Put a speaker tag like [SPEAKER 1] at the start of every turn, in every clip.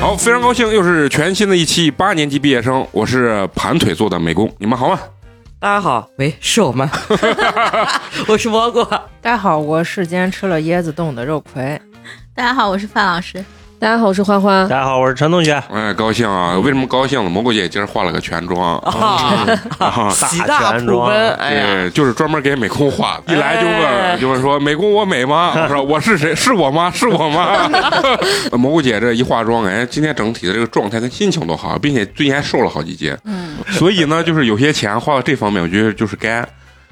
[SPEAKER 1] 好，非常高兴，又是全新的一期八年级毕业生，我是盘腿坐的美工，你们好吗？
[SPEAKER 2] 大家好，喂，是我 们，我是蘑菇，啊
[SPEAKER 3] 大家好，我是今天吃了椰子冻的肉葵。
[SPEAKER 4] 大家好，我是范老师。
[SPEAKER 5] 大家好，我是欢 欢。
[SPEAKER 6] 大家好，我是陈同学。
[SPEAKER 1] 哎，高兴啊！为什么高兴呢？蘑菇姐今儿化了个全妆，
[SPEAKER 2] 啊
[SPEAKER 1] 啊
[SPEAKER 2] 喜大
[SPEAKER 6] 全
[SPEAKER 2] 普
[SPEAKER 6] 妆
[SPEAKER 2] 奔，哎呀，
[SPEAKER 1] 对，就是专门给美工化的。一来就
[SPEAKER 2] 哎
[SPEAKER 1] 问，就问说美工我美吗？我说我是谁？是我吗？是我吗？ 蘑菇姐这一化妆，哎，今天整体的这个状态跟心情都好，并且最近还瘦了好几斤。
[SPEAKER 4] 嗯，
[SPEAKER 1] 所以呢，就是有些钱花到这方面，我觉得就是该。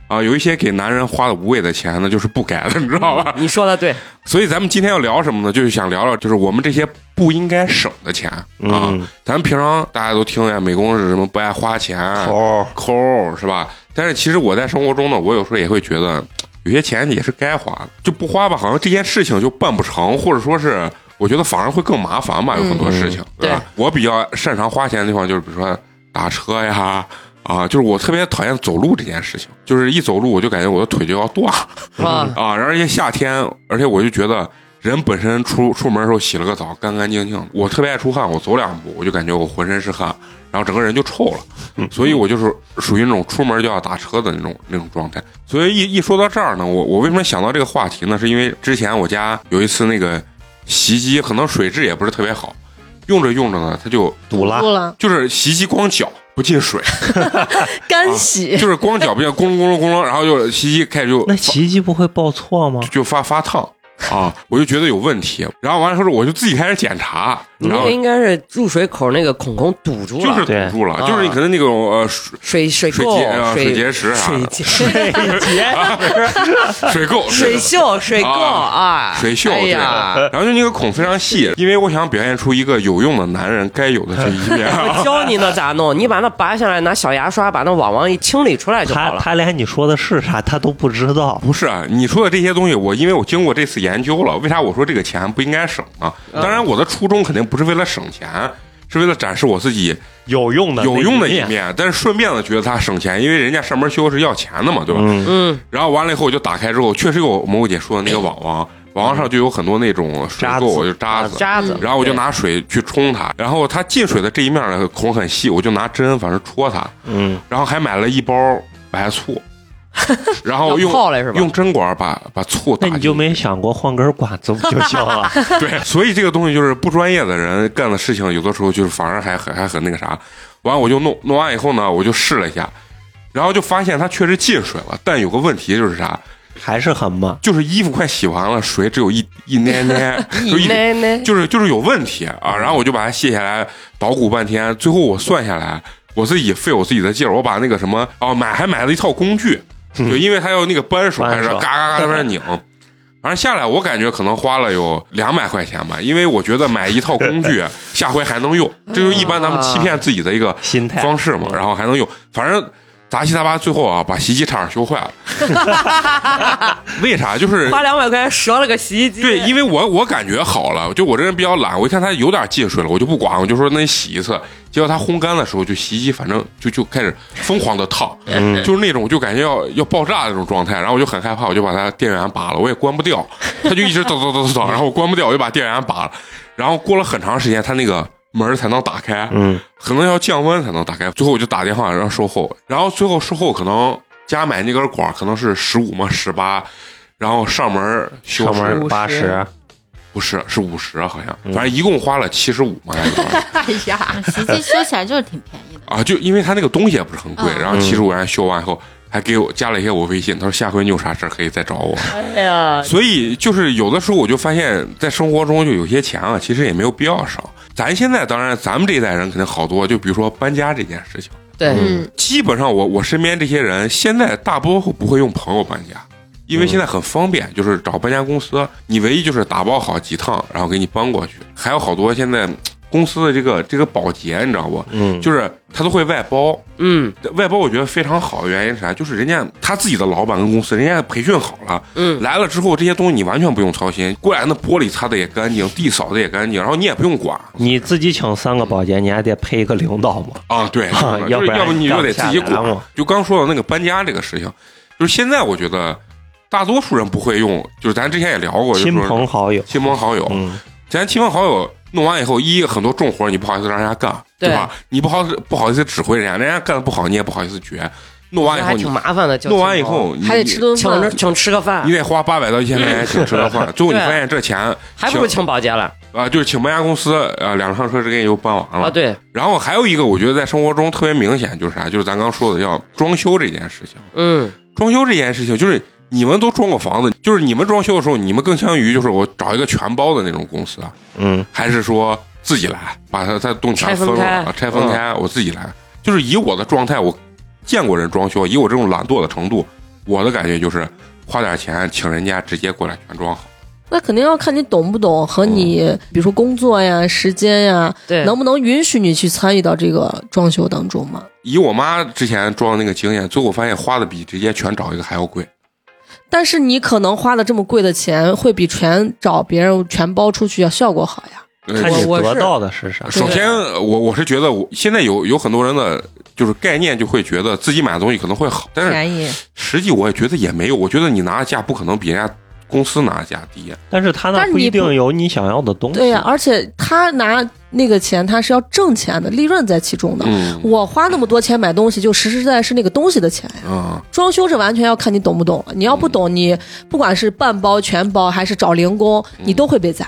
[SPEAKER 1] 啊，有一些给男人花的无谓的钱呢，就是嗯不该的，你知道吧？
[SPEAKER 2] 你说的对，
[SPEAKER 1] 所以咱们今天要聊什么呢？就是想聊聊，就是我们这些不应该省的钱啊。
[SPEAKER 6] 嗯
[SPEAKER 1] 咱们平常大家都听见美工是什么不爱花钱，啊
[SPEAKER 6] 头
[SPEAKER 1] 抠儿是吧？但是其实我在生活中呢，我有时候也会觉得有些钱也是该花的，就不花吧，好像这件事情就办不成，或者说是我觉得反而会更麻烦吧，有很多事情，对吧？我比较擅长花钱的地方就是比如说打车呀。啊，就是我特别讨厌走路这件事情，就是一走路我就感觉我的腿就要断
[SPEAKER 2] 啊，
[SPEAKER 1] 啊，然后而且夏天，而且我就觉得人本身出出门的时候洗了个澡，干干净净的。我特别爱出汗，我走两步我就感觉我浑身是汗，然后整个人就臭了。所以我就是属于那种出门就要打车的那种那种状态。所以一一说到这儿呢，我我为什么想到这个话题呢？是因为之前我家有一次那个洗衣机可能水质也不是特别好，用着用着呢，它就
[SPEAKER 6] 堵了
[SPEAKER 5] 不，了，
[SPEAKER 1] 就是洗衣机光脚不进 水，啊
[SPEAKER 5] 干洗。
[SPEAKER 1] 就是光脚不进，咕噜咕噜咕噜，然后就洗衣机开始就
[SPEAKER 6] 那洗衣机不会报错吗？
[SPEAKER 1] 就发发烫啊，我就觉得有问题。然后完了之后，我就自己开始检查，
[SPEAKER 2] 你
[SPEAKER 1] 然
[SPEAKER 2] 那
[SPEAKER 1] 后
[SPEAKER 2] 个应该是入水口那个啊孔孔堵住
[SPEAKER 1] 就是
[SPEAKER 2] 了，
[SPEAKER 1] 堵住了，就是你可能那种呃水
[SPEAKER 2] 水水
[SPEAKER 1] 水
[SPEAKER 2] 垢
[SPEAKER 1] 结啊、水
[SPEAKER 2] 水
[SPEAKER 1] 结石啥
[SPEAKER 2] 水
[SPEAKER 1] 的，
[SPEAKER 2] 结
[SPEAKER 1] 水垢
[SPEAKER 2] 水锈水垢啊，
[SPEAKER 1] 水锈
[SPEAKER 2] 哎呀，
[SPEAKER 1] 然后就那个孔非常细，因为我想表现出一个有用的男人该有的这一面。
[SPEAKER 2] 我教你呢咋弄，你把那拔下来，拿小牙刷把那网网一清理出来就
[SPEAKER 6] 他
[SPEAKER 2] 好了。
[SPEAKER 6] 他连你说的是啥他都不知道。
[SPEAKER 1] 不是啊，你说的这些东西，我因为我经过这次研究了，为啥我说这个钱不应该省呢？当然，我的初衷肯定不是为了省钱，是为了展示我自己
[SPEAKER 6] 有用的，
[SPEAKER 1] 有用的一
[SPEAKER 6] 那
[SPEAKER 1] 面，但是顺便呢，觉得他省钱，因为人家上门修是要钱的嘛，对吧？
[SPEAKER 6] 嗯
[SPEAKER 2] 嗯，
[SPEAKER 1] 然后完了以后，我就打开之后，确实有蘑菇姐说的那个网网，网网上就有很多那种水
[SPEAKER 6] 渣
[SPEAKER 1] 垢，
[SPEAKER 6] 子
[SPEAKER 1] 就渣子，
[SPEAKER 2] 渣子，
[SPEAKER 1] 然后我就拿水去冲它，然后它进水的这一面呢孔很细，我就拿针反正戳它，
[SPEAKER 6] 嗯，
[SPEAKER 1] 然后还买了一包白醋，然后哦用
[SPEAKER 2] 要泡来是吧
[SPEAKER 1] 用针管把把醋打进
[SPEAKER 6] 那
[SPEAKER 1] 去
[SPEAKER 6] 你就没想过换根管子不就行了？
[SPEAKER 1] 对，所以这个东西就是不专业的人干的事情，有的时候就是反而还很还很那个啥。完我就弄弄完以后呢，我就试了一下，然后就发现它确实进水了，但有个问题就是啥，
[SPEAKER 6] 还是很慢。
[SPEAKER 1] 就是衣服快洗完了，水只有一一捏捏，就
[SPEAKER 2] 你奶奶，
[SPEAKER 1] 就是就是有问题啊。然后我就把它卸下来，捣鼓半天，最后我算下来，我自己费我自己的劲儿，我把那个什么哦买还买了一套工具， 就因为它要那个扳手，
[SPEAKER 6] 嗯扳
[SPEAKER 1] 还是
[SPEAKER 6] 手
[SPEAKER 1] 嘎嘎嘎在那儿 拧。反正下来，我感觉可能花了有两百块钱吧，因为我觉得买一套工 具，下回还能用，这就是一般咱们欺骗自己的一个
[SPEAKER 6] 啊心态嗯
[SPEAKER 1] 方式嘛，然后还能用，反正杂七杂八，最后啊，把洗衣机差点修坏了。 为啥？就是
[SPEAKER 2] 花两百块钱折了个洗衣机，
[SPEAKER 1] 对，因为我我感觉好了，就我这人比较懒，我一看它有点进水了，我就不管，我就说那你洗一次。结果它烘干的时候，就洗衣机反正就就开始疯狂的烫，就是那种就感觉要要爆炸的那种状态，然后我就很害怕，我就把它电源拔了，我也关不掉，它就一直抖抖抖抖抖，然后我关不掉，我就把电源拔了，然后过了很长时间，它那个门儿才能打开，
[SPEAKER 6] 嗯，
[SPEAKER 1] 可能要降温才能打开。最后我就打电话让售后，然后最后售后可能加买那根管儿可能是十五嘛十八，然后上门儿修
[SPEAKER 6] 上
[SPEAKER 1] 是
[SPEAKER 6] 门八十
[SPEAKER 3] 50，
[SPEAKER 1] 不是是五十啊好像，反正一共花了七十五嘛还是多少
[SPEAKER 4] 哎呀，洗衣机修起来就是挺便宜的。
[SPEAKER 1] 啊？就因为他那个东西也不是很贵，
[SPEAKER 4] 嗯
[SPEAKER 1] 然后七十五元修完以后。还给我加了一些我微信，他说下回你有啥事儿可以再找我。
[SPEAKER 2] 哎呀，
[SPEAKER 1] 所以就是有的时候我就发现，在生活中就有些钱啊，其实也没有必要省。咱现在当然，咱们这一代人肯定好多，就比如说搬家这件事情。
[SPEAKER 2] 对，
[SPEAKER 4] 嗯，
[SPEAKER 1] 基本上我我身边这些人现在大多数不会用朋友搬家，因为现在很方便，就是找搬家公司，你唯一就是打包好几趟，然后给你搬过去。还有好多现在嗯公司的这个这个保洁，你知道不？
[SPEAKER 6] 嗯，
[SPEAKER 1] 就是他都会外包，
[SPEAKER 2] 嗯
[SPEAKER 1] 外包我觉得非常好的原因是啥？就是人家他自己的老板跟公司，人家培训好了，
[SPEAKER 2] 嗯，
[SPEAKER 1] 来了之后这些东西你完全不用操心，过来那玻璃擦的也干净，地扫的也干净，然后你也不用管。
[SPEAKER 6] 你自己请三个保洁，你还得配一个领导嘛。
[SPEAKER 1] 啊，对，
[SPEAKER 6] 啊
[SPEAKER 1] 就是
[SPEAKER 6] 要不然
[SPEAKER 1] 要不你就得自己
[SPEAKER 6] 干不下来
[SPEAKER 1] 管
[SPEAKER 6] 嘛。
[SPEAKER 1] 就刚说到那个搬家这个事情，就是现在我觉得大多数人不会用，就是咱之前也聊过，就是
[SPEAKER 6] 亲
[SPEAKER 1] 说
[SPEAKER 6] 朋好友，
[SPEAKER 1] 亲朋好友，
[SPEAKER 6] 嗯，
[SPEAKER 1] 咱亲朋好友弄完以后，一很多重活儿你不好意思让人家干，对
[SPEAKER 2] 对
[SPEAKER 1] 吧？你不好不好意思指挥人家，人家干的不好你也不好意思绝。弄完以后
[SPEAKER 2] 还
[SPEAKER 1] 你
[SPEAKER 2] 挺麻烦的，就
[SPEAKER 1] 弄完以后你
[SPEAKER 5] 还得吃顿
[SPEAKER 2] 请着
[SPEAKER 5] 饭。
[SPEAKER 2] 请吃个饭
[SPEAKER 1] 你，得花八百到一千块钱请吃个 饭，最后你
[SPEAKER 2] 嗯对
[SPEAKER 1] 发现这钱
[SPEAKER 2] 还不如请保洁了
[SPEAKER 1] 啊，就是请搬家公司啊，两趟车直接就搬完了
[SPEAKER 2] 啊！。对，
[SPEAKER 1] 然后还有一个，我觉得在生活中特别明显就是啥，就是咱刚说的要装修这件事情。
[SPEAKER 2] 嗯，
[SPEAKER 1] 装修这件事情，就是你们都装过房子，就是你们装修的时候，你们更相于就是我找一个全包的那种公司，啊，
[SPEAKER 6] 嗯，
[SPEAKER 1] 还是说自己来把它它动起来
[SPEAKER 2] 拆分
[SPEAKER 1] 分了
[SPEAKER 2] 开嗯
[SPEAKER 1] 啊拆分开，我自己来。就是以我的状态，我见过人装修，以我这种懒惰的程度，我的感觉就是花点钱请人家直接过来全装好。
[SPEAKER 5] 那肯定要看你懂不懂和你，
[SPEAKER 1] 嗯
[SPEAKER 5] 比如说工作呀、时间呀，
[SPEAKER 2] 对，
[SPEAKER 5] 能不能允许你去参与到这个装修当中嘛？
[SPEAKER 1] 以我妈之前装的那个经验，最后发现花的比直接全找一个还要贵。
[SPEAKER 5] 但是你可能花的这么贵的钱，会比全找别人全包出去要效果好呀。
[SPEAKER 1] 呃
[SPEAKER 6] 看你
[SPEAKER 2] 我
[SPEAKER 6] 得
[SPEAKER 2] 是
[SPEAKER 6] 到的是啥。
[SPEAKER 1] 首先，我我是觉得我现在有有很多人的就是概念，就会觉得自己买的东西可能会好，但是
[SPEAKER 3] 便宜，
[SPEAKER 1] 实际我也觉得也没有，我觉得你拿的价不可能比人家公司拿的价低。啊
[SPEAKER 6] 但是他
[SPEAKER 5] 但
[SPEAKER 6] 那
[SPEAKER 5] 是
[SPEAKER 6] 不
[SPEAKER 5] 你
[SPEAKER 6] 一
[SPEAKER 5] 不
[SPEAKER 6] 定有你想要的
[SPEAKER 1] 嗯
[SPEAKER 6] 东西。
[SPEAKER 5] 对呀、而且他拿那个钱，他是要挣钱的，利润在其中的。
[SPEAKER 1] 嗯
[SPEAKER 5] 我花那么多钱买东西，就实实在在是那个东西的钱呀。
[SPEAKER 1] 嗯，
[SPEAKER 5] 装修是完全要看你懂不懂了，你要不懂，你不管是半包、全包还是找零工，你都会被宰，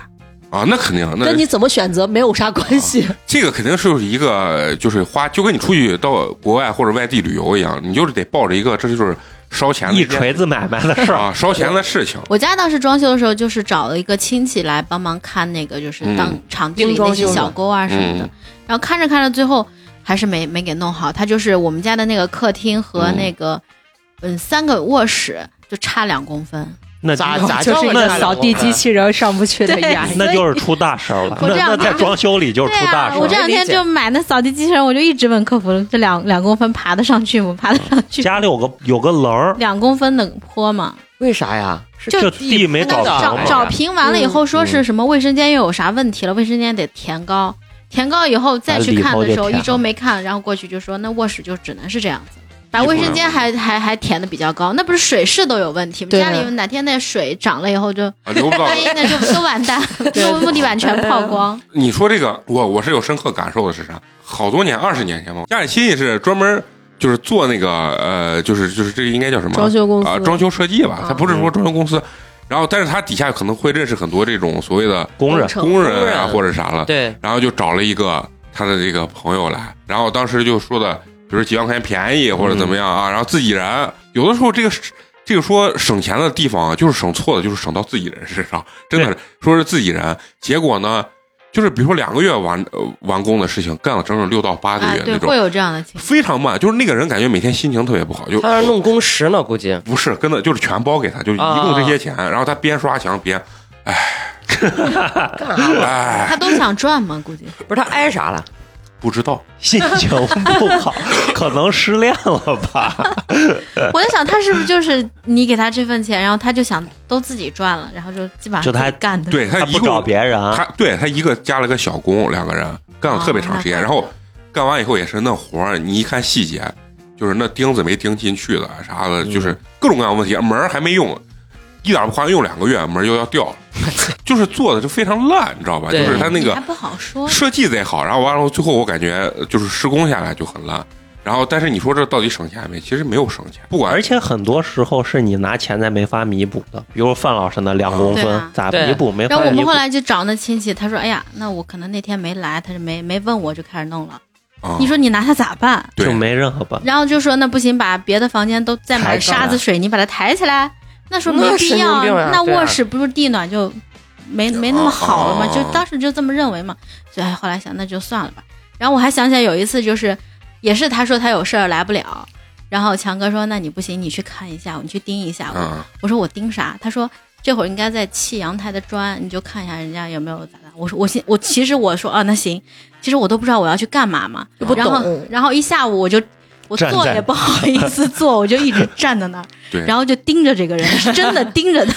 [SPEAKER 1] 啊，那肯定，嗯那
[SPEAKER 5] 跟你怎么选择没有啥关系。
[SPEAKER 1] 这个肯定是一个就是花，就跟你出去到国外或者外地旅游一样，你就是得抱着一个这就是烧钱的
[SPEAKER 6] 一
[SPEAKER 1] 一件
[SPEAKER 6] 锤子买卖的事儿，
[SPEAKER 1] 啊，烧钱的事情。
[SPEAKER 4] 我家当时装修的时候，就是找了一个亲戚来帮忙看那个，就是当
[SPEAKER 1] 嗯
[SPEAKER 4] 场地里那些小沟啊什么的。
[SPEAKER 1] 嗯
[SPEAKER 4] 然后看着看着，最后还是没没给弄好。他就是我们家的那个客厅和那个嗯三个卧室就差两公分，
[SPEAKER 6] 那
[SPEAKER 2] 咋
[SPEAKER 6] 那
[SPEAKER 2] 咋
[SPEAKER 3] 就
[SPEAKER 2] 着
[SPEAKER 3] 是一
[SPEAKER 2] 了
[SPEAKER 3] 个扫地哦机器人上不去的
[SPEAKER 4] 对
[SPEAKER 3] 呀。
[SPEAKER 6] 那就是出大事儿了。
[SPEAKER 4] 我
[SPEAKER 6] 那
[SPEAKER 4] 这样
[SPEAKER 6] 那在装修里就是
[SPEAKER 4] 对
[SPEAKER 6] 出
[SPEAKER 4] 呀、
[SPEAKER 6] 大事
[SPEAKER 4] 我这两
[SPEAKER 6] 儿。
[SPEAKER 4] 天就买那扫地机器人，我就一直问客服，这两两公分爬得上去吗？爬得上去吗？
[SPEAKER 6] 家里有个有个棱儿，
[SPEAKER 4] 两公分的坡嘛，
[SPEAKER 2] 为啥呀？
[SPEAKER 6] 就
[SPEAKER 4] 就
[SPEAKER 6] 地没
[SPEAKER 2] 那
[SPEAKER 6] 搞
[SPEAKER 2] 个
[SPEAKER 6] 平
[SPEAKER 4] 找
[SPEAKER 2] 嘛
[SPEAKER 4] 找
[SPEAKER 6] 嘛。
[SPEAKER 4] 平完了以后，说是什么卫生间又有啥问题了，卫生间得填高，填高以后再去看的时
[SPEAKER 6] 把里头就
[SPEAKER 4] 候，
[SPEAKER 6] 填了
[SPEAKER 4] 一周没看，然后过去就说那卧室就只能是这样子。把卫生间还还还填的比较高，那不是水势都有问题吗？
[SPEAKER 5] 对
[SPEAKER 4] 家里哪天那水涨了以后就，
[SPEAKER 1] 啊，留不到
[SPEAKER 4] 万一那就都完蛋，就木地板全泡光。
[SPEAKER 1] 你说这个，我我是有深刻感受的是啥？好多年，二十年前吧，家里亲戚是专门就是做那个呃，就是就是这个应该叫什么
[SPEAKER 5] 装修公司，
[SPEAKER 1] 啊，装修设计吧，
[SPEAKER 5] 啊
[SPEAKER 1] 他不是说装修公司，然后但是他底下可能会认识很多这种所谓的
[SPEAKER 6] 工 人
[SPEAKER 5] 工程
[SPEAKER 1] 工人啊
[SPEAKER 2] 工人
[SPEAKER 1] 或者啥了，
[SPEAKER 2] 对，
[SPEAKER 1] 然后就找了一个他的这个朋友来，然后当时就说的，比如几万块钱便宜或者怎么样啊，然后自己人，有的时候这个是这个说省钱的地方啊，就是省错了，就是省到自己人身上，真的是说是自己人，结果呢，就是比如说两个月完呃完工的事情，干了整整六到八个
[SPEAKER 4] 啊
[SPEAKER 1] 月，
[SPEAKER 4] 对，
[SPEAKER 1] 那
[SPEAKER 4] 会
[SPEAKER 1] 种，
[SPEAKER 4] 有这样的情况。
[SPEAKER 1] 非常慢，就是那个人感觉每天心情特别不好，就
[SPEAKER 2] 他要是弄工时呢，估计
[SPEAKER 1] 不是，真的就是全包给他，就一共这些钱，然后他边刷墙边，
[SPEAKER 2] 干啥了？
[SPEAKER 1] 哎，
[SPEAKER 4] 他都想赚嘛，估计
[SPEAKER 2] 不是他挨啥了？
[SPEAKER 1] 不知道，
[SPEAKER 6] 心情不好，可能失恋了吧？
[SPEAKER 4] 我在想，他是不是就是你给他这份钱，然后他就想都自己赚了，然后就基本上
[SPEAKER 6] 就他
[SPEAKER 4] 自己干的。
[SPEAKER 1] 对他
[SPEAKER 6] 他
[SPEAKER 1] 一
[SPEAKER 6] 不
[SPEAKER 1] 共
[SPEAKER 6] 找别人，啊
[SPEAKER 1] 他对他一个加了个小工，两个人干了特别长时间，
[SPEAKER 4] 哦那
[SPEAKER 1] 然后干完以后也是那活儿，你一看细节，就是那钉子没钉进去的啥的，
[SPEAKER 6] 嗯
[SPEAKER 1] 就是各种各样的问题，门儿还没用，一点儿不夸张，用两个月门儿就要掉了，就是做的就非常烂，你知道吧？就
[SPEAKER 2] 对
[SPEAKER 1] 是他那
[SPEAKER 4] 你
[SPEAKER 1] 个
[SPEAKER 4] 还不好说。
[SPEAKER 1] 设计贼好，然后完了最后我感觉呃就是施工下来就很烂。然后，但是你说这到底省钱没？其实没有省钱，不管
[SPEAKER 6] 而且很多时候是你拿钱在没法弥补的，比如范老师那两公
[SPEAKER 4] 对
[SPEAKER 6] 分
[SPEAKER 4] 啊
[SPEAKER 6] 咋
[SPEAKER 2] 对
[SPEAKER 6] 弥补没
[SPEAKER 4] 然
[SPEAKER 6] 法
[SPEAKER 4] 后我
[SPEAKER 6] 弥
[SPEAKER 4] 们
[SPEAKER 6] 补
[SPEAKER 4] 后。来就找那亲戚，他说：“哎呀，那我可能那天没来，他就没没问我就开始弄了。
[SPEAKER 1] 啊，
[SPEAKER 4] 你说你拿它咋办？
[SPEAKER 1] 对
[SPEAKER 6] 就没任何办法。
[SPEAKER 4] 然后就说那不行，把别的房间都再买
[SPEAKER 6] 抬起来
[SPEAKER 4] 沙子水泥把它抬起来。那时候
[SPEAKER 2] 那
[SPEAKER 4] 没
[SPEAKER 2] 神
[SPEAKER 4] 必
[SPEAKER 2] 经
[SPEAKER 4] 要，
[SPEAKER 2] 病啊
[SPEAKER 4] 那
[SPEAKER 2] 对啊
[SPEAKER 4] 卧室不是地暖就没没那么好了嘛，
[SPEAKER 1] 啊
[SPEAKER 4] 就当时就这么认为嘛。所以哎后来想那就算了吧。然后我还想起来有一次就是，也是他说他有事儿来不了，然后强哥说那你不行，你去看一下，你去盯一下我。
[SPEAKER 1] 啊，
[SPEAKER 4] 我说我盯啥？他说这会儿应该在砌阳台的砖，你就看一下人家有没有咋的。我说我现我其实我说啊，那行，其实我都不知道我要去干嘛嘛。
[SPEAKER 5] 就不
[SPEAKER 4] 然后
[SPEAKER 5] 懂
[SPEAKER 4] 然后一下午我就我
[SPEAKER 6] 站
[SPEAKER 4] 坐
[SPEAKER 6] 在
[SPEAKER 4] 也不好意 思坐，我就一直站在那儿，
[SPEAKER 1] 对
[SPEAKER 4] 然后就盯着这个人，是真的盯着他，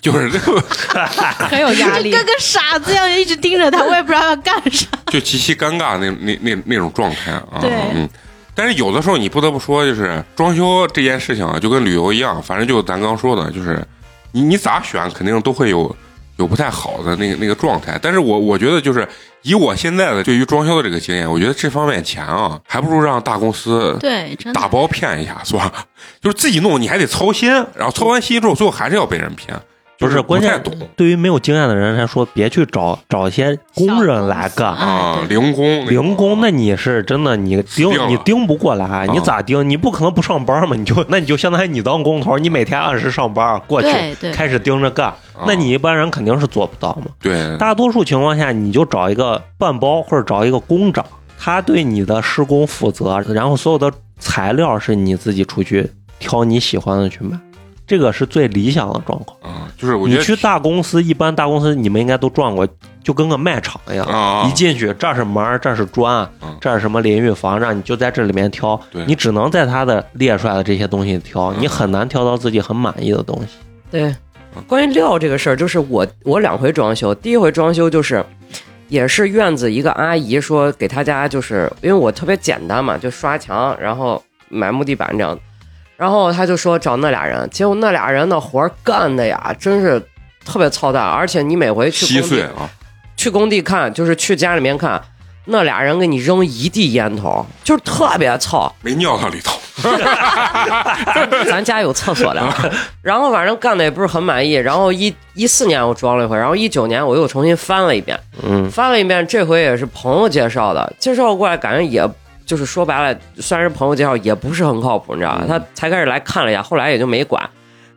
[SPEAKER 1] 就是这个，
[SPEAKER 3] 很有压
[SPEAKER 4] 就
[SPEAKER 3] 力。
[SPEAKER 4] 跟个傻子一样，一直盯着他，我也不知道要干 啥。
[SPEAKER 1] 就极其尴尬那那那那种状态啊。
[SPEAKER 4] 对
[SPEAKER 1] 嗯。但是有的时候你不得不说，就是装修这件事情啊，就跟旅游一样，反正就咱刚说的，就是你你咋选，肯定都会有有有不太好的那个那个状态。但是我我觉得就是以我现在的对于装修的这个经验，我觉得这方面钱啊，还不如让大公司
[SPEAKER 4] 对，真的
[SPEAKER 1] 打包骗一下算了，就是自己弄你还得操心，然后操完心之后最后还是要被人骗，就
[SPEAKER 6] 不是关
[SPEAKER 1] 不太
[SPEAKER 6] 键
[SPEAKER 1] 懂。
[SPEAKER 6] 对于没有经验的人来说，别去找找一些工人来干。
[SPEAKER 1] 啊
[SPEAKER 4] 哎，对
[SPEAKER 1] 零工
[SPEAKER 6] 零工，那你是真的，你盯
[SPEAKER 1] 定了嗯
[SPEAKER 6] 你盯不过来，啊你咋盯？你不可能不上班嘛？你就那你就相当于你当工头，你每天按时上班过去，
[SPEAKER 4] 对对
[SPEAKER 6] 开始盯着干
[SPEAKER 1] 啊。嗯
[SPEAKER 6] 那你一般人肯定是做不到嘛。
[SPEAKER 1] 对
[SPEAKER 6] 大多数情况下，你就找一个半包或者找一个工长，他对你的施工负责，然后所有的材料是你自己出去挑你喜欢的去买，这个是最理想的状况。
[SPEAKER 1] 啊，就是我觉
[SPEAKER 6] 你
[SPEAKER 1] 得
[SPEAKER 6] 去大公司，一般大公司你们应该都转过，就跟个卖场一样，
[SPEAKER 1] 啊，
[SPEAKER 6] 一进去这儿是门儿，这儿是砖
[SPEAKER 1] 嗯，
[SPEAKER 6] 这儿是什么淋浴房，让你就在这里面挑
[SPEAKER 1] 对，
[SPEAKER 6] 你只能在它的列出来的这些东西挑，
[SPEAKER 1] 嗯
[SPEAKER 6] 你很难挑到自己很满意的东西。
[SPEAKER 2] 对，关于料这个事儿，就是我我两回装修，第一回装修就是。也是院子一个阿姨说给她家，就是因为我特别简单嘛，就刷墙，然后买木地板这样的。然后她就说找那俩人，结果那俩人的活儿干的呀，真是特别操蛋。而且你每回去
[SPEAKER 1] 稀
[SPEAKER 2] 工地
[SPEAKER 1] 碎啊，
[SPEAKER 2] 去工地看，就是去家里面看，那俩人给你扔一地烟头，就是特别操。
[SPEAKER 1] 没尿到里头，
[SPEAKER 2] 咱家有厕所的，啊 然后反正干的也不是很满意。然后一一四年我装了一回，然后一九年我又重新翻了一遍，
[SPEAKER 6] 嗯，
[SPEAKER 2] 翻了一遍，这回也是朋友介绍的，介绍过来感觉也就是说白了，虽然是朋友介绍，也不是很靠谱，你知道吧？他才开始来看了一下，后来也就没管。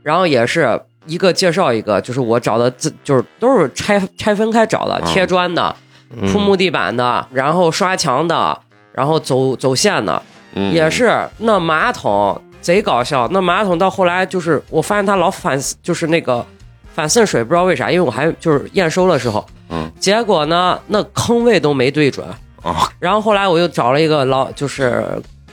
[SPEAKER 2] 然后也是一个介绍一个，就是我找的自就是都是拆拆分开找的，
[SPEAKER 1] 嗯
[SPEAKER 2] 贴砖的、
[SPEAKER 6] 嗯
[SPEAKER 2] 铺木地板的，然后刷墙的，然后走走线的，
[SPEAKER 1] 嗯
[SPEAKER 2] 也是那马桶贼搞笑，那马桶到后来就是我发现它老反就是那个反渗水，不知道为啥，因为我还就是验收的时候，
[SPEAKER 1] 嗯，
[SPEAKER 2] 结果呢那坑位都没对准，
[SPEAKER 1] 啊，
[SPEAKER 2] 然后后来我又找了一个老就是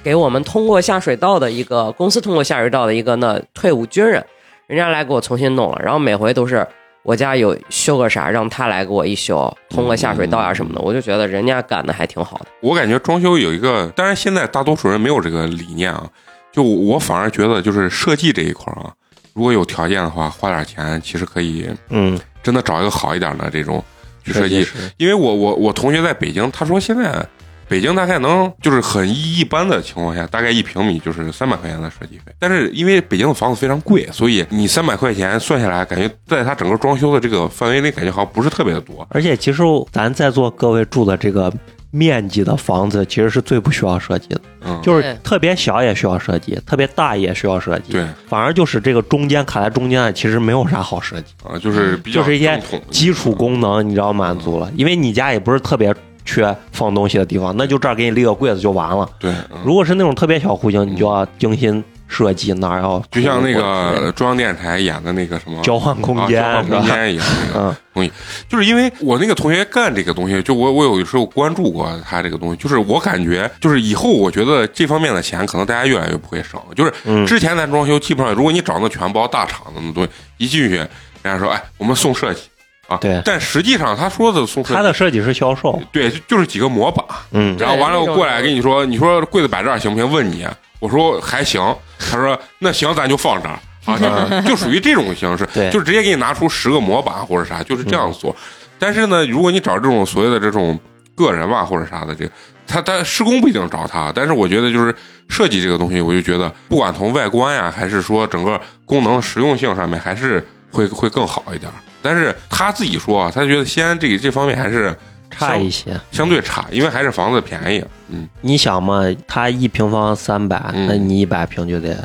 [SPEAKER 2] 给我们通过下水道的一个公司通过下水道的一个那退伍军人，人家来给我重新弄了，然后每回都是。我家有修个啥，让他来给我一修，通个下水道啊什么的，我就觉得人家干的还挺好的。
[SPEAKER 1] 我感觉装修有一个，当然现在大多数人没有这个理念啊。就我反而觉得，就是设计这一块儿啊，如果有条件的话，花点钱其实可以
[SPEAKER 6] 嗯，
[SPEAKER 1] 真的找一个好一点的这种去设
[SPEAKER 6] 计
[SPEAKER 1] 计。
[SPEAKER 6] 师
[SPEAKER 1] 因为我我我同学在北京，他说现在北京大概能就是很一般的情况下，大概一平米就是三百块钱的设计费。但是因为北京的房子非常贵，所以你三百块钱算下来，感觉在他整个装修的这个范围内，感觉好像不是特别的多。
[SPEAKER 6] 而且其实咱在座各位住的这个面积的房子，其实是最不需要设计的，
[SPEAKER 1] 嗯，
[SPEAKER 6] 就是
[SPEAKER 2] 对
[SPEAKER 6] 特别小也需要设计，特别大也需要设计。
[SPEAKER 1] 对，
[SPEAKER 6] 反而就是这个中间卡在中间的，其实没有啥好设计，
[SPEAKER 1] 啊，就是比较
[SPEAKER 6] 就是一些
[SPEAKER 1] 正统的嗯
[SPEAKER 6] 基础功能你知道满足了，因为你家也不是特别缺放东西的地方，那就这儿给你立个柜子就完了。
[SPEAKER 1] 对，嗯
[SPEAKER 6] 如果是那种特别小户型，你就要精心设计哪儿要，
[SPEAKER 1] 就像那个中央电视台演的那个什么
[SPEAKER 6] 交换空间，
[SPEAKER 1] 啊、交换
[SPEAKER 6] 是吧
[SPEAKER 1] 空间一样，那个
[SPEAKER 6] 嗯
[SPEAKER 1] 东西，就是因为我那个同学干这个东西，就我我有时候关注过他这个东西，就是我感觉就是以后我觉得这方面的钱可能大家越来越不会省，就是
[SPEAKER 6] 嗯
[SPEAKER 1] 之前咱装修基本上，如果你找那全包大厂子那东西，一进去人家说哎我们送设计啊，
[SPEAKER 6] 对
[SPEAKER 1] 但实际上他说的送设计，
[SPEAKER 6] 它的设计是销售，
[SPEAKER 1] 对就就是几个模板，
[SPEAKER 6] 嗯，
[SPEAKER 1] 然后完了
[SPEAKER 2] 那
[SPEAKER 1] 我
[SPEAKER 2] 种
[SPEAKER 1] 过来跟你说，你说柜子摆这儿行不行？问你，我说还行。他说那行，咱就放这儿啊， 就就属于这种形式，
[SPEAKER 6] 对
[SPEAKER 1] 就是直接给你拿出十个模板或者啥，就是这样做。
[SPEAKER 2] 嗯
[SPEAKER 1] 但是呢，如果你找这种所谓的这种个人吧或者啥的，这个他他施工不一定找他，但是我觉得就是设计这个东西，我就觉得不管从外观呀，还是说整个功能实用性上面，还是会会更好一点儿。但是他自己说啊，他觉得西安这这方面还是
[SPEAKER 6] 差一些。
[SPEAKER 1] 相对差，因为还是房子便宜，嗯。
[SPEAKER 6] 你想嘛，它一平方三百、
[SPEAKER 1] 嗯
[SPEAKER 6] 那你一百平就得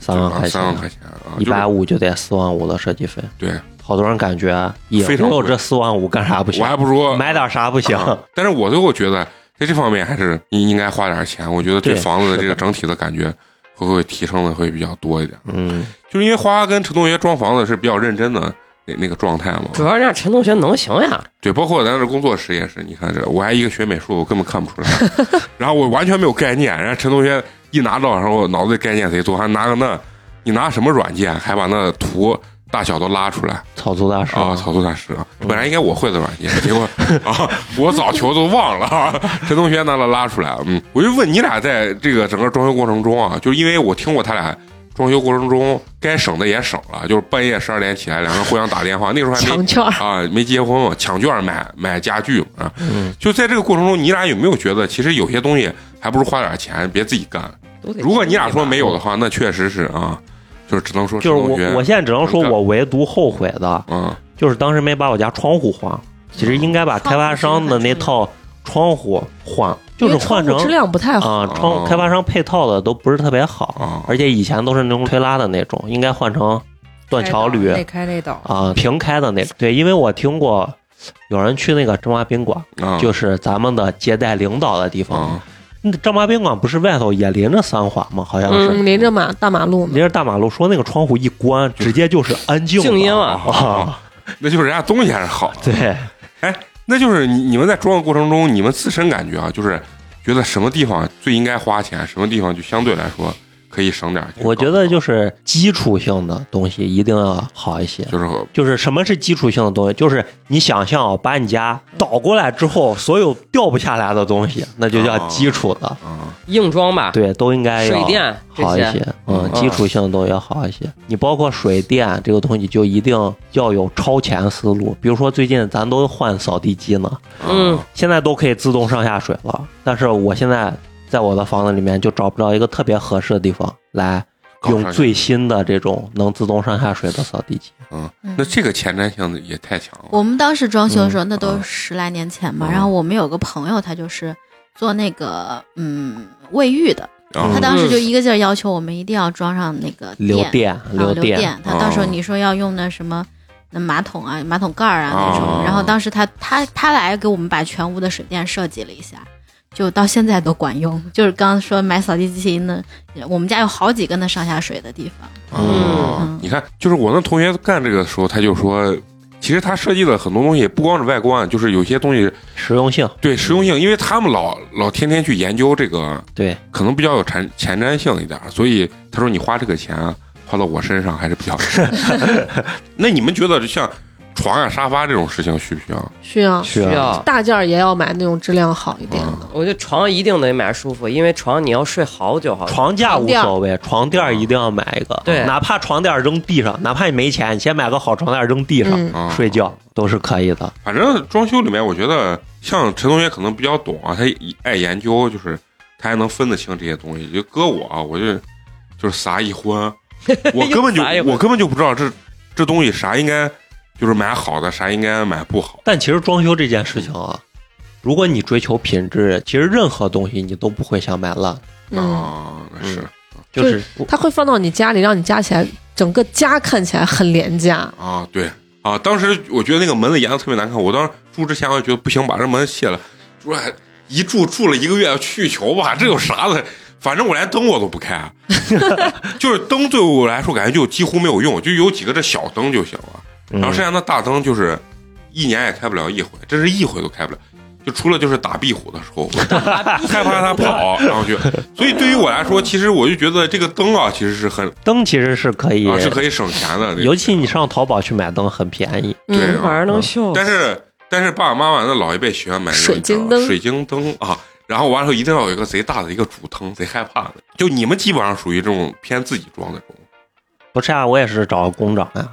[SPEAKER 6] 三万块
[SPEAKER 1] 三万
[SPEAKER 6] 钱，
[SPEAKER 1] 块钱啊，就
[SPEAKER 6] 一
[SPEAKER 1] 是
[SPEAKER 6] 百五就得四万五的设计费。
[SPEAKER 1] 对，
[SPEAKER 6] 好多人感觉也
[SPEAKER 1] 非常
[SPEAKER 6] 没有
[SPEAKER 1] 贵
[SPEAKER 6] 这四万五干啥不行
[SPEAKER 1] 我？还不如
[SPEAKER 6] 买点啥不行？
[SPEAKER 1] 啊但是我最后觉得在这方面还是应应该花点钱，我觉得对
[SPEAKER 6] 对
[SPEAKER 1] 房子的
[SPEAKER 6] 是
[SPEAKER 1] 这个
[SPEAKER 6] 的
[SPEAKER 1] 整体的感觉会会提升的会比较多一点。
[SPEAKER 6] 嗯，
[SPEAKER 1] 就是因为花花跟陈同学装房子是比较认真的那那个状态嘛，
[SPEAKER 2] 主要人家陈同学能行呀，
[SPEAKER 1] 对，包括咱这工作室也是，你看这我还一个学美术，我根本看不出来，然后我完全没有概念，人家陈同学一拿到，然后我脑子里概念贼多，还拿个那，你拿什么软件还把那图大小都拉出来。
[SPEAKER 6] 草图大师
[SPEAKER 1] 啊，草图大师啊，本来应该我会的软件，结 果啊，我早球都忘了啊。陈同学拿了拉出来，嗯，我就问你俩在这个整个装修过程中啊，就是因为我听过他俩装修过程中该省的也省了，就是半夜十二点起来，两个人互相打电话，那时候还没
[SPEAKER 5] 抢券儿，
[SPEAKER 1] 啊，没结婚嘛，抢券买买家具嘛。啊
[SPEAKER 6] 嗯，
[SPEAKER 1] 就在这个过程中，你俩有没有觉得，其实有些东西还不如花点钱，别自己干。
[SPEAKER 2] 都得
[SPEAKER 1] 如果你俩说
[SPEAKER 2] 经历吧
[SPEAKER 1] 没有的话，那确实是啊，就是只能说
[SPEAKER 6] 就是我
[SPEAKER 1] 陈同学
[SPEAKER 6] 我现在只能说我唯独后悔的
[SPEAKER 1] 嗯
[SPEAKER 6] 就是当时没把我家窗户换，其实应该把开发商的那套窗户换，就
[SPEAKER 5] 因
[SPEAKER 6] 是
[SPEAKER 5] 为
[SPEAKER 6] 换
[SPEAKER 5] 窗
[SPEAKER 6] 成
[SPEAKER 5] 户质量不太好。
[SPEAKER 6] 啊
[SPEAKER 1] 哦
[SPEAKER 6] 窗开发商配套的都不是特别好，
[SPEAKER 1] 啊
[SPEAKER 6] 而且以前都是那种推拉的那种，应该换成断桥铝
[SPEAKER 7] 内开内
[SPEAKER 3] 哦
[SPEAKER 7] 倒，
[SPEAKER 6] 啊平开的那种。对，因为我听过有人去那个张华宾馆，
[SPEAKER 1] 啊，
[SPEAKER 6] 就是咱们的接待领导的地方。
[SPEAKER 1] 啊
[SPEAKER 6] 那张华宾馆不是外头也临着三环吗？好像是。
[SPEAKER 5] 嗯，临着马大马路呢
[SPEAKER 6] 临着大马路，说那个窗户一关，直接就是安静
[SPEAKER 2] 静音了
[SPEAKER 6] 啊！
[SPEAKER 1] 那就是人家东西还是好的。哎
[SPEAKER 6] 对，
[SPEAKER 1] 那就是你你们在装的过程中，你们自身感觉啊，就是觉得什么地方最应该花钱，什么地方就相对来说可以省点儿。
[SPEAKER 6] 我觉得就是基础性的东西一定要好一些。
[SPEAKER 1] 就是
[SPEAKER 6] 就是什么是基础性的东西？就是你想象啊把你家倒过来之后，所有掉不下来的东西，那就叫基础的。
[SPEAKER 1] 啊
[SPEAKER 2] 硬装吧，
[SPEAKER 6] 对，都应该要
[SPEAKER 2] 水电这
[SPEAKER 6] 好一
[SPEAKER 2] 些，
[SPEAKER 6] 些，嗯
[SPEAKER 1] 嗯，
[SPEAKER 6] 基础性的东西要好一些。你包括水电这个东西，就一定要有超前思路。比如说最近咱都换扫地机呢，
[SPEAKER 2] 嗯
[SPEAKER 1] 啊
[SPEAKER 6] 现在都可以自动上下水了，但是我现在在我的房子里面就找不着一个特别合适的地方来
[SPEAKER 1] 搞上
[SPEAKER 6] 用
[SPEAKER 1] 去
[SPEAKER 6] 最新的这种能自动上下水的扫地机。
[SPEAKER 4] 嗯
[SPEAKER 1] 那这个前瞻性也太强了。
[SPEAKER 4] 我们当时装修的时候，
[SPEAKER 1] 嗯
[SPEAKER 4] 那都是十来年前嘛。
[SPEAKER 1] 嗯
[SPEAKER 4] 然后我们有个朋友，他就是做那个嗯卫浴的，
[SPEAKER 1] 啊
[SPEAKER 4] 他当时就一个劲儿要求我们一定要装上那个
[SPEAKER 6] 留
[SPEAKER 4] 电，
[SPEAKER 6] 电，
[SPEAKER 4] 啊
[SPEAKER 6] 留
[SPEAKER 4] 留电。他到时候你说要用那什么。那马桶啊，马桶盖儿啊那
[SPEAKER 1] 哦
[SPEAKER 4] 种，然后当时他他他来给我们把全屋的水电设计了一下，就到现在都管用。就是刚刚说买扫地机器人的，我们家有好几个那上下水的地方。
[SPEAKER 1] 啊
[SPEAKER 4] 嗯！
[SPEAKER 1] 你看，就是我那同学干这个的时候，他就说，其实他设计的很多东西不光是外观，啊就是有些东西
[SPEAKER 6] 实用
[SPEAKER 4] 啊
[SPEAKER 6] 性。
[SPEAKER 1] 对实用性，因为他们老老天天去研究这个，
[SPEAKER 6] 对，
[SPEAKER 1] 可能比较有前前瞻性一点儿，所以他说你花这个钱啊花到我身上还是比较值。 那你们觉得像床啊、沙发这种事情需不需要？
[SPEAKER 5] 需要
[SPEAKER 6] 需
[SPEAKER 2] 需
[SPEAKER 6] 要。
[SPEAKER 2] 要。
[SPEAKER 5] 大件儿也要买那种质量好一点
[SPEAKER 1] 啊
[SPEAKER 5] 的。
[SPEAKER 2] 我觉得床一定得买舒服，因为床你要睡好久好久。
[SPEAKER 6] 床架无所谓，床垫儿一定要买一个，
[SPEAKER 2] 对
[SPEAKER 6] 哪怕床垫儿扔地上，哪怕你没钱，你先买个好床垫儿扔地上、
[SPEAKER 5] 嗯，
[SPEAKER 1] 啊，
[SPEAKER 6] 睡觉都是可以的。
[SPEAKER 1] 反正装修里面，我觉得像陈同学可能比较懂啊，他一爱研究，就是他还能分得清这些东西。就搁我啊，我就就是撒一荤， 我根本就
[SPEAKER 2] 撒一荤
[SPEAKER 1] 我根本就不知道这这东西啥应该就是买好的，啥应该买不好。
[SPEAKER 6] 但其实装修这件事情啊，如果你追求品质，其实任何东西你都不会想买烂，
[SPEAKER 5] 嗯，
[SPEAKER 1] 啊，那是
[SPEAKER 6] 就是
[SPEAKER 5] 它会放到你家里，让你家起来，整个家看起来很廉价。
[SPEAKER 1] 啊，对啊，当时我觉得那个门的颜色特别难看，我当时住之前我就觉得不行，把这门卸了，说哎一住住了一个月，去球吧，这有啥的？反正我连灯我都不开，啊 就是灯对我来说感觉就几乎没有用，就有几个这小灯就行了，
[SPEAKER 6] 嗯
[SPEAKER 1] 然后剩下那大灯就是一年也开不了一回，真是一回都开不了。就除了就是打壁虎的时候， 我害怕它跑，然后就，所以对于我来说，其实我就觉得这个灯啊，其实是很
[SPEAKER 6] 灯其实是可以，
[SPEAKER 1] 啊是可以省钱的，
[SPEAKER 6] 尤其你上淘宝去买灯很便宜，
[SPEAKER 1] 对
[SPEAKER 5] 嗯
[SPEAKER 1] 啊，
[SPEAKER 2] 晚上能秀，
[SPEAKER 1] 但是但是爸爸妈妈那老一辈喜欢买那种
[SPEAKER 5] 水晶灯
[SPEAKER 1] 水晶灯啊，然后完了后一定要有一个贼大的一个主灯，贼害怕的。就你们基本上属于这种偏自己装的这种
[SPEAKER 6] 不是啊？我也是找工长呀、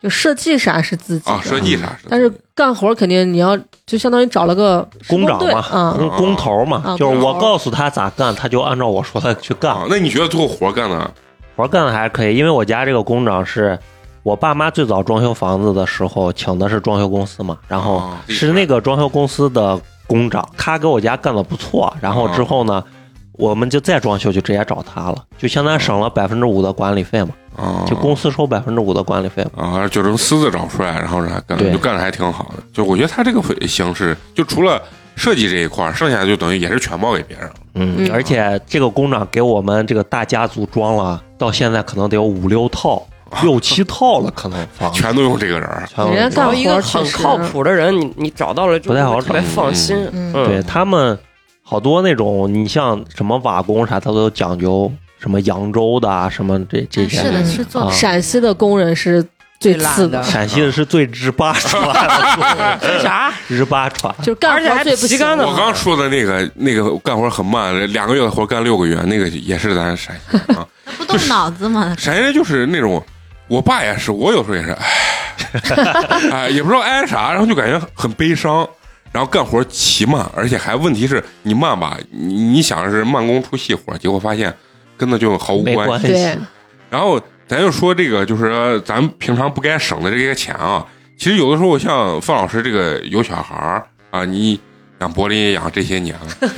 [SPEAKER 5] 就设计啥是自己的
[SPEAKER 1] 啊，设计啥是自己的，
[SPEAKER 5] 但是干活儿肯定你要就相当于找了个
[SPEAKER 6] 工长
[SPEAKER 5] 对
[SPEAKER 6] 嘛，
[SPEAKER 5] 啊，
[SPEAKER 6] 工工头嘛，
[SPEAKER 5] 啊
[SPEAKER 6] 就是
[SPEAKER 5] 工头
[SPEAKER 6] 我告诉他咋干，他就按照我说的去干。
[SPEAKER 1] 啊，那你觉得最后活干的
[SPEAKER 6] 活干的还是可以，因为我家这个工长是我爸妈最早装修房子的时候请的是装修公司嘛，然后
[SPEAKER 1] 哦厉害
[SPEAKER 6] 是那个装修公司的工长，他给我家干的不错，然
[SPEAKER 1] 啊
[SPEAKER 6] 后之后呢，我们就再装修就直接找他了，就相当于省了百分之五的管理费嘛，
[SPEAKER 1] 啊？
[SPEAKER 6] 就公司收百分之五的管理费嘛。
[SPEAKER 1] 啊，就能私自找出来，然后让他干的，
[SPEAKER 6] 对
[SPEAKER 1] 就干的还挺好的。就我觉得他这个形式，就除了设计这一块儿，剩下的就等于也是全包给别人了。
[SPEAKER 6] 嗯，
[SPEAKER 5] 嗯
[SPEAKER 6] 而且这个工长给我们这个大家族装了，到现在可能得有五六套、六七套了，可能房子
[SPEAKER 1] 全都用这个人儿
[SPEAKER 6] 全
[SPEAKER 5] 人家干
[SPEAKER 2] 找一个
[SPEAKER 5] 活确
[SPEAKER 2] 很
[SPEAKER 5] 实
[SPEAKER 2] 靠谱的人，你你找到了就
[SPEAKER 6] 不太好
[SPEAKER 2] 会特别
[SPEAKER 1] 找
[SPEAKER 2] 放心。
[SPEAKER 5] 嗯
[SPEAKER 6] 对他们好多那种，你像什么瓦工啥，他都讲究什么扬州的啊，什么这这
[SPEAKER 4] 嗯
[SPEAKER 6] 些。
[SPEAKER 4] 是的，
[SPEAKER 5] 嗯
[SPEAKER 4] 是做
[SPEAKER 6] 啊
[SPEAKER 4] 的
[SPEAKER 5] 陕西的工人是
[SPEAKER 7] 最
[SPEAKER 5] 最
[SPEAKER 7] 懒
[SPEAKER 5] 次
[SPEAKER 7] 的
[SPEAKER 6] 陕西的是最日巴传，
[SPEAKER 2] 啥？
[SPEAKER 6] 日巴传，
[SPEAKER 5] 就是干
[SPEAKER 2] 而且
[SPEAKER 5] 活
[SPEAKER 2] 还
[SPEAKER 5] 儿最不
[SPEAKER 2] 皮
[SPEAKER 5] 行
[SPEAKER 2] 干的
[SPEAKER 5] 的
[SPEAKER 1] 我刚说的那个那个干活很慢，两个月的活干六个月，那个也是咱陕西人啊。，
[SPEAKER 4] 那不动脑子嘛
[SPEAKER 1] 谁就是那种，我爸也是，我有时候也是，唉，哎，也不知道挨啥，然后就感觉很悲伤，然后干活奇慢，而且还问题是你慢吧，你你想是慢工出细活，结果发现跟那就毫无
[SPEAKER 6] 没
[SPEAKER 1] 关系。
[SPEAKER 6] 关系
[SPEAKER 5] 对，，
[SPEAKER 1] 然后咱就说这个，就是咱们平常不该省的这些钱啊。其实有的时候像范老师这个有小孩儿啊，你养柏林也养这些年了，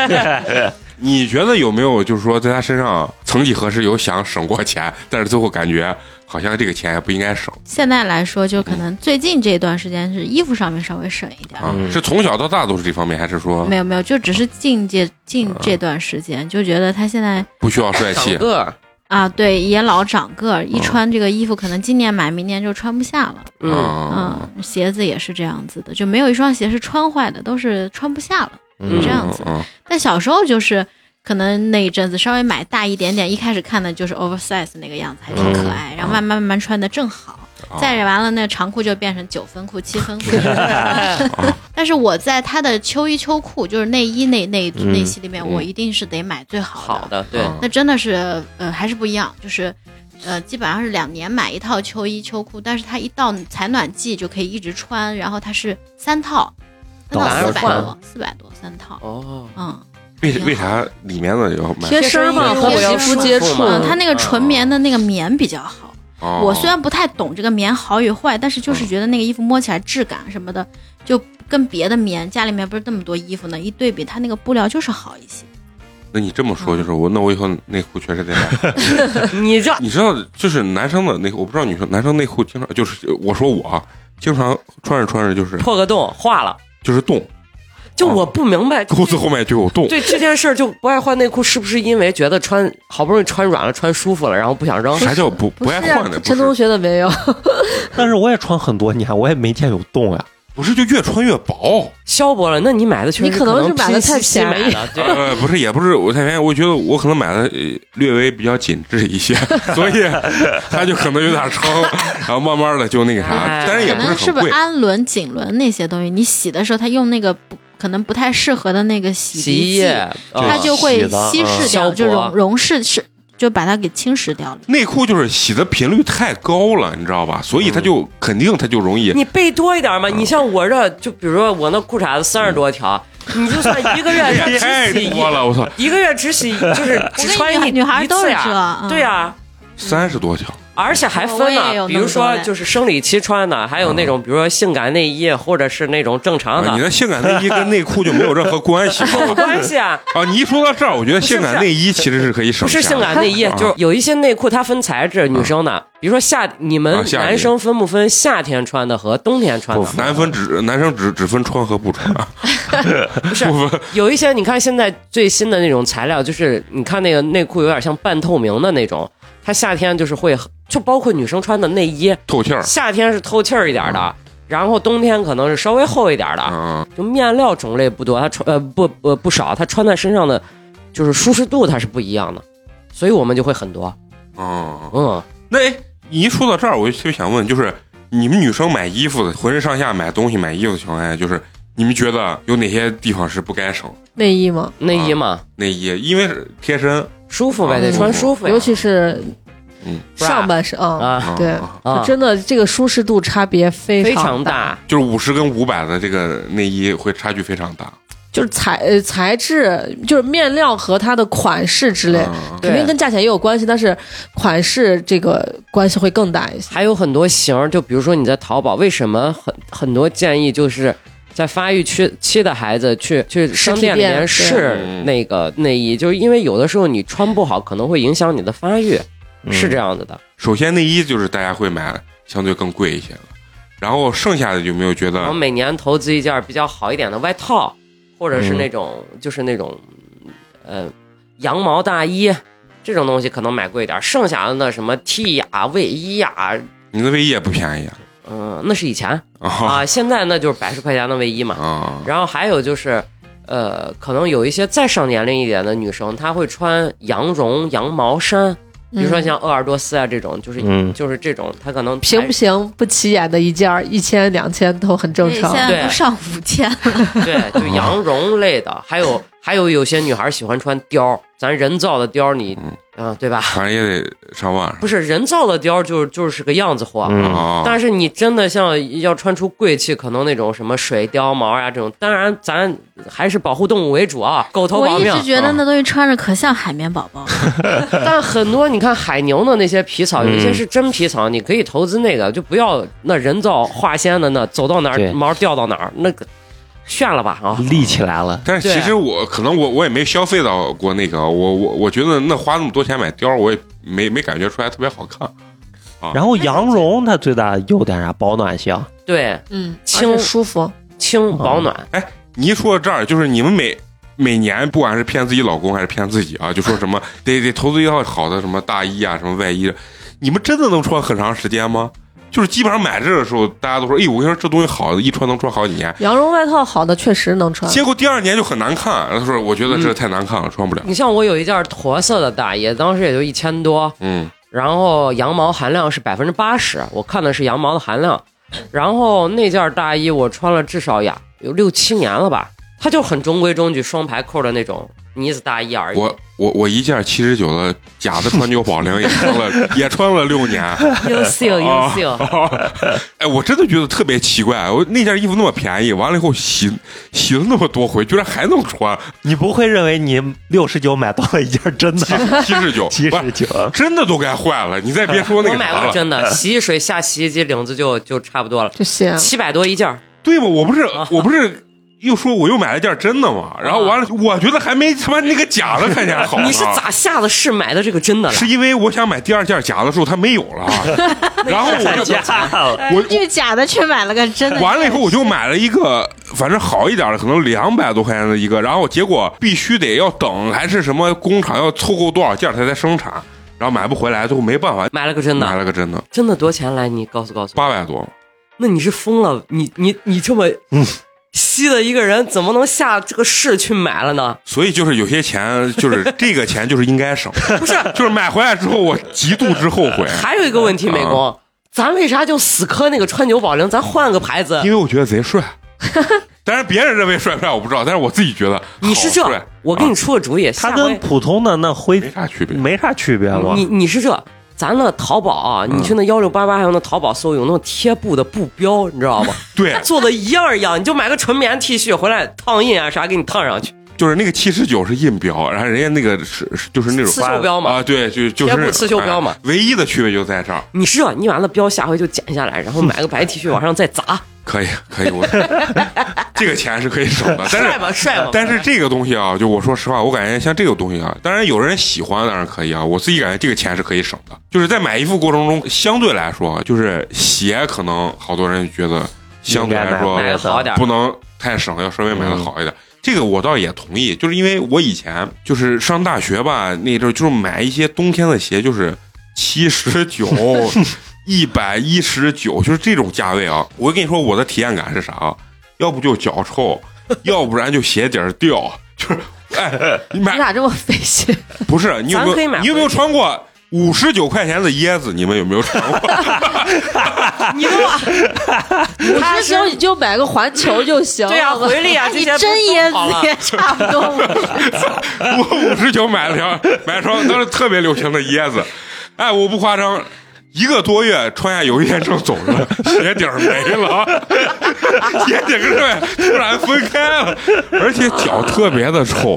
[SPEAKER 1] 你觉得有没有就是说在他身上曾几何时有想省过钱，但是最后感觉好像这个钱也不应该省
[SPEAKER 4] 现在来说，就可能最近这段时间是衣服上面稍微省一点儿，
[SPEAKER 1] 啊？
[SPEAKER 6] 嗯
[SPEAKER 1] 是从小到大都是这方面，还是说
[SPEAKER 4] 没有没有，就只是近这近这段时间就觉得他现在
[SPEAKER 1] 不需要帅
[SPEAKER 2] 长
[SPEAKER 1] 气？
[SPEAKER 2] 个儿，
[SPEAKER 4] 啊，对，也老长个儿，一穿这个衣服可能今年买，明年就穿不下了。
[SPEAKER 2] 嗯，
[SPEAKER 1] 啊，
[SPEAKER 4] 嗯，鞋子也是这样子的，就没有一双鞋是穿坏的，都是穿不下了。
[SPEAKER 1] 嗯
[SPEAKER 4] 这样子
[SPEAKER 1] 嗯
[SPEAKER 4] 但小时候就是可能那一阵子稍微买大一点点，一开始看的就是 oversize 那个样子，还挺可爱，然后慢慢慢慢穿的正好。
[SPEAKER 1] 嗯
[SPEAKER 4] 再完了，那长裤就变成九分裤、七分裤。
[SPEAKER 1] 啊
[SPEAKER 4] 但是我在他的秋衣秋裤，就是内衣那那
[SPEAKER 6] 嗯
[SPEAKER 4] 那期里面，
[SPEAKER 1] 嗯
[SPEAKER 4] 我一定是得买最好的。
[SPEAKER 2] 好的，对，
[SPEAKER 1] 啊
[SPEAKER 4] 那真的是，呃，还是不一样，就是，呃，基本上是两年买一套秋衣秋裤，但是它一到采暖季就可以一直穿，然后它是三套，三
[SPEAKER 1] 哦
[SPEAKER 6] 倒
[SPEAKER 4] 套
[SPEAKER 2] 着
[SPEAKER 4] 四百
[SPEAKER 2] 换
[SPEAKER 4] 多，四百多三套，
[SPEAKER 2] 哦，
[SPEAKER 4] 嗯
[SPEAKER 1] 为为啥里面的要买？
[SPEAKER 5] 贴身儿
[SPEAKER 4] 贴
[SPEAKER 5] 嘛，
[SPEAKER 4] 身儿
[SPEAKER 5] 和
[SPEAKER 4] 因为
[SPEAKER 5] 皮肤接触
[SPEAKER 2] 舒服嘛
[SPEAKER 4] 嗯，
[SPEAKER 2] 嗯
[SPEAKER 4] 它那个纯棉的那个棉比较好。
[SPEAKER 1] 哦嗯
[SPEAKER 4] 我虽然不太懂这个棉好与坏，但是就是觉得那个衣服摸起来质感什么的，就跟别的棉，家里面不是那么多衣服呢，一对比，它那个布料就是好一些。
[SPEAKER 1] 那你这么说就是我，那我以后内裤确实得买。
[SPEAKER 2] 你这
[SPEAKER 1] 你知道，就是男生的内裤，我不知道女生，男生内裤经常就是我说我啊经常穿着穿着就是
[SPEAKER 2] 破个洞化了，
[SPEAKER 1] 就是洞，
[SPEAKER 2] 就我不明白，
[SPEAKER 1] 裤子后面就有洞。
[SPEAKER 2] 对这件事儿就不爱换内裤，是不是因为觉得穿好不容易穿软了，穿舒服了，然后不想扔？
[SPEAKER 1] 啥叫不不
[SPEAKER 5] 不是啊
[SPEAKER 1] 爱换的？不
[SPEAKER 5] 陈同
[SPEAKER 1] 是
[SPEAKER 5] 学的没有，
[SPEAKER 6] 但是我也穿很多年，我也没见有洞呀。
[SPEAKER 1] 不是就越穿越薄？
[SPEAKER 2] 消薄了，那你买的确实
[SPEAKER 5] 你可能是买的太
[SPEAKER 2] 便
[SPEAKER 5] 便宜
[SPEAKER 2] 的， 对，
[SPEAKER 1] 呃，不是也不是，我太便宜，我觉得我可能买的呃略微比较紧致一些，所以它就可能有点撑，然后慢慢的就那个啥
[SPEAKER 2] 哎，
[SPEAKER 1] 但是也
[SPEAKER 4] 可
[SPEAKER 1] 不
[SPEAKER 4] 能是
[SPEAKER 1] 很
[SPEAKER 4] 啊不是
[SPEAKER 1] 贵。
[SPEAKER 4] 氨纶、锦纶那些东西，你洗的时候，它用那个不可能不太适合的那个洗
[SPEAKER 2] 洗
[SPEAKER 4] 涤
[SPEAKER 2] 衣
[SPEAKER 4] 剂，
[SPEAKER 2] 液，
[SPEAKER 4] 它
[SPEAKER 2] 嗯
[SPEAKER 4] 就会
[SPEAKER 6] 洗的
[SPEAKER 4] 稀释
[SPEAKER 2] 消
[SPEAKER 4] 掉，
[SPEAKER 2] 薄
[SPEAKER 4] 就溶溶释是就把它给侵蚀掉了。
[SPEAKER 1] 内裤就是洗的频率太高了，你知道吧？所以它就肯定它就容易
[SPEAKER 2] 你备多一
[SPEAKER 1] 啊
[SPEAKER 2] 点嘛。你像我这，就比如说我那裤衩子三十 多条，你就算一个月只
[SPEAKER 1] 哎太
[SPEAKER 2] 洗
[SPEAKER 1] 多了，我操，
[SPEAKER 2] 一，一个月只洗就是
[SPEAKER 4] 我
[SPEAKER 2] 只
[SPEAKER 4] 跟
[SPEAKER 2] 穿
[SPEAKER 4] 你
[SPEAKER 2] 一
[SPEAKER 4] 女女孩都是
[SPEAKER 2] 一次
[SPEAKER 4] 这，
[SPEAKER 2] 呀，
[SPEAKER 4] 嗯
[SPEAKER 2] 对呀。
[SPEAKER 1] 三十多条。
[SPEAKER 2] 而且还分
[SPEAKER 4] 我也
[SPEAKER 2] 呢，
[SPEAKER 4] 有
[SPEAKER 2] 比
[SPEAKER 4] 那么
[SPEAKER 2] 如
[SPEAKER 4] 多
[SPEAKER 2] 说
[SPEAKER 4] 嘞
[SPEAKER 2] 就是生理期穿的，还有那种比如说性感内衣，或者是那种正常
[SPEAKER 1] 啊啊，你
[SPEAKER 2] 的，
[SPEAKER 1] 的性感内衣跟内裤就没有任何关系，好
[SPEAKER 2] 有
[SPEAKER 1] 吧
[SPEAKER 2] 关系 啊。
[SPEAKER 1] 啊，你一说到这儿，我觉得性感内衣其实是可以省
[SPEAKER 2] 不是
[SPEAKER 1] 钱的
[SPEAKER 2] 性感内衣
[SPEAKER 1] 啊，
[SPEAKER 2] 就是有一些内裤它分材质，女生的，比如说夏，你
[SPEAKER 1] 啊
[SPEAKER 2] 们
[SPEAKER 1] 夏天
[SPEAKER 2] 男生分不分夏天穿的和冬天穿的？
[SPEAKER 1] 男分只男生只只分穿和不穿，
[SPEAKER 2] 不是，有一些你看现在最新的那种材料，就是你看那个内裤有点像半透明的那种，它夏天就是会，就包括女生穿的内衣，
[SPEAKER 1] 透
[SPEAKER 5] 嗯
[SPEAKER 1] 气儿。
[SPEAKER 2] 夏天是透气儿一点的，然后冬天可能是稍微厚一点的，
[SPEAKER 5] 嗯
[SPEAKER 1] 啊，
[SPEAKER 2] 就面料种类不多，它穿呃不呃不少，它穿在身上的就是舒适度它是不一样的，所以我们就会很多。
[SPEAKER 1] 哦，
[SPEAKER 2] 嗯，
[SPEAKER 1] 那哎你一说到这儿，我就特别想问，就是你们女生买衣服的，浑身上下买东西买衣服的情况下，就是你们觉得有哪些地方是不该省
[SPEAKER 5] 内衣嘛，
[SPEAKER 2] 内衣
[SPEAKER 5] 啊
[SPEAKER 2] 嘛，
[SPEAKER 1] 内衣？因为是贴身，
[SPEAKER 2] 舒服呗，
[SPEAKER 1] 嗯
[SPEAKER 2] 得穿舒服呀。
[SPEAKER 5] 尤其是
[SPEAKER 1] 嗯
[SPEAKER 5] 上半身啊，
[SPEAKER 2] 啊
[SPEAKER 1] 啊
[SPEAKER 5] 对
[SPEAKER 1] 啊
[SPEAKER 2] 啊，
[SPEAKER 5] 真的这个舒适度差别非
[SPEAKER 2] 非
[SPEAKER 5] 常
[SPEAKER 2] 常
[SPEAKER 5] 大，
[SPEAKER 2] 大，
[SPEAKER 1] 就是五十跟五百的这个内衣会差距非常大。
[SPEAKER 5] 就是材呃材质，就是面料和它的款式之类，
[SPEAKER 1] 嗯
[SPEAKER 2] 对
[SPEAKER 5] 肯定跟价钱也有关系，但是款式这个关系会更大一些。
[SPEAKER 2] 还有很多型儿，就比如说你在淘宝，为什么很很多建议就是。在发育期期的孩子去去商店里面
[SPEAKER 5] 实体
[SPEAKER 1] 店
[SPEAKER 2] 试
[SPEAKER 1] 对
[SPEAKER 2] 那个内衣，就是因为有的时候你穿不好，可能会影响你的发育，
[SPEAKER 6] 嗯
[SPEAKER 2] 是这样子的。
[SPEAKER 1] 首先内衣就是大家会买相对更贵一些的，然后剩下的有没有觉
[SPEAKER 2] 然后
[SPEAKER 1] 得
[SPEAKER 2] 每年投资一件比较好一点的外套，或者是
[SPEAKER 6] 嗯
[SPEAKER 2] 那种、就是那种，呃，羊毛大衣这种东西可能买贵一点，剩下的那什么 T 呀、卫衣呀、
[SPEAKER 1] 你的卫衣也不便宜啊？
[SPEAKER 2] 嗯、那是以前
[SPEAKER 1] 啊
[SPEAKER 2] 啊，现在那就是百十块钱的卫衣嘛。
[SPEAKER 1] 啊
[SPEAKER 2] 然后还有就是，呃，可能有一些再上年龄一点的女生，她会穿羊绒、羊毛衫，比
[SPEAKER 4] 嗯
[SPEAKER 2] 如说像鄂尔多斯啊这种，就是、
[SPEAKER 6] 嗯
[SPEAKER 2] 就是这种，她可能
[SPEAKER 5] 平不平不起眼的一件儿，一千两千都很正
[SPEAKER 4] 对，
[SPEAKER 5] 常
[SPEAKER 4] 现。在
[SPEAKER 2] 对
[SPEAKER 4] 都上五千了，
[SPEAKER 2] 对，就羊绒类的，还有还有有些女孩喜欢穿貂儿，咱人造的貂儿你，
[SPEAKER 1] 嗯
[SPEAKER 2] 啊、对吧？
[SPEAKER 1] 反正也得上万
[SPEAKER 2] 不是人造的貂儿就就是个样子货，
[SPEAKER 6] 嗯
[SPEAKER 1] 啊。
[SPEAKER 2] 但是你真的像要穿出贵气，可能那种什么水貂毛啊呀、这种，当然咱还是保护动物为主啊，狗头
[SPEAKER 4] 我
[SPEAKER 2] 保
[SPEAKER 4] 一
[SPEAKER 2] 命嗯
[SPEAKER 4] 直。觉得那东西穿着可像海绵宝宝了，
[SPEAKER 2] 但很多你看海牛的那些皮草，有一些
[SPEAKER 6] 嗯
[SPEAKER 2] 是真皮草，你可以投资那个，就不要那人造化纤的那，走到哪
[SPEAKER 6] 对
[SPEAKER 2] 儿毛掉到哪儿，那个炫了吧啊！
[SPEAKER 6] 立起来了。
[SPEAKER 1] 但是其实我可能我我也没消费到过那个，我我我觉得那花那么多钱买貂儿，我也没没感觉出来特别好看。
[SPEAKER 6] 然后羊绒它最大的优点啥？保暖性。
[SPEAKER 2] 对，
[SPEAKER 5] 嗯，
[SPEAKER 2] 轻
[SPEAKER 5] 而且舒服，
[SPEAKER 2] 轻保暖，
[SPEAKER 1] 你一说到这儿，就是你们每每年不管是骗自己老公还是骗自己啊，就说什么得得投资一套好的什么大衣啊，什么外衣，你们真的能穿很长时间吗？就是基本上买这的时候，大家都说，哎，我跟你说这东西好的，一穿能穿好几年。
[SPEAKER 5] 羊绒外套好的确实能穿。
[SPEAKER 1] 结果第二年就很难看，他说我觉得这太难看了，穿不了。
[SPEAKER 2] 你像我有一件驼色的大衣，当时也就一千多，
[SPEAKER 1] 嗯，
[SPEAKER 2] 然后羊毛含量是百分之八十，我看的是羊毛的含量。然后那件大衣我穿了至少呀有六七年了吧，它就很中规中矩，双排扣的那种呢子大衣而已。
[SPEAKER 1] 我我我一件七十九的假的川久保玲也穿了也穿了六年，
[SPEAKER 2] 优秀优秀，
[SPEAKER 1] 哎，我真的觉得特别奇怪，我那件衣服那么便宜，完了以后洗洗了那么多回，居然还能穿
[SPEAKER 6] 你不会认为你六十九买到了一件真的
[SPEAKER 1] 七十九，
[SPEAKER 6] 七
[SPEAKER 1] 不是
[SPEAKER 6] 十九？
[SPEAKER 1] 真的都该坏了，你再别说那
[SPEAKER 2] 我
[SPEAKER 1] 个
[SPEAKER 2] 买
[SPEAKER 1] 啥
[SPEAKER 2] 过
[SPEAKER 1] 了，
[SPEAKER 2] 真 的，洗衣水下洗衣机领子就就差不多了，
[SPEAKER 5] 这些啊
[SPEAKER 2] 七百多一件儿。
[SPEAKER 1] 对吧？我不是
[SPEAKER 2] 啊
[SPEAKER 1] 我不是又说我又买了件真的嘛，然后完了，我觉得还没他妈那个假的看起来好呢。
[SPEAKER 2] 你是咋下的市买的这个真的了？
[SPEAKER 1] 嗯是因为我想买第二件假的时候它没有了，啊 然后我就
[SPEAKER 6] 了，
[SPEAKER 1] 我
[SPEAKER 4] 就假的去买了个真的。
[SPEAKER 1] 完了以后我就买了一个，反正好一点的，可能两百多块钱的一个，然后结果必须得要等，还是什么工厂要凑够多少件儿它才生产，然后买不回来，最后没办法
[SPEAKER 2] 买了个真
[SPEAKER 1] 买
[SPEAKER 2] 的，
[SPEAKER 1] 了个真的，
[SPEAKER 2] 真的多钱来？你告诉告诉我。
[SPEAKER 1] 八百多。
[SPEAKER 2] 那你是疯了？你你你这么
[SPEAKER 6] 嗯
[SPEAKER 2] 稀的一个人，怎么能下这个市去买了呢？
[SPEAKER 1] 所以就是有些钱，就是这个钱就是应该 省，不是，就是买回来之后我极度之后悔，
[SPEAKER 2] 还有一个问
[SPEAKER 1] 嗯
[SPEAKER 2] 题，美工，咱为啥就死磕那个川久保玲？咱换个牌子
[SPEAKER 1] 因。为我觉得贼 帅。但是别人认为帅不帅我不知道，但是我自己觉得
[SPEAKER 2] 你是这
[SPEAKER 1] 好帅，啊
[SPEAKER 2] 我给你出个主意，下
[SPEAKER 6] 它跟
[SPEAKER 2] 回
[SPEAKER 6] 普通的那灰
[SPEAKER 1] 没啥区别。
[SPEAKER 6] 没啥区别嘛。
[SPEAKER 2] 你你是这。咱那淘宝啊，
[SPEAKER 1] 嗯
[SPEAKER 2] 你去那幺六八八还有那淘宝搜，有那种贴布的布标，你知道吧？
[SPEAKER 1] 对，
[SPEAKER 2] 做的一样一样，你就买个纯棉 T 恤回来烫印啊啥，给你烫上去，
[SPEAKER 1] 就是那个七十九是印标，然后人家那个是是就是那种
[SPEAKER 2] 刺绣标嘛
[SPEAKER 1] 啊，对，就就是
[SPEAKER 2] 贴布刺绣标嘛
[SPEAKER 1] 哎唯一的区别就在这儿，
[SPEAKER 2] 你是这，你把那标下回就剪下来，然后买个白 T 恤往上再砸，
[SPEAKER 1] 可以可以，我 这个钱是可以省的，但
[SPEAKER 2] 帅
[SPEAKER 1] 是。
[SPEAKER 2] 吧帅吧。
[SPEAKER 1] 但是这个东西啊，就我说实话，我感觉像这个东西啊，当然有人喜欢，当然可以啊。我自己感觉这个钱是可以省的，就是在买衣服过程中，相对来说，啊就是鞋可能好多人觉得相对来说
[SPEAKER 2] 买个好点儿
[SPEAKER 1] 不能太省，要稍微买的好一点。这个我倒也同意，就是因为我以前就是上大学吧，那阵儿就是买一些冬天的鞋，就是七十九、一百一十九，就是这种价位啊。我跟你说我的体验感是啥啊？要不就脚臭，要不然就鞋底儿掉，就是哎，你
[SPEAKER 5] 你
[SPEAKER 1] 买
[SPEAKER 5] 咋这么费心？
[SPEAKER 1] 不是你有
[SPEAKER 2] 咱可
[SPEAKER 1] 没
[SPEAKER 2] 以
[SPEAKER 1] 有
[SPEAKER 2] 买
[SPEAKER 1] 你有没有穿过五十九块钱的椰子？你们有没有穿过？
[SPEAKER 2] 你给我
[SPEAKER 5] 他时候你就买个环球就行，
[SPEAKER 2] 对呀、
[SPEAKER 5] 好吧
[SPEAKER 2] 回力啊这
[SPEAKER 4] 你
[SPEAKER 2] 些不
[SPEAKER 4] 真
[SPEAKER 2] 是
[SPEAKER 4] 椰
[SPEAKER 2] 都好了
[SPEAKER 4] 子也差不多五十，
[SPEAKER 1] 我五十九买了条，买了双当时特别流行的椰子，哎，我不夸张，一个多月穿下有一天正走着，鞋底儿没了，鞋底儿跟上面突然分开了，而且脚特别的臭，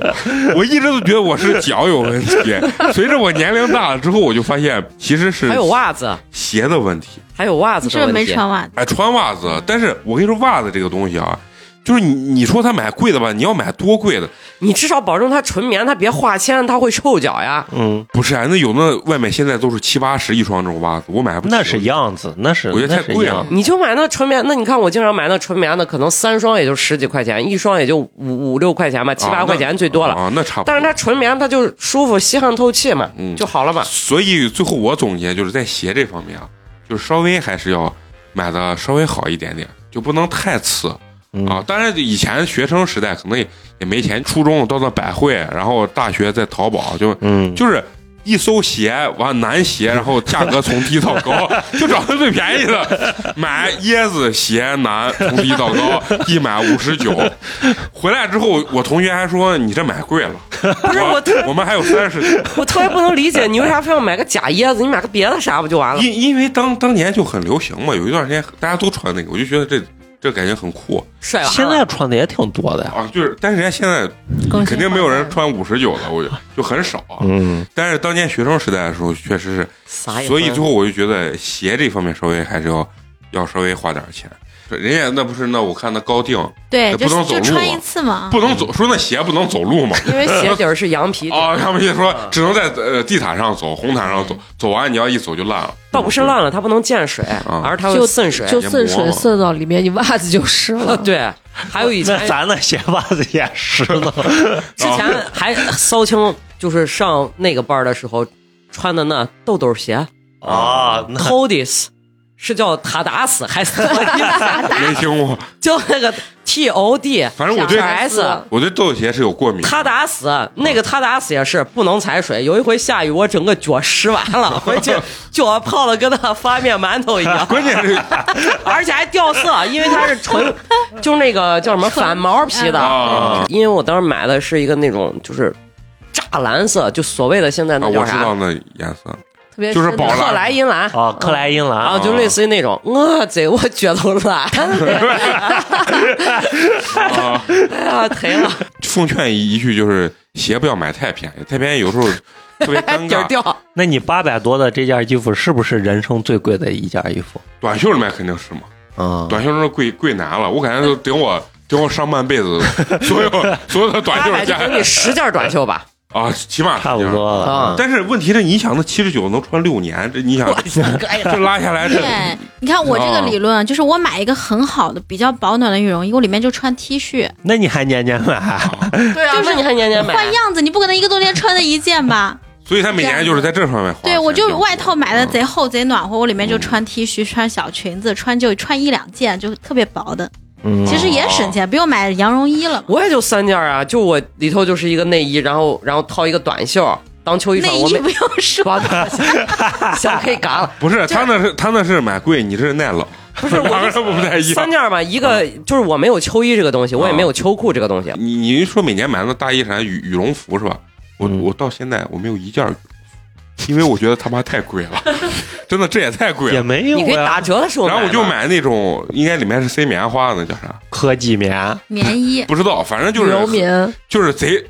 [SPEAKER 1] 我一直都觉得我是脚有问题，随着我年龄大了之后，我就发现其实是
[SPEAKER 2] 还有袜子，
[SPEAKER 1] 鞋的问题。
[SPEAKER 2] 还有袜子的
[SPEAKER 4] 你是不是
[SPEAKER 2] 问
[SPEAKER 4] 没
[SPEAKER 2] 题
[SPEAKER 4] 穿袜子？
[SPEAKER 1] 哎，穿袜子，但是我跟你说，袜子这个东西啊，就是你你说他买贵的吧，你要买多贵的，
[SPEAKER 2] 你至少保证它纯棉，它别化纤，它会臭脚呀。
[SPEAKER 6] 嗯，
[SPEAKER 1] 不是啊，那有那外面现在都是七八十一双这种袜子，我买不起。
[SPEAKER 6] 那是样子，那是
[SPEAKER 1] 我觉得太贵了
[SPEAKER 6] 那是样
[SPEAKER 2] 你就买那纯棉，那你看我经常买那纯棉的，可能三双也就十几块钱，一双也就五五六块钱吧，七八块钱最多了。
[SPEAKER 1] 啊，那差不多。
[SPEAKER 2] 但是它纯棉，它就舒服，吸汗透气嘛，
[SPEAKER 1] 嗯
[SPEAKER 2] 就 好了嘛。
[SPEAKER 1] 所以最后我总结就是在鞋这方面啊，就是稍微还是要买的稍微好一点点，就不能太次
[SPEAKER 6] 嗯
[SPEAKER 1] 啊。当然以前学生时代可能也也没钱，初中到那百汇，然后大学在淘宝就
[SPEAKER 6] 嗯，
[SPEAKER 1] 就是。一搜鞋，完男 鞋，然后价格从低到高，就找那最便宜 的，买椰子鞋男从低到高，一买五十九。回来之后，我同学还说你这买贵了， 不
[SPEAKER 2] 是我
[SPEAKER 1] 我我们还有三十九，
[SPEAKER 2] 我特别不能理解，你为啥非要买个假椰子？你买个别的啥不就完了？
[SPEAKER 1] 因因为当当年就很流行嘛，有一段时间大家都穿那个，我就觉得这这感觉很酷
[SPEAKER 2] 帅啊
[SPEAKER 6] 现在穿的也挺多的呀。
[SPEAKER 1] 啊，就是但是人家现在
[SPEAKER 4] 更新
[SPEAKER 1] 肯定没有
[SPEAKER 4] 换代
[SPEAKER 1] 人穿五十九了，我就 就很少。啊
[SPEAKER 6] 嗯，
[SPEAKER 1] 但是当年学生时代的时候，确实是
[SPEAKER 2] 啥也
[SPEAKER 1] 所以最后我就觉得鞋这方面稍微还是要要稍微花点钱。人家那不是那我看那高定
[SPEAKER 2] 啊
[SPEAKER 1] 也
[SPEAKER 4] 对，就
[SPEAKER 1] 不能
[SPEAKER 4] 是
[SPEAKER 1] 走
[SPEAKER 4] 就
[SPEAKER 1] 路
[SPEAKER 4] 穿
[SPEAKER 1] 嘛
[SPEAKER 4] 一次 嘛，
[SPEAKER 1] 不能走，说那鞋不能走路嘛。
[SPEAKER 2] 因为鞋底儿是 羊皮，
[SPEAKER 1] 啊，他们就说只能在呃地毯上走，红毯上走，走完你要一走就烂了。
[SPEAKER 2] 倒不是烂了，它不能溅水，
[SPEAKER 1] 哦
[SPEAKER 2] 而是它会
[SPEAKER 5] 就
[SPEAKER 2] 渗水。
[SPEAKER 5] 就
[SPEAKER 1] 也
[SPEAKER 5] 渗
[SPEAKER 1] 磨
[SPEAKER 5] 水
[SPEAKER 1] 嘛
[SPEAKER 5] 渗到里面，你袜子就湿了。
[SPEAKER 2] 对，还有以前
[SPEAKER 6] 那咱那鞋袜子也湿 了，
[SPEAKER 2] 之
[SPEAKER 1] 哦
[SPEAKER 2] 前还骚青，就是上那个班儿的时候穿的那豆豆鞋
[SPEAKER 6] 啊，那
[SPEAKER 2] t o d i s 是叫塔达斯还是
[SPEAKER 1] 没听过，
[SPEAKER 2] 叫那个 T O D？
[SPEAKER 1] 反正我对
[SPEAKER 2] 小 S
[SPEAKER 1] 我对豆鞋是有过敏。
[SPEAKER 2] 他打死那个他打死也是不能踩水。有一回下雨，我整个脚湿完了，回去脚泡的跟那发面馒头一 样，
[SPEAKER 1] 关键是
[SPEAKER 2] 而且还掉色，因为它是纯，就是那个叫什么反毛皮的。
[SPEAKER 1] 啊，
[SPEAKER 2] 因为我当时买的是一个那种就是栅栏色，就所谓的现在
[SPEAKER 1] 啊
[SPEAKER 2] 那
[SPEAKER 1] 我
[SPEAKER 2] 叫
[SPEAKER 1] 知
[SPEAKER 2] 啥
[SPEAKER 1] 道那颜色，
[SPEAKER 5] 特别
[SPEAKER 1] 就是
[SPEAKER 5] 深的
[SPEAKER 1] 宝蓝
[SPEAKER 2] 克莱因蓝。
[SPEAKER 6] 啊，克莱因蓝
[SPEAKER 2] 啊，就类似于那种，我贼我脚都蓝，
[SPEAKER 1] 啊
[SPEAKER 2] 哎呀，疼了，
[SPEAKER 1] 奉劝一句就是鞋不要买太便宜，太便宜有时候特别 尴
[SPEAKER 2] 底儿
[SPEAKER 1] 尬。
[SPEAKER 2] 掉。
[SPEAKER 6] 那你八百多的这件衣服是不是人生最贵的一件衣服？
[SPEAKER 1] 短袖里面肯定是嘛，
[SPEAKER 6] 啊、
[SPEAKER 1] 短袖是贵贵难了，我感觉都顶我顶我上半辈子 所有所有的短
[SPEAKER 2] 八
[SPEAKER 1] 袖
[SPEAKER 2] 百就
[SPEAKER 1] 加
[SPEAKER 2] 给你十件短袖吧，
[SPEAKER 1] 啊，起码是
[SPEAKER 6] 差不
[SPEAKER 1] 这样。
[SPEAKER 6] 多了
[SPEAKER 2] 啊
[SPEAKER 1] 但是问题是，你想那七十九能穿六年，这你想 这拉下来这
[SPEAKER 4] 对，你看我这个
[SPEAKER 2] 哦
[SPEAKER 4] 理论，啊就是我买一个很好的、比较保暖的羽绒衣，我里面就穿 T 恤，
[SPEAKER 6] 那你还年年买？
[SPEAKER 2] 对啊，
[SPEAKER 4] 就是
[SPEAKER 2] 那你还年年买，
[SPEAKER 4] 换样子，你不可能一个冬天穿的一件吧？
[SPEAKER 1] 所以他每年哦就是在这方面花钱。
[SPEAKER 4] 对，我就外套买的
[SPEAKER 1] 嗯
[SPEAKER 4] 贼厚贼暖和，我里面就穿 T 恤、穿小裙子，穿就穿一两件，就特别薄的，
[SPEAKER 6] 嗯，
[SPEAKER 4] 其实也省钱，不用买羊绒衣了嘛。
[SPEAKER 2] 我也就三件儿啊，就我里头就是一个内衣，然后然后套一个短袖当秋衣穿。
[SPEAKER 4] 内
[SPEAKER 2] 我
[SPEAKER 4] 衣
[SPEAKER 2] 没
[SPEAKER 4] 不用说，
[SPEAKER 2] 把 行可以嘎了，
[SPEAKER 1] 不是他那是他那是买贵，你这是耐冷，
[SPEAKER 2] 不是
[SPEAKER 1] 两个
[SPEAKER 2] 我
[SPEAKER 1] 人不太一
[SPEAKER 2] 三
[SPEAKER 1] 样。
[SPEAKER 2] 件儿吧，一个
[SPEAKER 1] 嗯
[SPEAKER 2] 就是我没有秋衣这个东西，我也
[SPEAKER 1] 啊
[SPEAKER 2] 没有秋裤这个东西。
[SPEAKER 1] 你你一说每年买那大衣啥羽羽绒服是吧？我
[SPEAKER 6] 嗯
[SPEAKER 1] 我到现在我没有一件羽绒服，因为我觉得他妈太贵 了，真的这也太贵
[SPEAKER 6] 也
[SPEAKER 1] 了。
[SPEAKER 6] 没有
[SPEAKER 2] 你可以打
[SPEAKER 6] 呀，
[SPEAKER 2] 折的时候买
[SPEAKER 1] 然后
[SPEAKER 2] 嘛，
[SPEAKER 1] 我就买那种应该里面是塞棉花的，那叫啥？
[SPEAKER 6] 科技棉，
[SPEAKER 4] 棉衣。
[SPEAKER 1] 不知道，反正就
[SPEAKER 5] 羽绒
[SPEAKER 1] 是
[SPEAKER 5] 棉，
[SPEAKER 1] 就是贼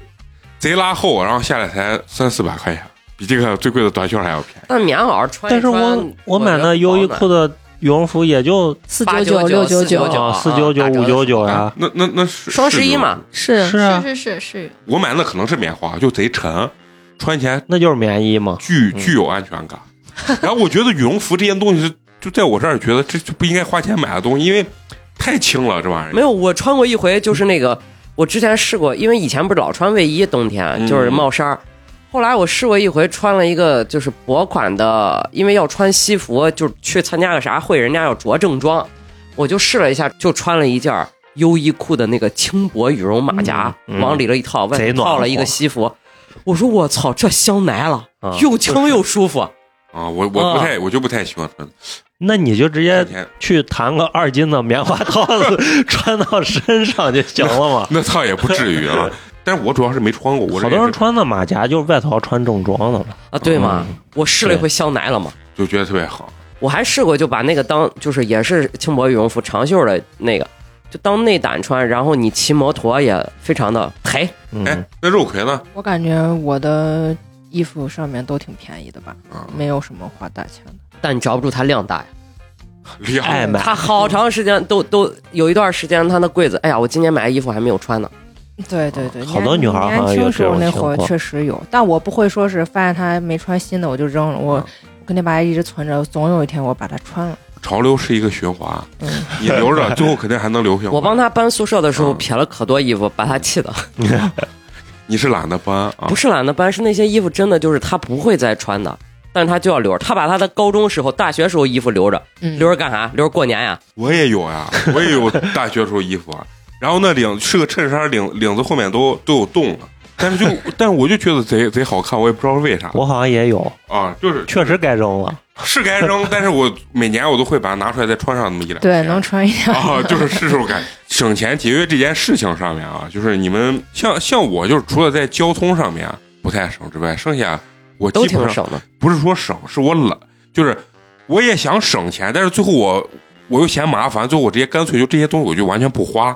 [SPEAKER 1] 贼拉厚，然后下来才三四百块钱，比这个最贵的短袖还要便宜。
[SPEAKER 2] 但棉袄穿
[SPEAKER 6] 但
[SPEAKER 2] 一穿。
[SPEAKER 6] 是我我买那优衣库的羽绒服也就
[SPEAKER 5] 四
[SPEAKER 2] 八
[SPEAKER 5] 九
[SPEAKER 2] 九
[SPEAKER 5] 六九
[SPEAKER 2] 九
[SPEAKER 5] 九
[SPEAKER 6] 啊四九
[SPEAKER 2] 九
[SPEAKER 6] 九五九九呀，
[SPEAKER 1] 啊那那那是
[SPEAKER 2] 双十一嘛，
[SPEAKER 5] 是
[SPEAKER 6] 是啊，
[SPEAKER 4] 是是是是，
[SPEAKER 1] 我买那可能是棉花，就贼沉，穿起来
[SPEAKER 6] 那就是棉衣嘛。
[SPEAKER 1] 巨巨有安全感。 然后我觉得羽绒服这件东西是，就在我这儿觉得这就不应该花钱买的东西，因为太轻了这玩意
[SPEAKER 2] 没
[SPEAKER 1] 儿。
[SPEAKER 2] 有，我穿过一回，就是那个我之前试过，因为以前不是老穿卫衣，冬天啊
[SPEAKER 1] 嗯
[SPEAKER 2] 就是帽衫儿。后来我试过一回，穿了一个就是薄款的，因为要穿西服，就是去参加个啥会，人家要着正装，我就试了一下，就穿了一件儿优衣库的那个轻薄羽绒马甲，
[SPEAKER 6] 嗯嗯
[SPEAKER 2] 往里了一套，外
[SPEAKER 6] 贼
[SPEAKER 2] 面
[SPEAKER 6] 暖和
[SPEAKER 2] 套了一个西服。我说我操，这香奶了，
[SPEAKER 6] 啊
[SPEAKER 2] 又轻又舒服。
[SPEAKER 1] 啊，我我不太，我就不太喜欢穿。
[SPEAKER 6] 那你就直接
[SPEAKER 1] 夏天
[SPEAKER 6] 去弹个二斤的棉花套子穿到身上就行了嘛。
[SPEAKER 1] 那倒也不至于啊，但是我主要是没穿过， 我这
[SPEAKER 6] 好
[SPEAKER 1] 也
[SPEAKER 6] 多人
[SPEAKER 1] 是
[SPEAKER 6] 穿的马甲就是外头要穿正装的了。
[SPEAKER 2] 啊，对嘛，
[SPEAKER 6] 嗯
[SPEAKER 2] 我试了一回香奶了嘛。
[SPEAKER 1] 就觉得特别好。
[SPEAKER 2] 我还试过就把那个当就是也是轻薄羽绒服长袖的那个，就当内胆穿，然后你骑摩托也非常的陪。
[SPEAKER 1] 哎
[SPEAKER 6] 嗯，，
[SPEAKER 1] 那肉葵呢？
[SPEAKER 7] 我感觉我的衣服上面都挺便宜的吧，
[SPEAKER 3] 嗯
[SPEAKER 1] 啊，
[SPEAKER 7] 没有什么花大钱的。
[SPEAKER 2] 但你找不住它量大呀，
[SPEAKER 1] 亮
[SPEAKER 6] 爱买
[SPEAKER 2] 它好长时间都都有一段时间，它那柜子，哎呀，我今年买的衣服还没有穿呢。
[SPEAKER 7] 对对
[SPEAKER 3] 哦
[SPEAKER 7] 对，
[SPEAKER 6] 好多女
[SPEAKER 7] 年
[SPEAKER 6] 孩儿好像
[SPEAKER 7] 年
[SPEAKER 6] 有
[SPEAKER 7] 轻
[SPEAKER 6] 这
[SPEAKER 7] 时
[SPEAKER 6] 种
[SPEAKER 7] 候那
[SPEAKER 6] 情
[SPEAKER 7] 会儿
[SPEAKER 6] 况
[SPEAKER 7] 确实有，但我不会说是发现它没穿新的我就扔了，我
[SPEAKER 1] 嗯
[SPEAKER 7] 我肯定把它一直存着，总有一天我把它穿了。
[SPEAKER 1] 潮流是一个循环
[SPEAKER 7] 嗯，
[SPEAKER 1] 你留着，最后肯定还能留下。
[SPEAKER 2] 我帮他搬宿舍的时候
[SPEAKER 1] 嗯
[SPEAKER 2] 撇了可多衣服，把他气的，
[SPEAKER 1] 你是懒得搬啊
[SPEAKER 2] 不？是懒得搬，是那些衣服真的就是他不会再穿的，但是他就要留着。他把他的高中时候、大学时候衣服留着，
[SPEAKER 7] 嗯，
[SPEAKER 2] 留着干啥？留着过年呀。
[SPEAKER 1] 我也有呀，我也有大学时候衣服啊。然后那领是个衬衫，领领子后面都都有洞了，但是就 但是我就觉得贼贼好看，我也不知道是为啥
[SPEAKER 6] 我好像也有，
[SPEAKER 1] 啊，就是
[SPEAKER 6] 确实该扔了。
[SPEAKER 1] 是该扔， 但是我每年我都会把它拿出来再穿上那么一两
[SPEAKER 7] 对，
[SPEAKER 1] 天
[SPEAKER 7] 能穿一点。
[SPEAKER 1] 啊，就是是这种感觉。省钱节约这件事情上面啊，就是你们像像我，就是除了在交通上面啊不太省之外，剩下我
[SPEAKER 2] 都
[SPEAKER 1] 基
[SPEAKER 2] 挺
[SPEAKER 1] 本上
[SPEAKER 2] 省的。
[SPEAKER 1] 不是说省，是我懒，就是我也想省钱，但是最后我我又嫌麻烦，最后我直接干脆就这些东西我就完全不花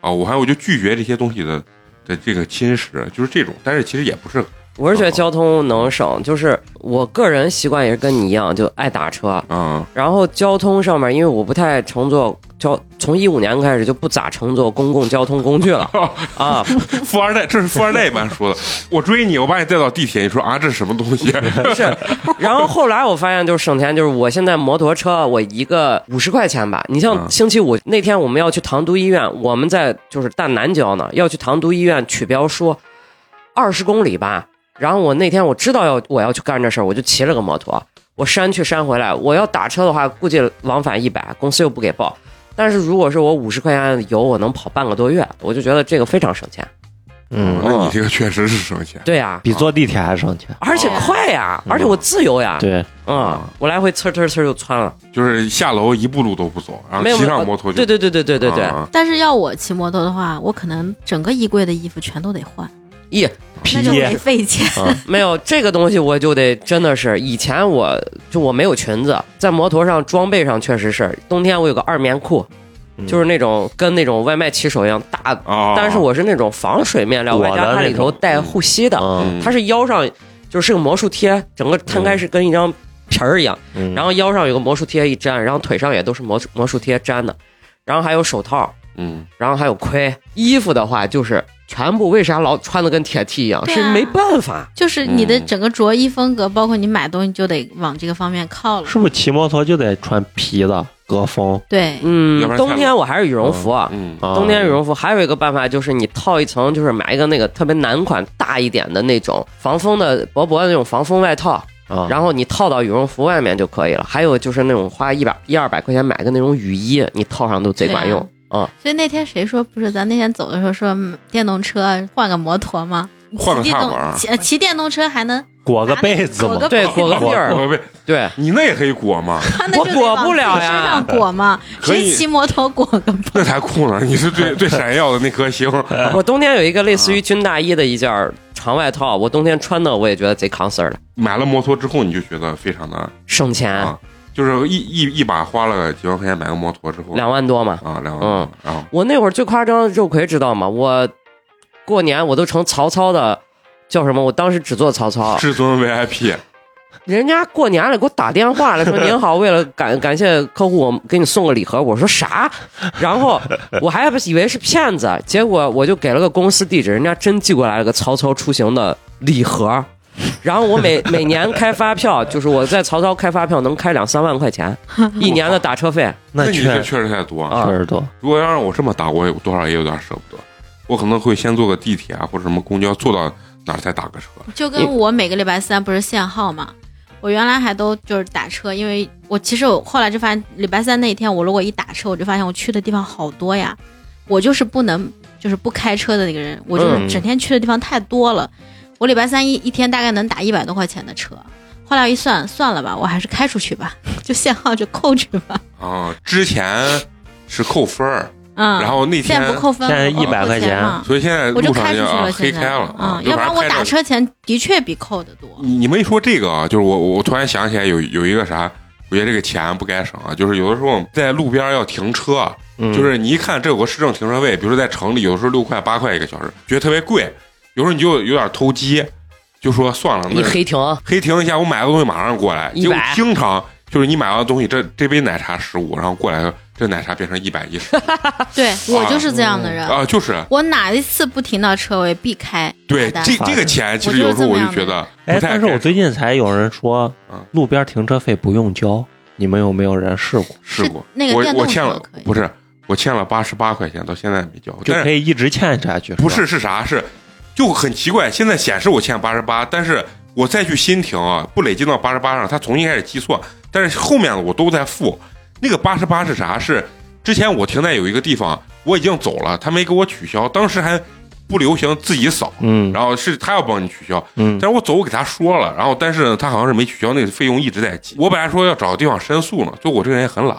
[SPEAKER 1] 啊，我还我就拒绝这些东西的的这个侵蚀，就是这种。但是其实也不是
[SPEAKER 2] 我是觉得交通能省，就是我个人习惯也是跟你一样，就爱打车。
[SPEAKER 1] 啊
[SPEAKER 2] 然后交通上面，因为我不太乘坐交，从一五年开始就不咋乘坐公共交通工具了啊。
[SPEAKER 1] 富二代，这是富二代一般说的。我追你，我把你带到地铁，你说啊，这是什么东西？
[SPEAKER 2] 是，然后后来我发现就是省钱，就是我现在摩托车我一个五十块钱吧。你像
[SPEAKER 1] 嗯
[SPEAKER 2] 星期五那天我们要去唐都医院，我们在就是大南郊呢，要去唐都医院取标说二十公里吧。然后我那天我知道要我要去干这事儿，我就骑了个摩托，我删去删回来。我要打车的话，估计往返一百，公司又不给报。但是如果是我五十块钱的油，我能跑半个多月，我就觉得这个非常省钱。
[SPEAKER 1] 嗯，
[SPEAKER 6] 嗯，
[SPEAKER 1] 那你这个确实是省钱。
[SPEAKER 2] 对呀、
[SPEAKER 6] 比坐地铁还省钱。
[SPEAKER 2] 而且快呀、而且我自由呀、
[SPEAKER 6] 对，
[SPEAKER 2] 嗯，我来回呲呲呲就窜了，
[SPEAKER 1] 就是下楼一步路都不走，然
[SPEAKER 2] 没
[SPEAKER 1] 后
[SPEAKER 2] 有
[SPEAKER 1] 骑
[SPEAKER 2] 没
[SPEAKER 1] 上
[SPEAKER 2] 有
[SPEAKER 1] 摩托就
[SPEAKER 2] 对对对对对对对，
[SPEAKER 1] 啊
[SPEAKER 4] 但是要我骑摩托的话，我可能整个衣柜的衣服全都得换，
[SPEAKER 2] 咦，
[SPEAKER 4] 那
[SPEAKER 6] 皮
[SPEAKER 4] 就
[SPEAKER 6] 耶
[SPEAKER 4] 没费钱。
[SPEAKER 2] 没有这个东西我就得真的是，以前我就我没有裙子，在摩托上装备上确实是，冬天我有个二棉裤，
[SPEAKER 6] 嗯哦
[SPEAKER 2] 就是那种跟那种外卖骑手一样大，
[SPEAKER 1] 啊！
[SPEAKER 2] 但是我是那种防水面料，
[SPEAKER 6] 我的
[SPEAKER 2] 外加它里头
[SPEAKER 6] 那
[SPEAKER 2] 带护膝的，
[SPEAKER 6] 嗯
[SPEAKER 2] 它是腰上就是是个魔术贴，整个摊开是跟一张皮儿一样。
[SPEAKER 6] 嗯，
[SPEAKER 2] 然后腰上有个魔术贴一粘，然后腿上也都是魔术魔术贴粘的，然后还有手套，
[SPEAKER 1] 嗯，
[SPEAKER 2] 然后还有盔。衣服的话就是全部，为啥老穿的跟铁 T 一样？
[SPEAKER 4] 对啊
[SPEAKER 2] 是没办法，
[SPEAKER 4] 就是你的
[SPEAKER 1] 嗯
[SPEAKER 4] 整个着衣风格，包括你买东西就得往这个方面靠了。
[SPEAKER 6] 是不是骑摩托就得穿皮的隔风？
[SPEAKER 4] 对，
[SPEAKER 1] 要不
[SPEAKER 2] 嗯，
[SPEAKER 1] 然太冷
[SPEAKER 2] 冬天我还是羽绒服啊。
[SPEAKER 1] 嗯
[SPEAKER 6] 啊
[SPEAKER 2] 冬天羽绒服还有一个办法就是你套一层，就是买一个那个特别男款大一点的那种防风的薄薄的那种防风外套，
[SPEAKER 6] 啊，
[SPEAKER 2] 然后你套到羽绒服外面就可以了。还有就是那种花一百一二百块钱买个那种雨衣，你套上都贼管用啊、
[SPEAKER 4] 所以那天谁说不是？咱那天走的时候说嗯电动车换个摩托吗？
[SPEAKER 1] 换个
[SPEAKER 4] 骑电
[SPEAKER 1] 踏板儿
[SPEAKER 4] 动骑呃骑电动车还能
[SPEAKER 6] 裹个被子嘛
[SPEAKER 4] 哎裹个，
[SPEAKER 2] 对，裹个
[SPEAKER 1] 我
[SPEAKER 2] 地儿，
[SPEAKER 1] 我喂，
[SPEAKER 4] 啊
[SPEAKER 2] 对。
[SPEAKER 1] 你那也可以裹吗？
[SPEAKER 4] 穿的
[SPEAKER 2] 我裹不了呀
[SPEAKER 4] 身上裹吗？
[SPEAKER 1] 可以
[SPEAKER 4] 谁骑摩托裹个
[SPEAKER 1] 那才酷呢！你是最最闪耀的那颗星。
[SPEAKER 2] 我冬天有一个类似于军大衣的一件儿长外套，我冬天穿的我也觉得贼扛丝儿了，
[SPEAKER 1] 买了摩托之后，你就觉得非常的
[SPEAKER 2] 省钱
[SPEAKER 1] 啊，就是一一一把花了几万块钱买个摩托之后
[SPEAKER 2] 两万多嘛。
[SPEAKER 1] 啊两万
[SPEAKER 2] 嗯，
[SPEAKER 1] 然后
[SPEAKER 2] 我那会儿最夸张，肉葵知道吗？我过年我都成曹操的，叫什么？我当时只做曹操，
[SPEAKER 1] 至尊 VIP
[SPEAKER 2] 人家过年了给我打电话了，说您好，为了感 感谢客户，我给你送个礼盒。我说啥？然后我还不以为是骗子，结果我就给了个公司地址，人家真寄过来了个曹操出行的礼盒。然后我每每年开发票，就是我在曹操开发票能开两三万块钱，一年的打车费。
[SPEAKER 1] 那
[SPEAKER 6] 那
[SPEAKER 1] 你
[SPEAKER 6] 确
[SPEAKER 1] 这
[SPEAKER 6] 确
[SPEAKER 1] 确实太多啊！
[SPEAKER 2] 啊
[SPEAKER 6] 实多。
[SPEAKER 1] 如果要让我这么打，我有多少也有点舍不得。我可能会先坐个地铁啊，或者什么公交，坐到哪儿再打个车。
[SPEAKER 4] 就跟我每个礼拜三不是限号嘛，我原来还都就是打车，因为我其实我后来就发现，礼拜三那一天我如果一打车，我就发现我去的地方好多呀，我就是不能就是不开车的那个人，我就是
[SPEAKER 6] 嗯
[SPEAKER 4] 整天去的地方太多了。我礼拜三一一天大概能打一百多块钱的车，后来我一算，算了吧，我还是开出去吧， 就限号就扣去吧，
[SPEAKER 1] 啊，之前是扣分儿，
[SPEAKER 4] 嗯，
[SPEAKER 1] 然后那
[SPEAKER 4] 现
[SPEAKER 1] 天
[SPEAKER 4] 在不扣分了，
[SPEAKER 6] 现在
[SPEAKER 4] 不扣
[SPEAKER 6] 100块钱
[SPEAKER 4] 嘛
[SPEAKER 1] 所以现在
[SPEAKER 4] 我就
[SPEAKER 1] 路上
[SPEAKER 4] 开出
[SPEAKER 1] 就
[SPEAKER 4] 去
[SPEAKER 1] 啊
[SPEAKER 4] 了，
[SPEAKER 1] 黑
[SPEAKER 4] 现在
[SPEAKER 1] 开了啊，
[SPEAKER 4] 嗯，要不然我
[SPEAKER 1] 就
[SPEAKER 4] 打
[SPEAKER 1] 反正开着。
[SPEAKER 4] 车钱的确比扣的多，
[SPEAKER 1] 你你们一说这个啊，就是我我我突然想起来有有一个啥，我觉得这个钱不该省啊，就是有的时候在路边要停车，啊
[SPEAKER 6] 嗯
[SPEAKER 1] 就是你一看这有个市政停车位，比如说在城里，有的时候六块八块一个小时，觉得特别贵，有时候你就有点投机，就说算了，
[SPEAKER 2] 你
[SPEAKER 1] 那
[SPEAKER 2] 黑停
[SPEAKER 3] 啊
[SPEAKER 1] 黑停一下，我买个东西马上过来。
[SPEAKER 2] 100
[SPEAKER 1] 结果经常就是你买完东西，这这杯奶茶十五，然后过来这奶茶变成一百一 十
[SPEAKER 4] 对我就是这样的人。
[SPEAKER 1] 啊，就是
[SPEAKER 4] 我哪一次不停到车位避开？
[SPEAKER 1] 对
[SPEAKER 4] 罚单
[SPEAKER 1] 这这个钱，其实有时候我就觉得
[SPEAKER 6] 哎
[SPEAKER 1] 不，太
[SPEAKER 6] 但是我最近才有人说
[SPEAKER 1] 嗯，
[SPEAKER 6] 路边停车费不用交，你们有没有人试过？
[SPEAKER 1] 试过，
[SPEAKER 4] 那个
[SPEAKER 1] 我
[SPEAKER 4] 电动
[SPEAKER 1] 我欠
[SPEAKER 4] 车
[SPEAKER 1] 了
[SPEAKER 4] 可以
[SPEAKER 1] 不是我欠了八十八块钱，到现在没交，
[SPEAKER 6] 就
[SPEAKER 1] 但
[SPEAKER 6] 可
[SPEAKER 1] 是
[SPEAKER 6] 以一直欠下去？
[SPEAKER 1] 不是是啥是就很奇怪，现在显示我欠八十八，但是我再去新停啊，不累积到八十八上，它重新开始计算，但是后面的我都在付。那个八十八是啥？是之前我停在有一个地方，我已经走了，他没给我取消，当时还。不流行自己扫，
[SPEAKER 6] 嗯
[SPEAKER 1] 然后是他要帮你取消，
[SPEAKER 6] 嗯
[SPEAKER 1] 但是我走我给他说了，然后但是呢他好像是没取消，那个费用一直在记。我本来说要找个地方申诉呢，就我这个人也很懒，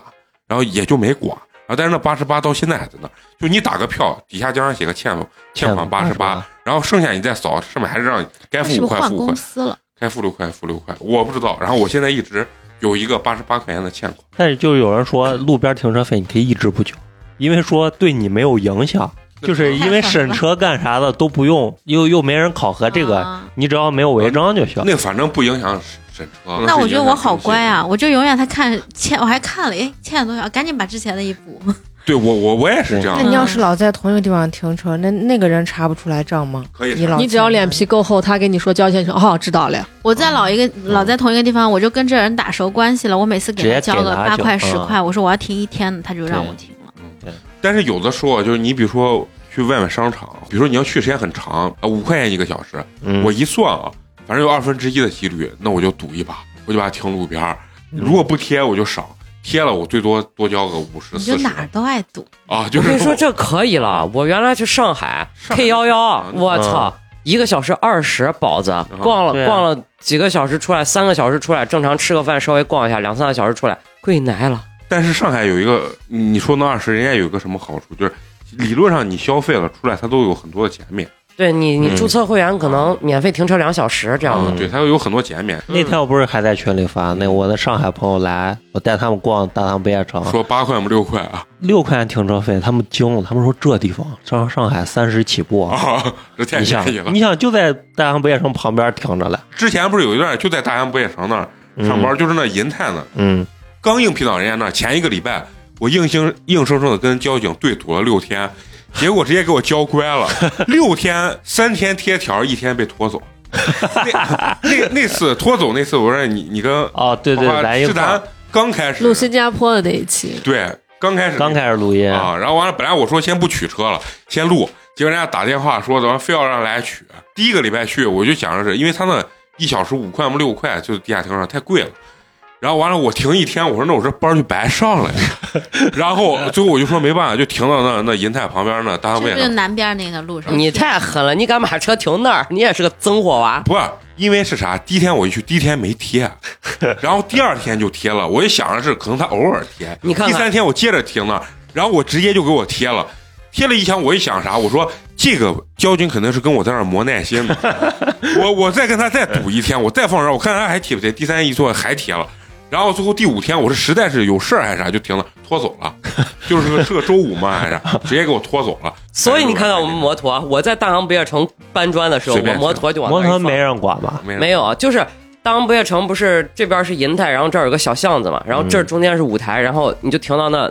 [SPEAKER 1] 然后也就没管。然后但是那八十八到现在还在那儿，就你打个票，底下经常写个欠欠款八十八，，然后剩下你再扫，上面还是让你该付
[SPEAKER 4] 是
[SPEAKER 1] 五
[SPEAKER 4] 不是
[SPEAKER 1] 块
[SPEAKER 4] 换
[SPEAKER 1] 付五块
[SPEAKER 4] 公，司了？
[SPEAKER 1] 该付六块付六块，我不知道。然后我现在一直有一个八十八块钱的欠款。
[SPEAKER 6] 但是就有人说路边停车费你可以一直不缴，因为说对你没有影响，就是因为审车干啥的都不用，又又没人考核这个，
[SPEAKER 4] 啊
[SPEAKER 6] 你只要没有违章就行。
[SPEAKER 1] 那反正不影响审车。
[SPEAKER 4] 那我觉得我好乖啊，！我就永远他看欠，我还看了，哎，欠了多少，赶紧把之前的一补。
[SPEAKER 1] 对我我我也是这样
[SPEAKER 7] 那
[SPEAKER 1] 的，
[SPEAKER 7] 你要是老在同一个地方停车，那那个人查不出来账吗？
[SPEAKER 1] 可以
[SPEAKER 7] 你老
[SPEAKER 5] 你只要
[SPEAKER 7] 欠
[SPEAKER 5] 脸
[SPEAKER 7] 他
[SPEAKER 5] 皮够厚，他给你说交钱，你说哦，知道了。
[SPEAKER 4] 我在老一个老在同一个地方，我就跟这人打熟关系了。我每次给他
[SPEAKER 6] 直接
[SPEAKER 4] 交
[SPEAKER 6] 给
[SPEAKER 4] 个
[SPEAKER 6] 他
[SPEAKER 4] 八
[SPEAKER 6] 就
[SPEAKER 4] 块十
[SPEAKER 6] 嗯
[SPEAKER 4] 块，我说我要停一天的，他就让我停了。
[SPEAKER 1] 但是有的时候啊就是你比如说去外面商场，比如说你要去时间很长，啊五块钱一个小时，
[SPEAKER 6] 嗯
[SPEAKER 1] 我一算啊，反正有二分之一的几率，那我就赌一把，我就把它停路边儿。
[SPEAKER 6] 嗯
[SPEAKER 1] 如果不贴我就少，贴了我最多多交个五十
[SPEAKER 4] 你就
[SPEAKER 1] 四十
[SPEAKER 4] 哪儿都爱堵，
[SPEAKER 1] 啊，就
[SPEAKER 2] 我
[SPEAKER 1] 是
[SPEAKER 2] 跟你说这可以了，我原来去上海 K 幺幺，
[SPEAKER 1] 嗯
[SPEAKER 2] 我操，一个小时二十包子，逛
[SPEAKER 6] 对
[SPEAKER 2] 了
[SPEAKER 6] 啊
[SPEAKER 2] 逛了几个小时出来，三个小时出来，正常吃个饭稍微逛一下，两三个小时出来，贵奶了。
[SPEAKER 1] 但是上海有一个，你说那二十，人家有一个什么好处，就是理论上你消费了出来，它都有很多的减免，
[SPEAKER 2] 对你，你
[SPEAKER 6] 嗯
[SPEAKER 2] 注册会员可能免费停车两小时这样的
[SPEAKER 6] 嗯。
[SPEAKER 1] 啊
[SPEAKER 6] 啊
[SPEAKER 1] 对，它有很多减免，
[SPEAKER 6] 那天我不是还在群里发，那我的上海朋友来，我带他们逛大唐不夜城，
[SPEAKER 1] 说八块么六块啊，
[SPEAKER 6] 六块钱停车费，他们惊了，他们说这地方上上海三十起步啊，
[SPEAKER 1] 啊， 这太
[SPEAKER 6] 你想
[SPEAKER 1] 便宜了
[SPEAKER 6] 你。想就在大唐不夜城旁边停着嘞，
[SPEAKER 1] 之前不是有一段就在大洋不夜城那儿
[SPEAKER 6] 嗯
[SPEAKER 1] 上班，就是那银泰那儿，
[SPEAKER 6] 嗯，
[SPEAKER 1] 刚应聘到人家那儿，前一个礼拜我硬生硬生生的跟交警对赌了六 天，结果直接给我交乖了，六天三天贴条，一天被拖走。那那那次拖走那次，我说你你跟
[SPEAKER 6] 哦对对，
[SPEAKER 1] 花花
[SPEAKER 6] 来一
[SPEAKER 1] 是咱
[SPEAKER 6] 块，
[SPEAKER 1] 刚开始
[SPEAKER 5] 录新加坡的那一期，
[SPEAKER 1] 对刚开始
[SPEAKER 6] 刚开始录音，
[SPEAKER 1] 啊，然后完了，本来我说先不取车了，先录，结果人家打电话说，咱们非要让来取。第一个礼拜去，我就想着是因为他那一小时五块么六块，就是地下停车场太贵了。然后完了，我停一天，我说那我这班儿就白上了呀。然后最后我就说没办法，就停到那那银泰旁边那单
[SPEAKER 4] 是不
[SPEAKER 1] 位
[SPEAKER 4] 是就
[SPEAKER 1] 上。
[SPEAKER 4] 南边那个路上？
[SPEAKER 2] 你太狠了，你敢把车停那儿？你也是个曾火娃。
[SPEAKER 1] 不是，因为是啥？第一天我一去，第一天没贴，啊 然后第二天就贴了。我就想着是可能他偶尔贴，
[SPEAKER 2] 你看看
[SPEAKER 1] 第三天我接着停那儿，然后我直接就给我贴了。贴了一箱，我一想啥？我说这个交警肯定是跟我在那儿磨耐 心的，我我再跟他再赌一天，我再放这儿，我看他还贴不贴。第三天一做还贴了，然后最后第五天我是实在是有事儿还是啥就停了，拖走了，就是个是个周五嘛还是啥直接给我拖走了。
[SPEAKER 2] 所以你看看我们摩托，我在大唐不夜城搬砖的时候，
[SPEAKER 1] 随
[SPEAKER 2] 我
[SPEAKER 1] 便
[SPEAKER 2] 摩托就往那
[SPEAKER 6] 摩
[SPEAKER 2] 儿一
[SPEAKER 6] 托
[SPEAKER 2] 放
[SPEAKER 6] 没人管吧？
[SPEAKER 1] 没人
[SPEAKER 2] 没有，啊就是大唐不夜城不是这边是银泰，然后这儿有个小巷子嘛，然后这儿中间是舞台，然后你就停到那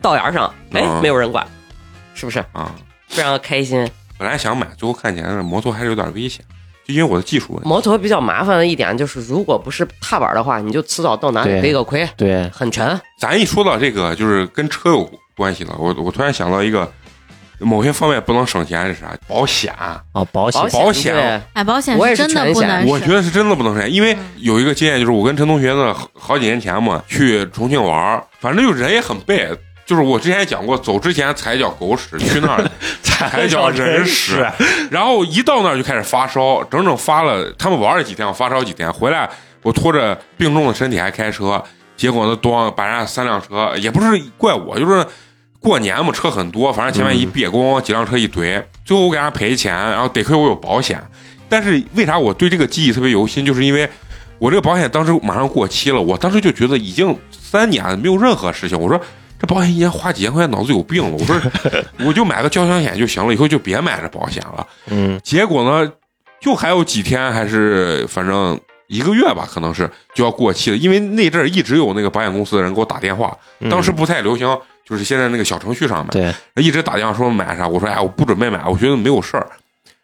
[SPEAKER 2] 道沿上，哎，
[SPEAKER 1] 嗯
[SPEAKER 2] 没有人管，是不是
[SPEAKER 1] 啊，
[SPEAKER 2] 非常开心？
[SPEAKER 1] 本来想买，最后看起来那摩托还是有点危险，就因为我的技术问题。
[SPEAKER 2] 摩托比较麻烦的一点就是，如果不是踏板的话，你就迟早到哪里
[SPEAKER 6] 对
[SPEAKER 2] 背个盔，
[SPEAKER 6] 对，
[SPEAKER 2] 很沉。
[SPEAKER 1] 咱一说到这个，就是跟车有关系了，我我突然想到一个，某些方面不能省钱是啥？保险，
[SPEAKER 6] 啊，保险
[SPEAKER 2] 保
[SPEAKER 1] 保险
[SPEAKER 2] 对
[SPEAKER 4] 买保险
[SPEAKER 2] 我也是
[SPEAKER 4] 真的
[SPEAKER 2] 全
[SPEAKER 4] 不
[SPEAKER 2] 险
[SPEAKER 4] 能省，
[SPEAKER 1] 我觉得是真的不能省钱，因为有一个经验就是我跟陈同学呢，好好几年前嘛，去重庆玩儿，反正就人也很背。就是我之前也讲过，走之前踩脚狗屎，去那儿 踩脚人屎，然后一到那儿就开始发烧，整整发了。他们玩了几天，我发烧几天，回来我拖着病重的身体还开车，结果呢，咣把人家三辆车，也不是怪我，就是过年嘛，车很多，反正前面一别咣咣几辆车一堆，最后我给人家赔钱，然后得亏我有保险。但是为啥我对这个记忆特别犹新，就是因为我这个保险当时马上过期了，我当时就觉得已经三年了没有任何事情，我说。这保险一年花几千块钱，脑子有病了。我说，我就买个交强险就行了，以后就别买这保险了。
[SPEAKER 6] 嗯，
[SPEAKER 1] 结果呢，就还有几天，还是反正一个月吧，可能是就要过期了。因为那阵儿一直有那个保险公司的人给我打电话，
[SPEAKER 6] 嗯
[SPEAKER 1] 当时不太流行，就是现在那个小程序上买，
[SPEAKER 6] 对，
[SPEAKER 1] 一直打电话说买啥，我说哎，我不准备买，我觉得没有事儿，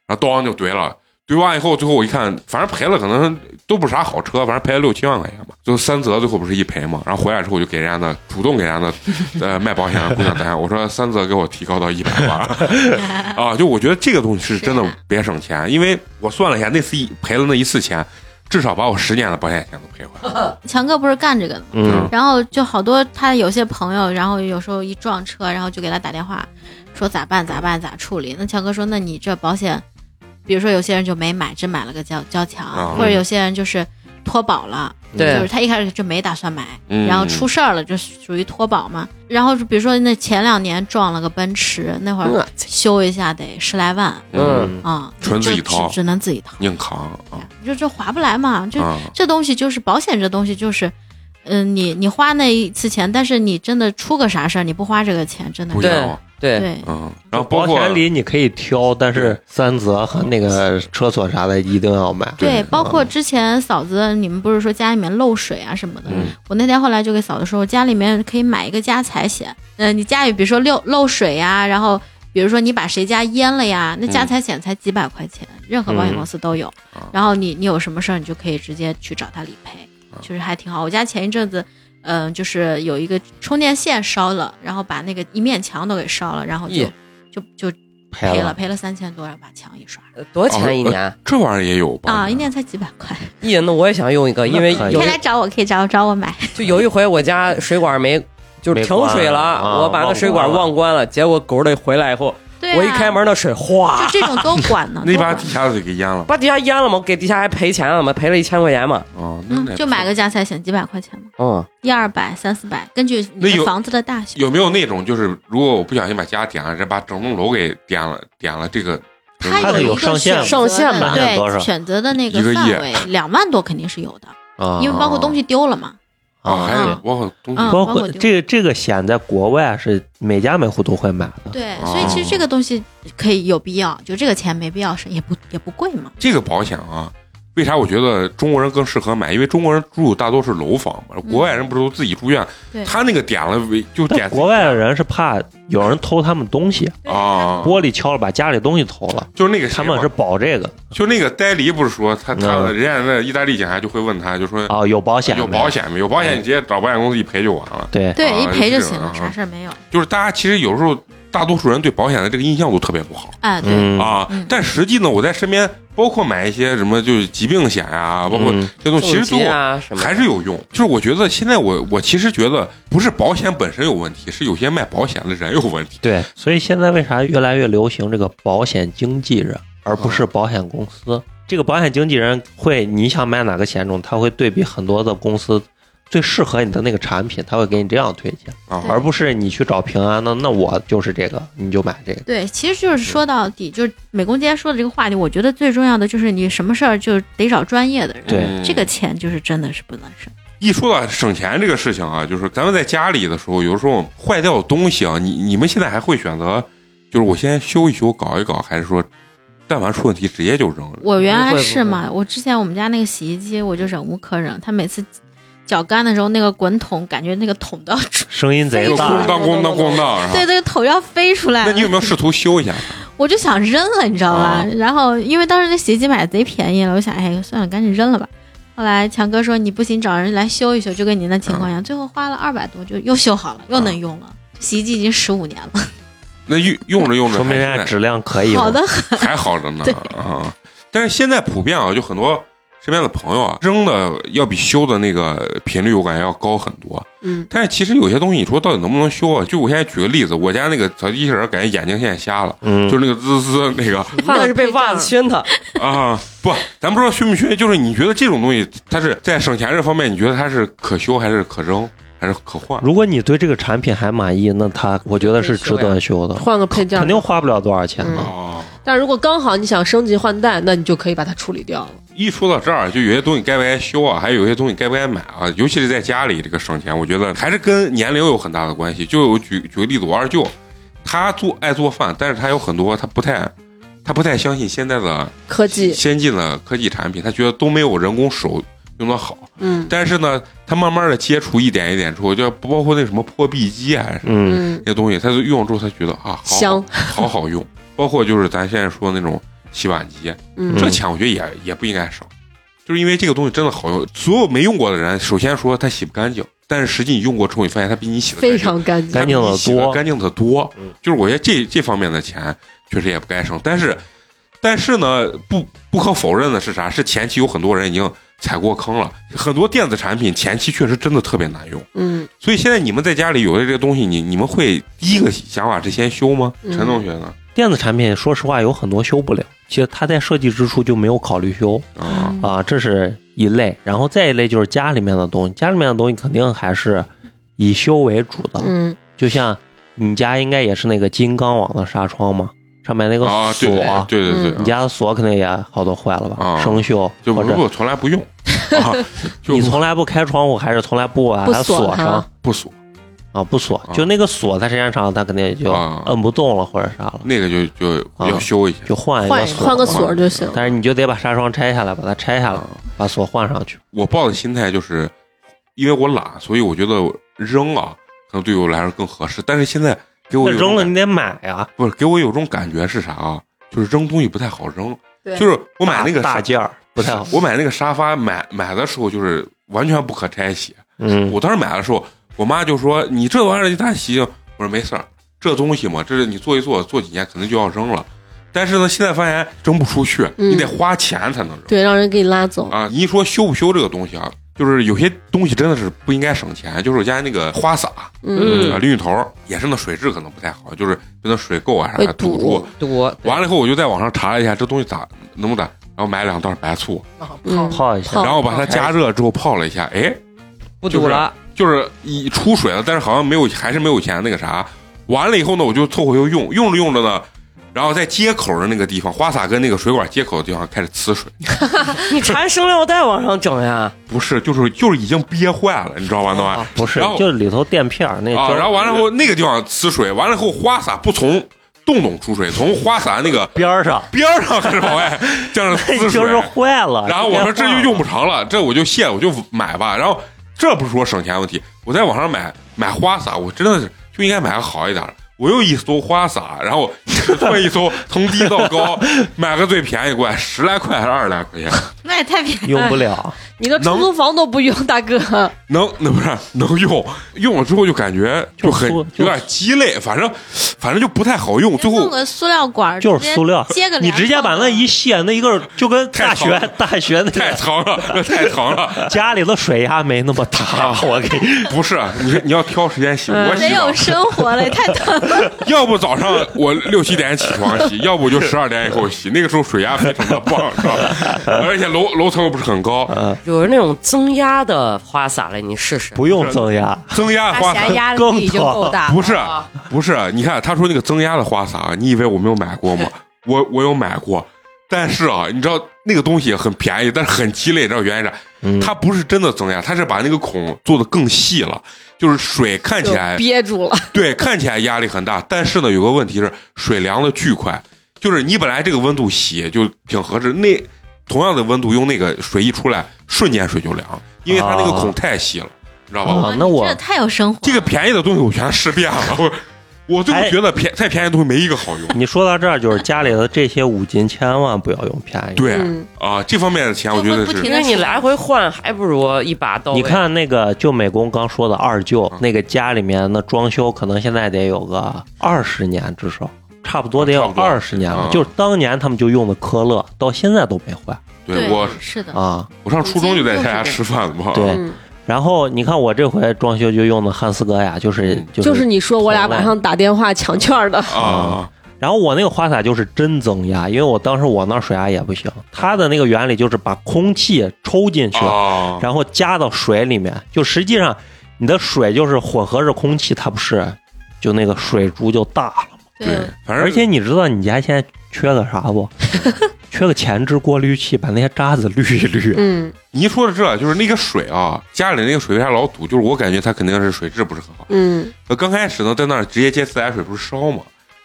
[SPEAKER 1] 然后当就怼了。怼完以后，最后我一看，反正赔了，可能都不是啥好车，反正赔了六七万块钱吧。就三泽最后不是一赔嘛，然后回来之后我就给人家那主动给人家那呃卖保险的姑娘打电话，我说三泽给我提高到一百万， 啊，就我觉得这个东西是真的别省钱，因为我算了一下，那次一赔了那一次钱，至少把我十年的保险钱都赔回来了。
[SPEAKER 4] 强哥不是干这个的吗？
[SPEAKER 6] 嗯
[SPEAKER 4] 然后就好多他有些朋友，然后有时候一撞车，然后就给他打电话，说咋办咋办咋处理。那强哥说，那你这保险，比如说有些人就没买，只买了个交交强，
[SPEAKER 1] 啊
[SPEAKER 4] 或者有些人就是脱保了，
[SPEAKER 2] 对
[SPEAKER 6] 嗯
[SPEAKER 4] 就是他一开始就没打算买，
[SPEAKER 1] 嗯
[SPEAKER 4] 然后出事儿了，就属于脱保嘛。然后就比如说那前两年撞了个奔驰，那会儿
[SPEAKER 2] 我
[SPEAKER 4] 修一下得十来万
[SPEAKER 1] 嗯，
[SPEAKER 4] 啊，
[SPEAKER 1] 纯自己
[SPEAKER 4] 就只
[SPEAKER 1] 掏
[SPEAKER 4] 只能自己掏，
[SPEAKER 1] 硬扛啊
[SPEAKER 4] 你就这划不来嘛，就
[SPEAKER 1] 啊，
[SPEAKER 4] 这东西就是保险，这东西就是，嗯、你你花那一次钱，但是你真的出个啥事儿，你不花这个钱，真的
[SPEAKER 1] 不一
[SPEAKER 4] 是
[SPEAKER 1] 样，
[SPEAKER 2] 对，
[SPEAKER 4] 对
[SPEAKER 1] 嗯，然后包
[SPEAKER 6] 保
[SPEAKER 1] 括
[SPEAKER 6] 险里你可以挑，但是三责和那个车锁啥的一定要买。
[SPEAKER 4] 对，包括之前嫂子你们不是说家里面漏水啊什么的，
[SPEAKER 1] 嗯
[SPEAKER 4] 我那天后来就给嫂子说，我家里面可以买一个家财险，嗯、你家里比如说漏漏水呀、然后。比如说你把谁家淹了呀，那
[SPEAKER 2] 嗯
[SPEAKER 4] 家财险才几百块钱，任何保险公司都有。
[SPEAKER 1] 啊
[SPEAKER 4] 然后你你有什么事儿，你就可以直接去找他理赔，
[SPEAKER 2] 嗯
[SPEAKER 4] 就是还挺好。我家前一阵子，嗯、就是有一个充电线烧了，然后把那个一面墙都给烧了，然后就
[SPEAKER 2] 耶
[SPEAKER 4] 就就
[SPEAKER 1] 嗯
[SPEAKER 6] 赔
[SPEAKER 4] 赔了，
[SPEAKER 6] 了，
[SPEAKER 4] 赔了三千多，然后把墙一刷
[SPEAKER 2] 呃多少钱一年？
[SPEAKER 1] 这玩意儿也有吧？。
[SPEAKER 4] 啊，一年才几百块。
[SPEAKER 2] 一人的我也想用一个，因为
[SPEAKER 6] 那 可以
[SPEAKER 2] 有
[SPEAKER 4] 可以来找我，可以找我找我买。
[SPEAKER 2] 就有一回我家水管没。就是
[SPEAKER 6] 没
[SPEAKER 2] 停
[SPEAKER 6] 关
[SPEAKER 2] 水了，
[SPEAKER 6] 啊
[SPEAKER 2] 我把那
[SPEAKER 6] 忘
[SPEAKER 2] 水管
[SPEAKER 6] 关了
[SPEAKER 2] 忘关了，结果狗得回来以后，
[SPEAKER 4] 对、啊，
[SPEAKER 2] 我一开，门那水哗
[SPEAKER 4] 就这种都管 呢
[SPEAKER 1] 那
[SPEAKER 4] 都
[SPEAKER 1] 把
[SPEAKER 4] 啊管
[SPEAKER 1] 底下子给淹了
[SPEAKER 2] 把地下淹了嘛，我给地下还赔钱了嘛，赔了一千块钱嘛。
[SPEAKER 1] 啊，那
[SPEAKER 4] 嗯，
[SPEAKER 1] 那
[SPEAKER 4] 就买个家财险，几百块钱嘛，
[SPEAKER 2] 嗯，
[SPEAKER 4] 一二百、三四百，根据
[SPEAKER 1] 那
[SPEAKER 4] 你
[SPEAKER 1] 有
[SPEAKER 4] 的房子的大小。
[SPEAKER 1] 有没有那种就是，如果我不小心把家点了，这把整栋楼给点了，点了这个，
[SPEAKER 6] 它
[SPEAKER 4] 有
[SPEAKER 6] 得
[SPEAKER 4] 一
[SPEAKER 6] 有
[SPEAKER 4] 个
[SPEAKER 6] 上限
[SPEAKER 4] 选择
[SPEAKER 6] 上
[SPEAKER 2] 限
[SPEAKER 4] 的
[SPEAKER 6] 吧上限多少
[SPEAKER 4] 对选择的那
[SPEAKER 1] 一个亿
[SPEAKER 4] 范围，两万多肯定是有的，
[SPEAKER 6] 啊
[SPEAKER 4] 因为包括东西丢了嘛。
[SPEAKER 1] 啊，还有
[SPEAKER 4] 嗯
[SPEAKER 1] 包括东西
[SPEAKER 4] 嗯包
[SPEAKER 6] 包
[SPEAKER 4] 括
[SPEAKER 6] 括
[SPEAKER 4] 丢
[SPEAKER 6] 这个这个险在国外是每家每户都会买的。
[SPEAKER 4] 对，
[SPEAKER 1] 哦
[SPEAKER 4] 所以其实这个东西可以有必要，就这个钱没必要是也不也不贵嘛。
[SPEAKER 1] 这个保险啊，为啥我觉得中国人更适合买？因为中国人住大多是楼房嘛，国外人不是都自己住院？
[SPEAKER 4] 嗯对
[SPEAKER 1] 他那个点了为就
[SPEAKER 6] 但
[SPEAKER 1] 点
[SPEAKER 6] 国外的人是怕有人偷他们东西，
[SPEAKER 1] 啊，
[SPEAKER 6] 玻璃敲了把家里东西偷了，
[SPEAKER 1] 就是那个谁
[SPEAKER 6] 他们
[SPEAKER 1] 嘛
[SPEAKER 6] 是保这个
[SPEAKER 1] 就那个呆梨不是说他他
[SPEAKER 6] 嗯
[SPEAKER 1] 人家那意大利警察就会问他，就说
[SPEAKER 6] 啊，有保险
[SPEAKER 1] 有
[SPEAKER 6] 没
[SPEAKER 1] 保。险没？有保险
[SPEAKER 6] 嗯
[SPEAKER 1] 你直接找保险公司一赔就完了。
[SPEAKER 6] 对，
[SPEAKER 4] 对，
[SPEAKER 1] 啊
[SPEAKER 4] 一赔就
[SPEAKER 1] 是
[SPEAKER 4] 行了，
[SPEAKER 1] 啊
[SPEAKER 4] 啥事儿没有。
[SPEAKER 1] 就是大家其实有时候大多数人对保险的这个印象都特别不好。
[SPEAKER 4] 哎，对，
[SPEAKER 6] 嗯，
[SPEAKER 1] 啊
[SPEAKER 4] 嗯，
[SPEAKER 1] 但实际呢，我在身边，包括买一些什么就是疾病险啊，包括
[SPEAKER 6] 嗯
[SPEAKER 1] 这种，其
[SPEAKER 2] 重
[SPEAKER 1] 实对
[SPEAKER 2] 疾
[SPEAKER 1] 我
[SPEAKER 2] 啊什么的
[SPEAKER 1] 还是有用。就是我觉得现在我我其实觉得不是保险本身有问题，是有些卖保险的人有问题。
[SPEAKER 6] 对，所以现在为啥越来越流行这个保险经纪人，而不是保险公司？这个保险经纪人会，你想买哪个险种，他会对比很多的公司最适合你的那个产品，他会给你这样推荐，
[SPEAKER 1] 啊
[SPEAKER 6] 而不是你去找平安的，那我就是这个，你就买这个。
[SPEAKER 4] 对，其实就是说到底，就是美工今天说的这个话题，我觉得最重要的就是你什么事儿就得找专业的人。
[SPEAKER 6] 对
[SPEAKER 1] 嗯
[SPEAKER 4] 这个钱就是真的是不能省。
[SPEAKER 1] 一说到省钱这个事情啊，就是咱们在家里的时候，有时候坏掉的东西啊，你你们现在还会选择，就是我先修一修，搞一搞，还是说，但凡出问题直接就扔了？
[SPEAKER 4] 我原
[SPEAKER 2] 不
[SPEAKER 4] 来
[SPEAKER 2] 会
[SPEAKER 4] 是
[SPEAKER 2] 不会
[SPEAKER 4] 嘛，我之前我们家那个洗衣机，我就忍无可忍，它每次搅干的时候，那个滚筒感觉那个桶都要出，
[SPEAKER 6] 声音贼
[SPEAKER 1] 就咣
[SPEAKER 6] 大，啊
[SPEAKER 1] 当咣当咣当，然后
[SPEAKER 4] 对，那个桶要飞出来
[SPEAKER 1] 那你有
[SPEAKER 4] 了，
[SPEAKER 1] 没有试图修一下？
[SPEAKER 4] 我就想扔了，你知道吧
[SPEAKER 1] 啊？
[SPEAKER 4] 然后因为当时那洗衣机买的贼便宜了，我想哎算了，赶紧扔了吧。后来强哥说你不行，找人来修一修，就跟您的情况一
[SPEAKER 6] 嗯
[SPEAKER 4] 样，最后花了二百多，就又修好了，又能用了。洗衣机已经十五年了，
[SPEAKER 1] 那用用着用着
[SPEAKER 6] 说明
[SPEAKER 1] 还是
[SPEAKER 6] 人家
[SPEAKER 1] 在
[SPEAKER 6] 质量可以。
[SPEAKER 4] 好的，
[SPEAKER 1] 还好着呢
[SPEAKER 4] 对
[SPEAKER 1] 啊。但是现在普遍啊，就很多身边的朋友啊，扔的要比修的那个频率，我感觉要高很多。
[SPEAKER 5] 嗯，
[SPEAKER 1] 但是其实有些东西，你说到底能不能修啊？就我现在举个例子，我家那个扫地机器人，感觉眼睛现在瞎了，
[SPEAKER 6] 嗯，
[SPEAKER 1] 就是那个滋滋那 个
[SPEAKER 2] 那是被袜子熏的，
[SPEAKER 1] 啊，不，咱不说熏不熏，就是你觉得这种东西，它是在省钱这方面，你觉得它是可修还是可扔还是可换？
[SPEAKER 6] 如果你对这个产品还满意，那它我觉得是值得修的，
[SPEAKER 5] 换个配件
[SPEAKER 6] 肯定花不了多少钱
[SPEAKER 5] 嗯
[SPEAKER 6] 的。
[SPEAKER 1] 啊，
[SPEAKER 5] 但如果刚好你想升级换代，那你就可以把它处理掉了。
[SPEAKER 1] 一说到这儿，就有些东西该不该修啊，还有有些东西该不该买啊，尤其是在家里这个省钱，我觉得还是跟年龄有很大的关系。就有举举个例子，我二舅，他做爱做饭，但是他有很多他不太。他不太相信现在的
[SPEAKER 5] 科技，
[SPEAKER 1] 先进的科技产品，他觉得都没有人工手用的好。
[SPEAKER 5] 嗯
[SPEAKER 1] 但是呢，他慢慢的接触一点一点之后，就包括那什么破壁机啊，
[SPEAKER 6] 嗯，
[SPEAKER 5] 嗯，
[SPEAKER 1] 那些东西，他就用了之后，他觉得啊，好
[SPEAKER 5] 香，
[SPEAKER 1] 好好用。包括就是咱现在说的那种洗碗机，
[SPEAKER 5] 嗯
[SPEAKER 1] 这钱我觉得也也不应该省，就是因为这个东西真的好用。所有没用过的人，首先说它洗不干净，但是实际你用过之后，你发现它比你洗的
[SPEAKER 5] 非常干净
[SPEAKER 1] 干。净，它比你洗得
[SPEAKER 6] 干
[SPEAKER 1] 干净
[SPEAKER 6] 净得多
[SPEAKER 1] 的多
[SPEAKER 6] 嗯。
[SPEAKER 1] 就是我觉得这这方面的钱确实也不该省，但是但是呢，不不可否认的是啥？是前期有很多人已经踩过坑了。很多电子产品前期确实真的特别难用，
[SPEAKER 5] 嗯，
[SPEAKER 1] 所以现在你们在家里有的这些东西，你你们会第一个想法是先修吗？
[SPEAKER 5] 嗯
[SPEAKER 1] 陈同学呢？
[SPEAKER 6] 电子产品说实话有很多修不了，其实它在设计之初就没有考虑修
[SPEAKER 1] 啊，
[SPEAKER 5] 嗯
[SPEAKER 6] 啊，这是一类。然后再一类就是家里面的东西，家里面的东西肯定还是以修为主的，
[SPEAKER 5] 嗯，
[SPEAKER 6] 就像你家应该也是那个金刚网的纱窗嘛，上面那个
[SPEAKER 1] 啊，对
[SPEAKER 6] 锁，
[SPEAKER 1] 对对对对，
[SPEAKER 6] 你家的锁肯定也好多坏了吧？
[SPEAKER 1] 啊
[SPEAKER 6] 生锈
[SPEAKER 1] 就
[SPEAKER 6] 或
[SPEAKER 1] 如
[SPEAKER 6] 者
[SPEAKER 1] 果从来不用， 啊、就
[SPEAKER 6] 你从来不开窗户，还是从来不把
[SPEAKER 5] 不
[SPEAKER 6] 它
[SPEAKER 5] 锁
[SPEAKER 6] 锁
[SPEAKER 5] 它
[SPEAKER 6] 上
[SPEAKER 1] 不锁
[SPEAKER 6] 啊？不锁，
[SPEAKER 1] 啊
[SPEAKER 6] 就那个锁它时间长，了，它肯定也就
[SPEAKER 1] 啊
[SPEAKER 6] 摁不动了或者啥了，
[SPEAKER 1] 那个就就要
[SPEAKER 6] 啊
[SPEAKER 1] 修一下。
[SPEAKER 6] 就换一
[SPEAKER 5] 换
[SPEAKER 6] 个
[SPEAKER 5] 一
[SPEAKER 6] 锁。
[SPEAKER 5] 换个锁就行。
[SPEAKER 6] 但是你就得把纱窗拆下来，把它拆下来，
[SPEAKER 1] 啊
[SPEAKER 6] 把锁换上去。
[SPEAKER 1] 我抱的心态就是，因为我懒，所以我觉得扔啊，可能对我来说更合适。但是现在给我
[SPEAKER 6] 那
[SPEAKER 1] 有种
[SPEAKER 6] 扔了
[SPEAKER 1] 感
[SPEAKER 6] 你得买啊呀，
[SPEAKER 1] 不是给我有种感觉是啥啊？就是扔东西不太好扔，
[SPEAKER 5] 对
[SPEAKER 1] 就是我买那个
[SPEAKER 6] 大
[SPEAKER 1] 沙
[SPEAKER 6] 大件儿不太好。
[SPEAKER 1] 我买那个沙发买买的时候就是完全不可拆卸。
[SPEAKER 6] 嗯
[SPEAKER 1] 我当时买的时候，我妈就说：“你这玩意儿一大洗。”我说：“没事儿，这东西嘛，这是你坐一坐，坐几年肯定就要扔了。但是呢，现在发现扔不出去，
[SPEAKER 5] 嗯
[SPEAKER 1] 你得花钱才能扔。
[SPEAKER 5] 对，让人给你拉走。
[SPEAKER 1] 啊，你一说修不修这个东西啊，就是有些东西真的是不应该省钱。就是我家那个花洒，
[SPEAKER 5] 嗯，
[SPEAKER 1] 啊，淋浴头儿也是那水质可能不太好，就是就那水垢啊啥
[SPEAKER 5] 会
[SPEAKER 1] 的
[SPEAKER 5] 堵
[SPEAKER 1] 堵住。
[SPEAKER 2] 多
[SPEAKER 1] 完了以后，我就在网上查了一下这东西咋能不咋，然后买两袋白醋，
[SPEAKER 5] 嗯，
[SPEAKER 6] 泡一下，
[SPEAKER 5] 泡
[SPEAKER 1] 然后把它加热之后泡了一下，哎，
[SPEAKER 2] 不堵了，
[SPEAKER 1] 就是一出水了，但是好像没有，还是没有以前那个啥。完了以后呢，我就凑合又用，用着用着呢，然后在接口的那个地方，花洒跟那个水管接口的地方开始呲水，
[SPEAKER 2] 你缠生料带往上整呀？
[SPEAKER 1] 不是，就是就是已经憋坏了，你知道吧，那玩意儿。
[SPEAKER 6] 不是
[SPEAKER 1] 然后，
[SPEAKER 6] 就是里头垫片儿那个
[SPEAKER 1] 啊，
[SPEAKER 6] 胶
[SPEAKER 1] 然后完了后那个地方呲水，完了后花洒不从洞洞出水，从花洒那个
[SPEAKER 6] 边儿上，
[SPEAKER 1] 边儿上开始往外这样
[SPEAKER 6] 那
[SPEAKER 1] 呲
[SPEAKER 6] 就是
[SPEAKER 1] 水。
[SPEAKER 6] 坏了。
[SPEAKER 1] 然后我说这
[SPEAKER 6] 就变坏
[SPEAKER 1] 就
[SPEAKER 6] 了
[SPEAKER 1] 用不着了，这我就卸了，我就买吧。然后这不是说省钱问题，我在网上买买花洒，我真的是就应该买个好一点的。我又一搜花洒，然后这一 搜，从低到 高，买个最便宜贵，十来块还是二十来块钱，
[SPEAKER 4] 那也太便宜。
[SPEAKER 6] 用不了，
[SPEAKER 4] 哎
[SPEAKER 5] 你的出租房都不用，大哥。
[SPEAKER 1] 能能不 是能用？用了之后就感觉就很
[SPEAKER 6] 就
[SPEAKER 1] 有点鸡肋，反正反正就不太好用。最后
[SPEAKER 4] 弄个塑料管儿，
[SPEAKER 6] 就是塑料
[SPEAKER 4] 直接接个。
[SPEAKER 6] 你直接把那一卸，那一个就跟大学
[SPEAKER 1] 太长
[SPEAKER 6] 大学那
[SPEAKER 1] 太
[SPEAKER 6] 个
[SPEAKER 1] 长了， 这太长了。啊
[SPEAKER 6] 家里的水压没那么大， 我给你
[SPEAKER 1] 不是啊你，你要挑时间洗。我
[SPEAKER 4] 没
[SPEAKER 1] 洗
[SPEAKER 4] 有
[SPEAKER 1] 澡，
[SPEAKER 4] 生活了，也太疼了。
[SPEAKER 1] 要不早上我六七点起床洗，要不就十二点以后洗。那个时候水压非常的棒，是吧？而且楼楼层又不是很高，
[SPEAKER 2] 有那种增压的花洒了，你试试。
[SPEAKER 6] 不用增压，
[SPEAKER 1] 增压花
[SPEAKER 3] 他
[SPEAKER 1] 洒
[SPEAKER 3] 嫌压啊力已经够大了，
[SPEAKER 1] 不是不是。你看他说那个增压的花洒，啊你以为我没有买过吗？我我有买过，但是啊，你知道那个东西很便宜，但是很鸡肋，你知道原因是啥？
[SPEAKER 6] 嗯
[SPEAKER 1] 它不是真的增压，它是把那个孔做的更细了，就是水看起来
[SPEAKER 5] 就憋住了，
[SPEAKER 1] 对，看起来压力很大，但是呢，有个问题是水凉的巨快，就是你本来这个温度洗就挺合适，那同样的温度用那个水一出来，瞬间水就凉了，因为它那个孔太细了，你知道吧？
[SPEAKER 4] 哦
[SPEAKER 6] 啊那我
[SPEAKER 4] 这太有生活。
[SPEAKER 1] 哦这个便宜的东西我全试遍了， 我我最后
[SPEAKER 6] 哎
[SPEAKER 1] 觉得便太便宜的东西没一个好用。
[SPEAKER 6] 你说到这儿，就是家里的这些五金千万不要用便宜。
[SPEAKER 1] 对
[SPEAKER 5] 嗯
[SPEAKER 1] 啊，这方面的钱我觉得
[SPEAKER 4] 就会不
[SPEAKER 1] 是
[SPEAKER 4] 停
[SPEAKER 2] 因为你来回换，还不如一把刀。
[SPEAKER 6] 你，看那个，就美工刚说的二舅
[SPEAKER 1] 嗯，
[SPEAKER 6] 那个家里面那装修，可能现在得有个二十年至少，差不多得有
[SPEAKER 1] 差不多
[SPEAKER 6] 二十年了
[SPEAKER 1] 嗯。
[SPEAKER 6] 就是当年他们就用的科乐，到现在都没坏
[SPEAKER 1] 对我
[SPEAKER 4] 是的，
[SPEAKER 6] 啊。
[SPEAKER 1] 我上初中就在家吃饭了嘛，
[SPEAKER 6] 对
[SPEAKER 5] 嗯，
[SPEAKER 6] 然后你看我这回装修就用的汉斯哥呀，就是
[SPEAKER 1] 嗯
[SPEAKER 6] 就
[SPEAKER 5] 就是
[SPEAKER 6] 是，
[SPEAKER 5] 你说我俩晚上打电话抢券儿的，
[SPEAKER 1] 啊，
[SPEAKER 6] 然后我那个花洒就是真增压，因为我当时我那儿水压也不行，它的那个原理就是把空气抽进去，
[SPEAKER 1] 啊，
[SPEAKER 6] 然后加到水里面，就实际上你的水就是混合着空气，它不是，就那个水珠就大了。
[SPEAKER 1] 对，反正
[SPEAKER 6] 而且你知道你家现在缺个啥不？缺个前置过滤器，把那些渣子滤一滤。
[SPEAKER 5] 嗯
[SPEAKER 1] 你一说到这，就是那个水啊，家里那个水为啥老堵？就是我感觉它肯定是水质不是很好。
[SPEAKER 5] 嗯，
[SPEAKER 1] 呃，刚开始呢，在那儿直接接自来水不是烧嘛，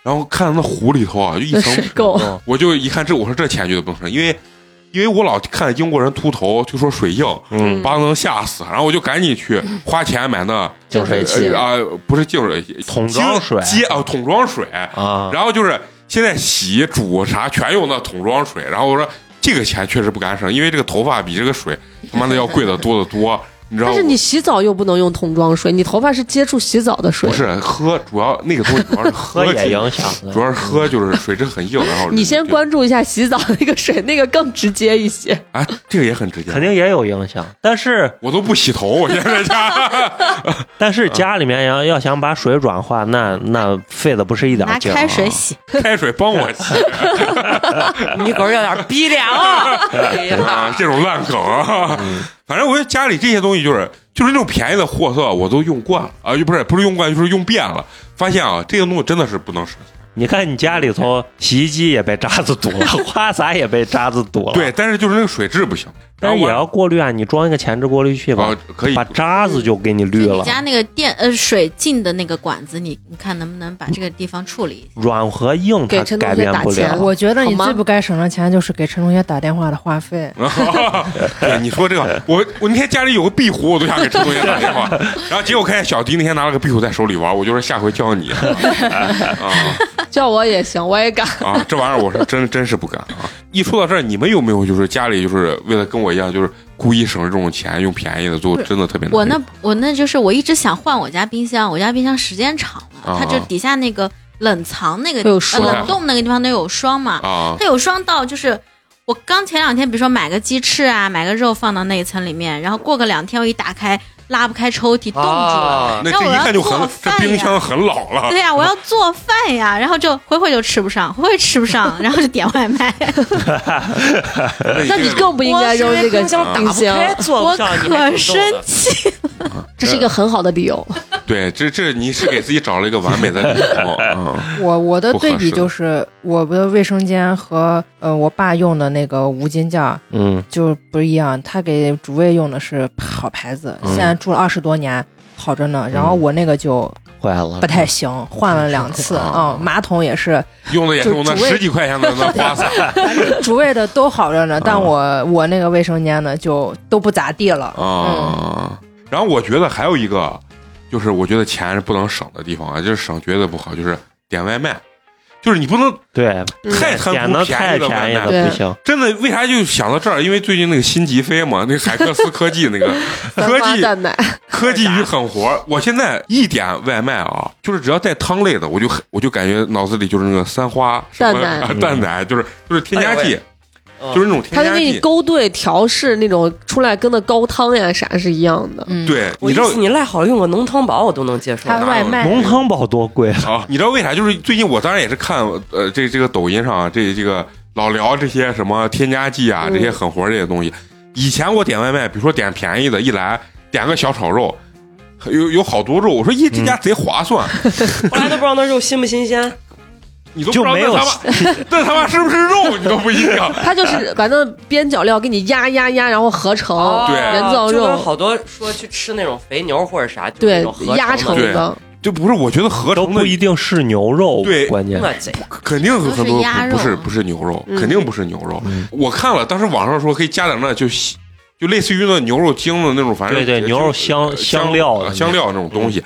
[SPEAKER 1] 然后看那湖里头啊，就一层
[SPEAKER 5] 水垢
[SPEAKER 6] 嗯
[SPEAKER 1] 我就一看这，我说这钱绝对不能省，因为因为我老看英国人秃头，就说水硬，
[SPEAKER 6] 嗯，
[SPEAKER 1] 把我能吓死，然后我就赶紧去花钱买那
[SPEAKER 6] 净水器
[SPEAKER 1] 啊、不是净水
[SPEAKER 6] 桶装水
[SPEAKER 1] 接啊、桶装水，
[SPEAKER 6] 啊，
[SPEAKER 1] 然后就是现在洗煮啥全用那桶装水，然后我说这个钱确实不敢省，因为这个头发比这个水他妈的要贵的多得多。你知道
[SPEAKER 5] 但
[SPEAKER 1] 吗？
[SPEAKER 5] 是你洗澡又不能用桶装水，你头发是接触洗澡的水。
[SPEAKER 1] 不，是喝，主要那个东西主要是
[SPEAKER 6] 喝
[SPEAKER 1] 喝
[SPEAKER 6] 也
[SPEAKER 1] 进去
[SPEAKER 6] 影响的，
[SPEAKER 1] 主要是喝就是水质很硬，然后
[SPEAKER 5] 嗯 你先关注一下洗澡那个水，那个更直接一些。
[SPEAKER 1] 啊，这个也很直接，
[SPEAKER 6] 肯定也有影响。嗯但是
[SPEAKER 1] 我都不洗头，我现在在家
[SPEAKER 6] 但是家里面要要想把水软化，那那费的不是一点
[SPEAKER 4] 拿
[SPEAKER 6] 劲儿啊。
[SPEAKER 4] 开水洗，
[SPEAKER 1] 开水帮
[SPEAKER 5] 哎
[SPEAKER 1] 我洗
[SPEAKER 2] 你狗有点逼脸 了。哎
[SPEAKER 1] 啊
[SPEAKER 2] 呀，，
[SPEAKER 1] 这种烂梗啊，
[SPEAKER 5] 嗯
[SPEAKER 1] 反正我觉得家里这些东西就是就是那种便宜的货色我都用惯了啊，就不是不是用惯，就是用遍了，发现啊，这个东西真的是不能省。
[SPEAKER 6] 你看你家里头洗衣机也被渣子堵了，花洒也被渣子
[SPEAKER 5] 哦
[SPEAKER 6] 堵了，
[SPEAKER 1] 对，，但是就是那个水质不行，然
[SPEAKER 6] 但
[SPEAKER 1] 后
[SPEAKER 6] 是也
[SPEAKER 1] 我
[SPEAKER 6] 要过滤啊，你装一个前置过滤器吧
[SPEAKER 1] 啊，可以
[SPEAKER 6] 把渣子就给你
[SPEAKER 4] 你
[SPEAKER 6] 滤了。
[SPEAKER 4] 家那个电呃水进的那个管子，你你看能不能把这个地方处理一下？
[SPEAKER 6] 软和硬
[SPEAKER 5] 给
[SPEAKER 6] 它
[SPEAKER 5] 陈同
[SPEAKER 6] 改
[SPEAKER 5] 学
[SPEAKER 6] 变
[SPEAKER 5] 打
[SPEAKER 6] 不
[SPEAKER 5] 钱
[SPEAKER 6] 了，
[SPEAKER 7] 我觉得你
[SPEAKER 5] 好吗
[SPEAKER 7] 最不该省的钱就是给陈同学打电话的话费。
[SPEAKER 1] 对，你说这个，我我那天家里有个壁虎，我都想给陈同学打电 话，然后结果看见小迪那天拿了个壁虎在手里玩，我就说下回教 你啊
[SPEAKER 5] 叫我也行，我也敢。
[SPEAKER 1] 啊，这玩意儿我是真真是不敢啊！一说到这儿，你们有没有就是家里就是为了跟我一样，就是故意省着这种钱用便宜的，最后真的特别难
[SPEAKER 4] 我那我那就是我一直想换我家冰箱，我家冰箱时间长了，
[SPEAKER 1] 啊
[SPEAKER 4] 它就底下那个冷藏那个
[SPEAKER 5] 会有
[SPEAKER 4] 呃
[SPEAKER 5] 霜
[SPEAKER 4] 冷冻那个地方都有霜嘛，
[SPEAKER 1] 啊
[SPEAKER 4] 它有霜到就是我刚前两天比如说买个鸡翅啊，买个肉放到那一层里面，然后过个两天我一打开拉不开抽屉冻住了，
[SPEAKER 2] 啊，
[SPEAKER 1] 那
[SPEAKER 4] 那
[SPEAKER 1] 这
[SPEAKER 4] 我
[SPEAKER 1] 一
[SPEAKER 4] 要
[SPEAKER 1] 看就
[SPEAKER 4] 做
[SPEAKER 1] 很，这
[SPEAKER 4] 饭
[SPEAKER 1] 冰
[SPEAKER 4] 呀
[SPEAKER 1] 箱很老 了。
[SPEAKER 4] 对呀、我要做饭呀，然后就回回就吃不上，回回吃 不上，然后就点外卖，
[SPEAKER 5] 那你更不应该扔这个
[SPEAKER 2] 冰箱打
[SPEAKER 5] 冰
[SPEAKER 2] 不
[SPEAKER 5] 箱，
[SPEAKER 2] 开，坐
[SPEAKER 4] 我
[SPEAKER 2] 不上，你还
[SPEAKER 4] 可
[SPEAKER 2] 挺逗
[SPEAKER 4] 生
[SPEAKER 2] 的
[SPEAKER 4] 气。
[SPEAKER 5] 这是一个很好的理由。
[SPEAKER 1] 对，这这你是给自己找了一个完美的理由 啊！
[SPEAKER 7] 我我的
[SPEAKER 1] 不合
[SPEAKER 7] 对比
[SPEAKER 1] 适
[SPEAKER 7] 就是我的卫生间和呃我爸用的那个无巾架
[SPEAKER 6] 嗯，
[SPEAKER 7] 就不一样，他给主卫用的是好牌子，
[SPEAKER 1] 嗯
[SPEAKER 7] 现在住了二十多年。好着呢，然后我那个就
[SPEAKER 6] 坏了，
[SPEAKER 7] 不太行，换了两次啊、嗯马桶也是，
[SPEAKER 1] 用的也是我那
[SPEAKER 7] 就主位
[SPEAKER 1] 十几块钱的那 花洒，
[SPEAKER 7] 主卫的都好着呢，但
[SPEAKER 1] 嗯
[SPEAKER 7] 我我那个卫生间呢就都不咋地
[SPEAKER 1] 哦
[SPEAKER 7] 了，
[SPEAKER 1] 啊、然后我觉得还有一个，就是我觉得钱是不能省的地方啊，就是省绝对不好，就是点外卖，就是你不能
[SPEAKER 6] 对，
[SPEAKER 1] 太贪
[SPEAKER 6] 点
[SPEAKER 1] 图
[SPEAKER 6] 的
[SPEAKER 1] 便
[SPEAKER 6] 太
[SPEAKER 1] 宜的外
[SPEAKER 6] 便宜
[SPEAKER 1] 卖。
[SPEAKER 6] 了不行。
[SPEAKER 1] 真的，为啥就想到这儿？因为最近那个新极飞嘛，那个海克斯科技 那个科
[SPEAKER 5] 妈
[SPEAKER 1] 技
[SPEAKER 5] 蛋奶，
[SPEAKER 1] 科技与狠活，我现在一点外卖啊，就是只要带汤类的，我就我就感觉脑子里就是那个三花什么
[SPEAKER 5] 蛋奶
[SPEAKER 1] 啊蛋奶，就是就是添加剂，
[SPEAKER 2] 嗯
[SPEAKER 1] 就是那种添
[SPEAKER 5] 他就
[SPEAKER 1] 加
[SPEAKER 5] 给你
[SPEAKER 1] 剂。
[SPEAKER 5] 勾兑调试那种出来跟那高汤呀啥是一样的。
[SPEAKER 7] 嗯，，
[SPEAKER 1] 对，
[SPEAKER 2] 我
[SPEAKER 1] 你
[SPEAKER 2] 意
[SPEAKER 1] 知道嗯
[SPEAKER 2] 思你赖好用个浓汤宝，我都能接受。
[SPEAKER 7] 他外
[SPEAKER 1] 哎
[SPEAKER 7] 卖
[SPEAKER 6] 浓汤宝多贵啊！
[SPEAKER 1] 啊，你知道为啥？就是最近我当然也是看呃这这个抖音上啊，这这个老聊这些什么添加剂啊，
[SPEAKER 5] 嗯
[SPEAKER 1] 这些狠活这些东西。以前我点外卖，比如说点便宜的，一来点个小炒肉，有有好多肉，我说咦这家贼划算，
[SPEAKER 2] 我还都不知道那肉新不新鲜。
[SPEAKER 1] 你都不知道
[SPEAKER 6] 就没有
[SPEAKER 1] 那他妈 那他妈是不是肉，你都不一定。
[SPEAKER 5] 他就是把那边角料给你压压压，然后合成
[SPEAKER 2] 哦
[SPEAKER 1] 对
[SPEAKER 5] 人造
[SPEAKER 2] 就跟
[SPEAKER 5] 肉，
[SPEAKER 2] 好多说去吃那种肥牛或者啥，就是那
[SPEAKER 5] 对
[SPEAKER 2] 种合
[SPEAKER 5] 压
[SPEAKER 2] 成
[SPEAKER 5] 成
[SPEAKER 2] 的
[SPEAKER 1] 对
[SPEAKER 5] 的。
[SPEAKER 1] 就不是，我觉得合
[SPEAKER 6] 都
[SPEAKER 1] 成
[SPEAKER 6] 不
[SPEAKER 1] 的
[SPEAKER 6] 一定是牛肉，
[SPEAKER 1] 对
[SPEAKER 6] 关键
[SPEAKER 2] 那贼
[SPEAKER 1] 肯定有很多
[SPEAKER 4] 都是鸭肉
[SPEAKER 1] 不是不是牛肉，
[SPEAKER 5] 嗯
[SPEAKER 1] 肯定不是牛肉
[SPEAKER 6] 嗯。
[SPEAKER 1] 我看了，当时网上说可以加点那就西就类似于那牛肉精的那种，反正
[SPEAKER 6] 对对
[SPEAKER 1] 就
[SPEAKER 6] 牛肉
[SPEAKER 1] 就
[SPEAKER 6] 香
[SPEAKER 1] 香
[SPEAKER 6] 香料的
[SPEAKER 1] 呃
[SPEAKER 6] 那
[SPEAKER 1] 香料那种东西。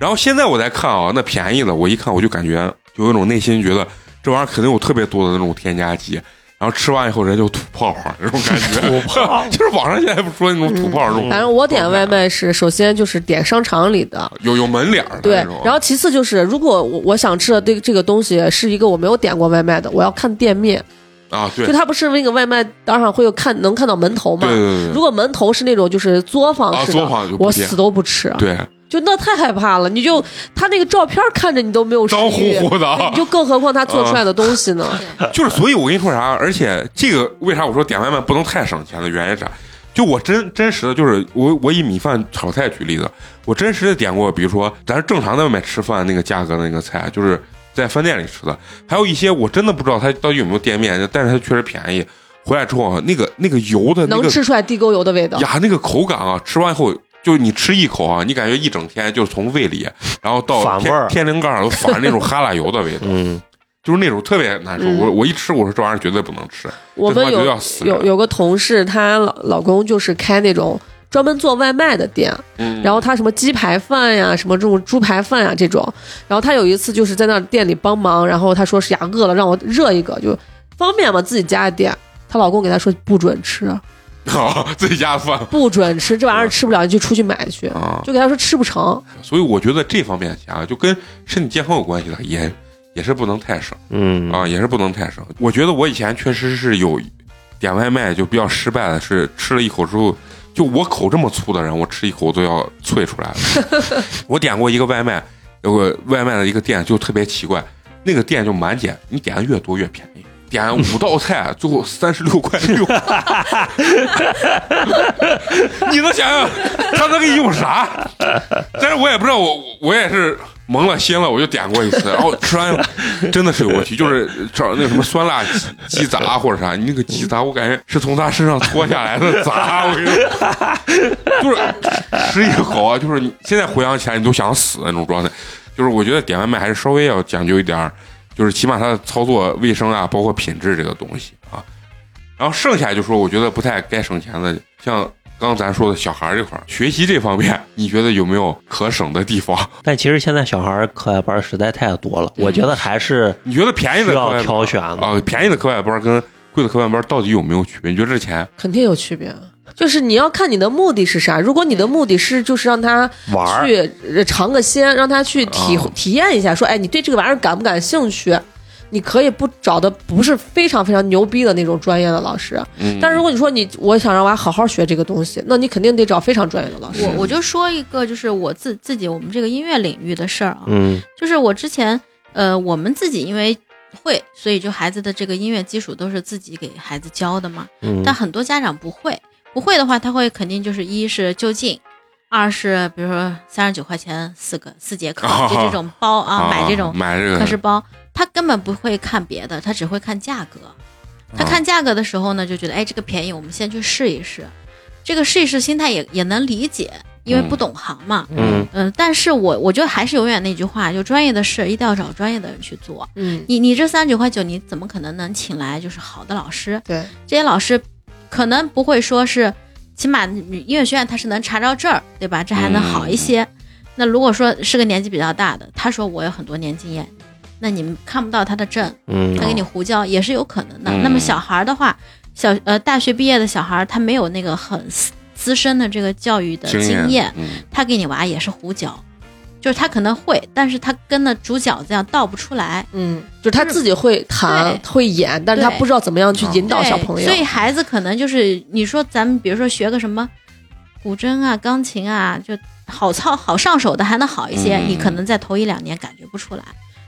[SPEAKER 1] 然后现在我在看啊，那便宜的，我一看我就感觉有一种内心觉得这玩意儿肯定有特别多的那种添加剂，然后吃完以后人就吐泡泡那种感觉，
[SPEAKER 6] 土炮
[SPEAKER 1] 就是网上现在不说那种吐泡那种，
[SPEAKER 5] 反正我
[SPEAKER 1] 嗯
[SPEAKER 5] 点外卖是首先就是点商场里的，
[SPEAKER 1] 有有门脸儿的
[SPEAKER 5] 对
[SPEAKER 1] 那种，
[SPEAKER 5] 然后其次就是如果我我想吃的这个这个东西是一个我没有点过外卖的，我要看店面，
[SPEAKER 1] 啊对
[SPEAKER 5] 就
[SPEAKER 1] 对
[SPEAKER 5] 它不是那个外卖当上会有看能看到门头嘛
[SPEAKER 1] 对。对对
[SPEAKER 5] 如果门头是那种就是作坊
[SPEAKER 1] 啊
[SPEAKER 5] 式
[SPEAKER 1] 作
[SPEAKER 5] 的，
[SPEAKER 1] 坊就不
[SPEAKER 5] 我
[SPEAKER 1] 见
[SPEAKER 5] 死都不吃，啊
[SPEAKER 1] 对，
[SPEAKER 5] 就那太害怕了。你就他那个照片看着你都没有食
[SPEAKER 1] 脏乎
[SPEAKER 5] 欲，
[SPEAKER 1] 乎的啊
[SPEAKER 5] 你，就更何况他做出来的东西呢？
[SPEAKER 1] 就是，所以我跟你说啥，而且这个为啥我说点外卖不能太省钱的原因是啥？就我真真实的，就是我我以米饭炒菜举例子，我真实的点过，比如说咱正常在外面吃饭那个价格的那个菜，就是在饭店里吃的，还有一些我真的不知道它到底有没有店面，但是它确实便宜。回来之后啊，那个那个油的那
[SPEAKER 5] 能
[SPEAKER 1] 个
[SPEAKER 5] 吃出来地沟油的味道。
[SPEAKER 1] 呀，那个口感啊，吃完以后。就你吃一口啊，你感觉一整天就是从胃里，然后到
[SPEAKER 6] 反味
[SPEAKER 1] 天
[SPEAKER 6] 儿
[SPEAKER 1] 天灵盖上都反着那种哈喇油的味道，
[SPEAKER 6] 嗯，
[SPEAKER 1] 就是那种特别难受。
[SPEAKER 5] 嗯
[SPEAKER 1] 我我一吃，我说这玩意儿绝对不能吃。
[SPEAKER 5] 我
[SPEAKER 1] 这他妈
[SPEAKER 5] 们有
[SPEAKER 1] 就要死人
[SPEAKER 5] 有有个同事，她老老公就是开那种专门做外卖的店，啊
[SPEAKER 1] 嗯
[SPEAKER 5] 然后他什么鸡排饭呀，什么这种猪排饭呀这种，然后他有一次就是在那店里帮忙，然后他说是呀饿了，让我热一个，就方便嘛自己家的店，她老公给她说不准吃，
[SPEAKER 1] 啊，自己家的饭
[SPEAKER 5] 不准吃这玩意儿，吃不了你就出去买去，
[SPEAKER 6] 嗯
[SPEAKER 1] 啊，
[SPEAKER 5] 就给他说吃不成。
[SPEAKER 1] 所以我觉得这方面啊，就跟身体健康有关系的，也也是不能太省
[SPEAKER 6] 嗯
[SPEAKER 1] 啊，也是不能太省。我觉得我以前确实是有点外卖就比较失败的，是吃了一口之后，就我口这么粗的人，我吃一口都要啐出来了。我点过一个外卖，有个外卖的一个店就特别奇怪，那个店就满减，你点的越多越便宜。点五道菜，最后三十六块六， 你能想象他能给你用啥？ 但是我也不知道，我我也是蒙了心了，我就点过一次，然后吃完真的是有问题，就是找那个什么酸辣鸡鸡杂或者啥，你那个鸡杂我感觉是从他身上脱下来的杂，我跟你说，就是吃一口啊，就是你现在回想起来你都想死那种状态，就是我觉得点外卖还是稍微要讲究一点儿，就是起码它的操作卫生啊，包括品质这个东西啊。然后剩下就说，我觉得不太该省钱的，像刚咱说的小孩儿这块儿，学习这方面，你觉得有没有可省的地方？
[SPEAKER 6] 但其实现在小孩儿课外班儿实在太多了，我觉得还是
[SPEAKER 1] 你觉得便宜的课
[SPEAKER 6] 需要
[SPEAKER 1] 外
[SPEAKER 6] 挑选的。
[SPEAKER 1] 啊、便宜的课外班跟贵的课外班到底有没有区别？你觉得这钱
[SPEAKER 5] 肯定有区别。就是你要看你的目的是啥。如果你的目的是就是让他
[SPEAKER 6] 玩儿嗯
[SPEAKER 5] 去呃尝个鲜，让他去体、
[SPEAKER 1] 啊
[SPEAKER 5] 体验一下，说哎，你对这个玩意儿感不感兴趣？你可以不找的不是非常非常牛逼的那种专业的老师，
[SPEAKER 1] 嗯
[SPEAKER 5] 但如果你说你我想让娃好好学这个东西，那你肯定得找非常专业的老师。
[SPEAKER 4] 我我就说一个，就是我自自己我们这个音乐领域的事儿啊，
[SPEAKER 6] 嗯
[SPEAKER 4] 就是我之前呃，我们自己因为会，所以就孩子的这个音乐基础都是自己给孩子教的嘛。
[SPEAKER 6] 嗯，
[SPEAKER 4] 但很多家长不会，不会的话，他会肯定就是一是就近，二是比如说三十九块钱四个四节课，
[SPEAKER 2] 哦
[SPEAKER 4] 就这种包啊，买这种
[SPEAKER 1] 买这个
[SPEAKER 4] 课时包，他根本不会看别的，他只会看价格。
[SPEAKER 6] 啊
[SPEAKER 1] 啊
[SPEAKER 4] 他看价格的时候呢，就觉得哎这个便宜，我们先去试一试。这个试一试心态也也能理解，因为
[SPEAKER 1] 嗯
[SPEAKER 4] 不懂行嘛。
[SPEAKER 6] 嗯
[SPEAKER 4] 嗯、但是我我觉得还是永远那句话，就专业的事一定要找专业的人去做。
[SPEAKER 5] 嗯，
[SPEAKER 4] 你你这三十九块九，你怎么可能能请来就是好的老师？
[SPEAKER 5] 对，
[SPEAKER 4] 这些老师可能不会说是，起码你音乐学院他是能查着证儿，对吧？这还能好一些。那如果说是个年纪比较大的，他说我有很多年经验，那你们看不到他的证，
[SPEAKER 6] 嗯
[SPEAKER 4] 他给你胡教也是有可能的。
[SPEAKER 1] 嗯
[SPEAKER 4] 那么小孩儿的话，小呃大学毕业的小孩儿，他没有那个很资资深的这个教育的
[SPEAKER 1] 经
[SPEAKER 4] 经验，
[SPEAKER 1] 嗯
[SPEAKER 4] 他给你娃也是胡搅，就是他可能会，但是他跟那煮饺子一样倒不出来。
[SPEAKER 5] 嗯，就是他自己会弹
[SPEAKER 4] 对
[SPEAKER 5] 会演，但是他
[SPEAKER 4] 对
[SPEAKER 5] 不知道怎么样去引导
[SPEAKER 4] 对，
[SPEAKER 5] 小朋友。
[SPEAKER 4] 所以孩子可能就是你说咱们比如说学个什么古筝啊、钢琴啊，就好操好上手的还能好一些，
[SPEAKER 1] 嗯
[SPEAKER 4] 你可能在头一两年感觉不出来。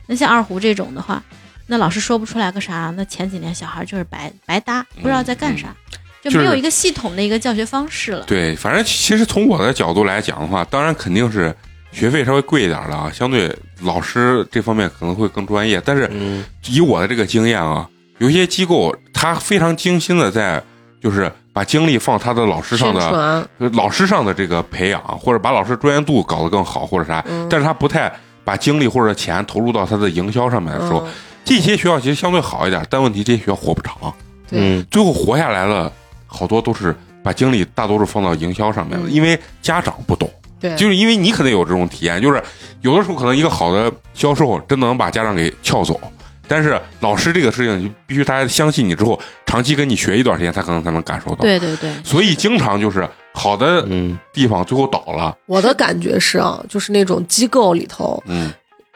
[SPEAKER 4] 那像二胡这种的话，那老师说不出来个啥，那前几年小孩就是白白搭，不知道在干啥，
[SPEAKER 1] 嗯
[SPEAKER 4] 就
[SPEAKER 1] 就
[SPEAKER 4] 没有
[SPEAKER 1] 是
[SPEAKER 4] 一个系统的一个教学方式了。
[SPEAKER 1] 对，反正其实从我的角度来讲的话，当然肯定是学费稍微贵一点的啊，相对老师这方面可能会更专业，但是
[SPEAKER 6] 嗯
[SPEAKER 1] 以我的这个经验啊，有一些机构他非常精心的在就是把精力放他的老师上
[SPEAKER 5] 宣
[SPEAKER 1] 的
[SPEAKER 5] 传，
[SPEAKER 1] 老师上的这个培养，或者把老师专业度搞得更好，或者啥，
[SPEAKER 5] 嗯
[SPEAKER 1] 但是他不太把精力或者钱投入到他的营销上面的时候，
[SPEAKER 5] 嗯，
[SPEAKER 1] 这些学校其实相对好一点，但问题这些学校活不长，
[SPEAKER 6] 嗯
[SPEAKER 1] 最后活下来了好多都是把精力大多数放到营销上面了，
[SPEAKER 5] 嗯
[SPEAKER 1] 因为家长不懂，
[SPEAKER 5] 对，
[SPEAKER 1] 就是因为你可能有这种体验，就是有的时候可能一个好的销售真的能把家长给撬走。但是老师这个事情，必须大家相信你之后，长期跟你学一段时间，他可能才能感受到。，
[SPEAKER 4] 对对对，
[SPEAKER 1] 所以经常就是好的
[SPEAKER 6] 嗯
[SPEAKER 1] 地方最后倒了，
[SPEAKER 5] 我的感觉是啊，就是那种机构里头，
[SPEAKER 1] 嗯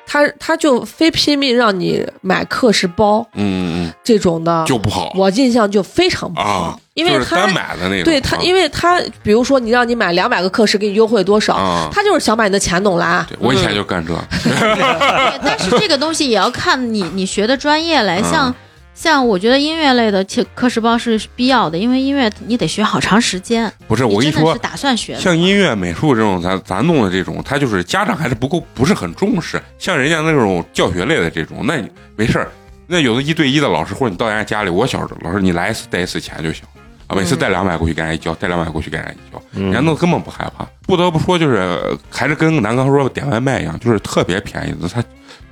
[SPEAKER 5] 他他就非拼命让你买课时包
[SPEAKER 1] 嗯嗯
[SPEAKER 5] 这种的
[SPEAKER 1] 嗯，，就不好
[SPEAKER 5] 我印象就非常不好，
[SPEAKER 1] 啊，
[SPEAKER 5] 因为
[SPEAKER 1] 就是
[SPEAKER 5] 他
[SPEAKER 1] 单买的那种，啊
[SPEAKER 5] 对他，因为他比如说你让你买两百个课时，给你优惠多少，
[SPEAKER 1] 啊，
[SPEAKER 5] 他就是想把你的钱弄来。
[SPEAKER 1] 对我以前就干这，
[SPEAKER 4] 对，但是这个东西也要看你你学的专业来，
[SPEAKER 1] 嗯
[SPEAKER 4] 像像我觉得音乐类的，其实课时包是必要的，因为音乐你得学好长时间。
[SPEAKER 1] 不是我跟
[SPEAKER 4] 你
[SPEAKER 1] 你
[SPEAKER 4] 真的
[SPEAKER 1] 说
[SPEAKER 4] 是，打算学的，
[SPEAKER 1] 像音乐、美术这种，咱咱弄的这种，他就是家长还是不够，不是很重视。像人家那种教学类的这种，那你没事儿，那有的一对一的老师，或者你到人家家里，我小时候老师你来一次带一次钱就行啊，每
[SPEAKER 5] 嗯
[SPEAKER 1] 次带两百过去给人家一交，带两百过去给人家一交，人家
[SPEAKER 6] 嗯，
[SPEAKER 1] 弄得根本不害怕。不得不说，就是呃还是跟南哥说的点外卖一样，就是特别便宜的，他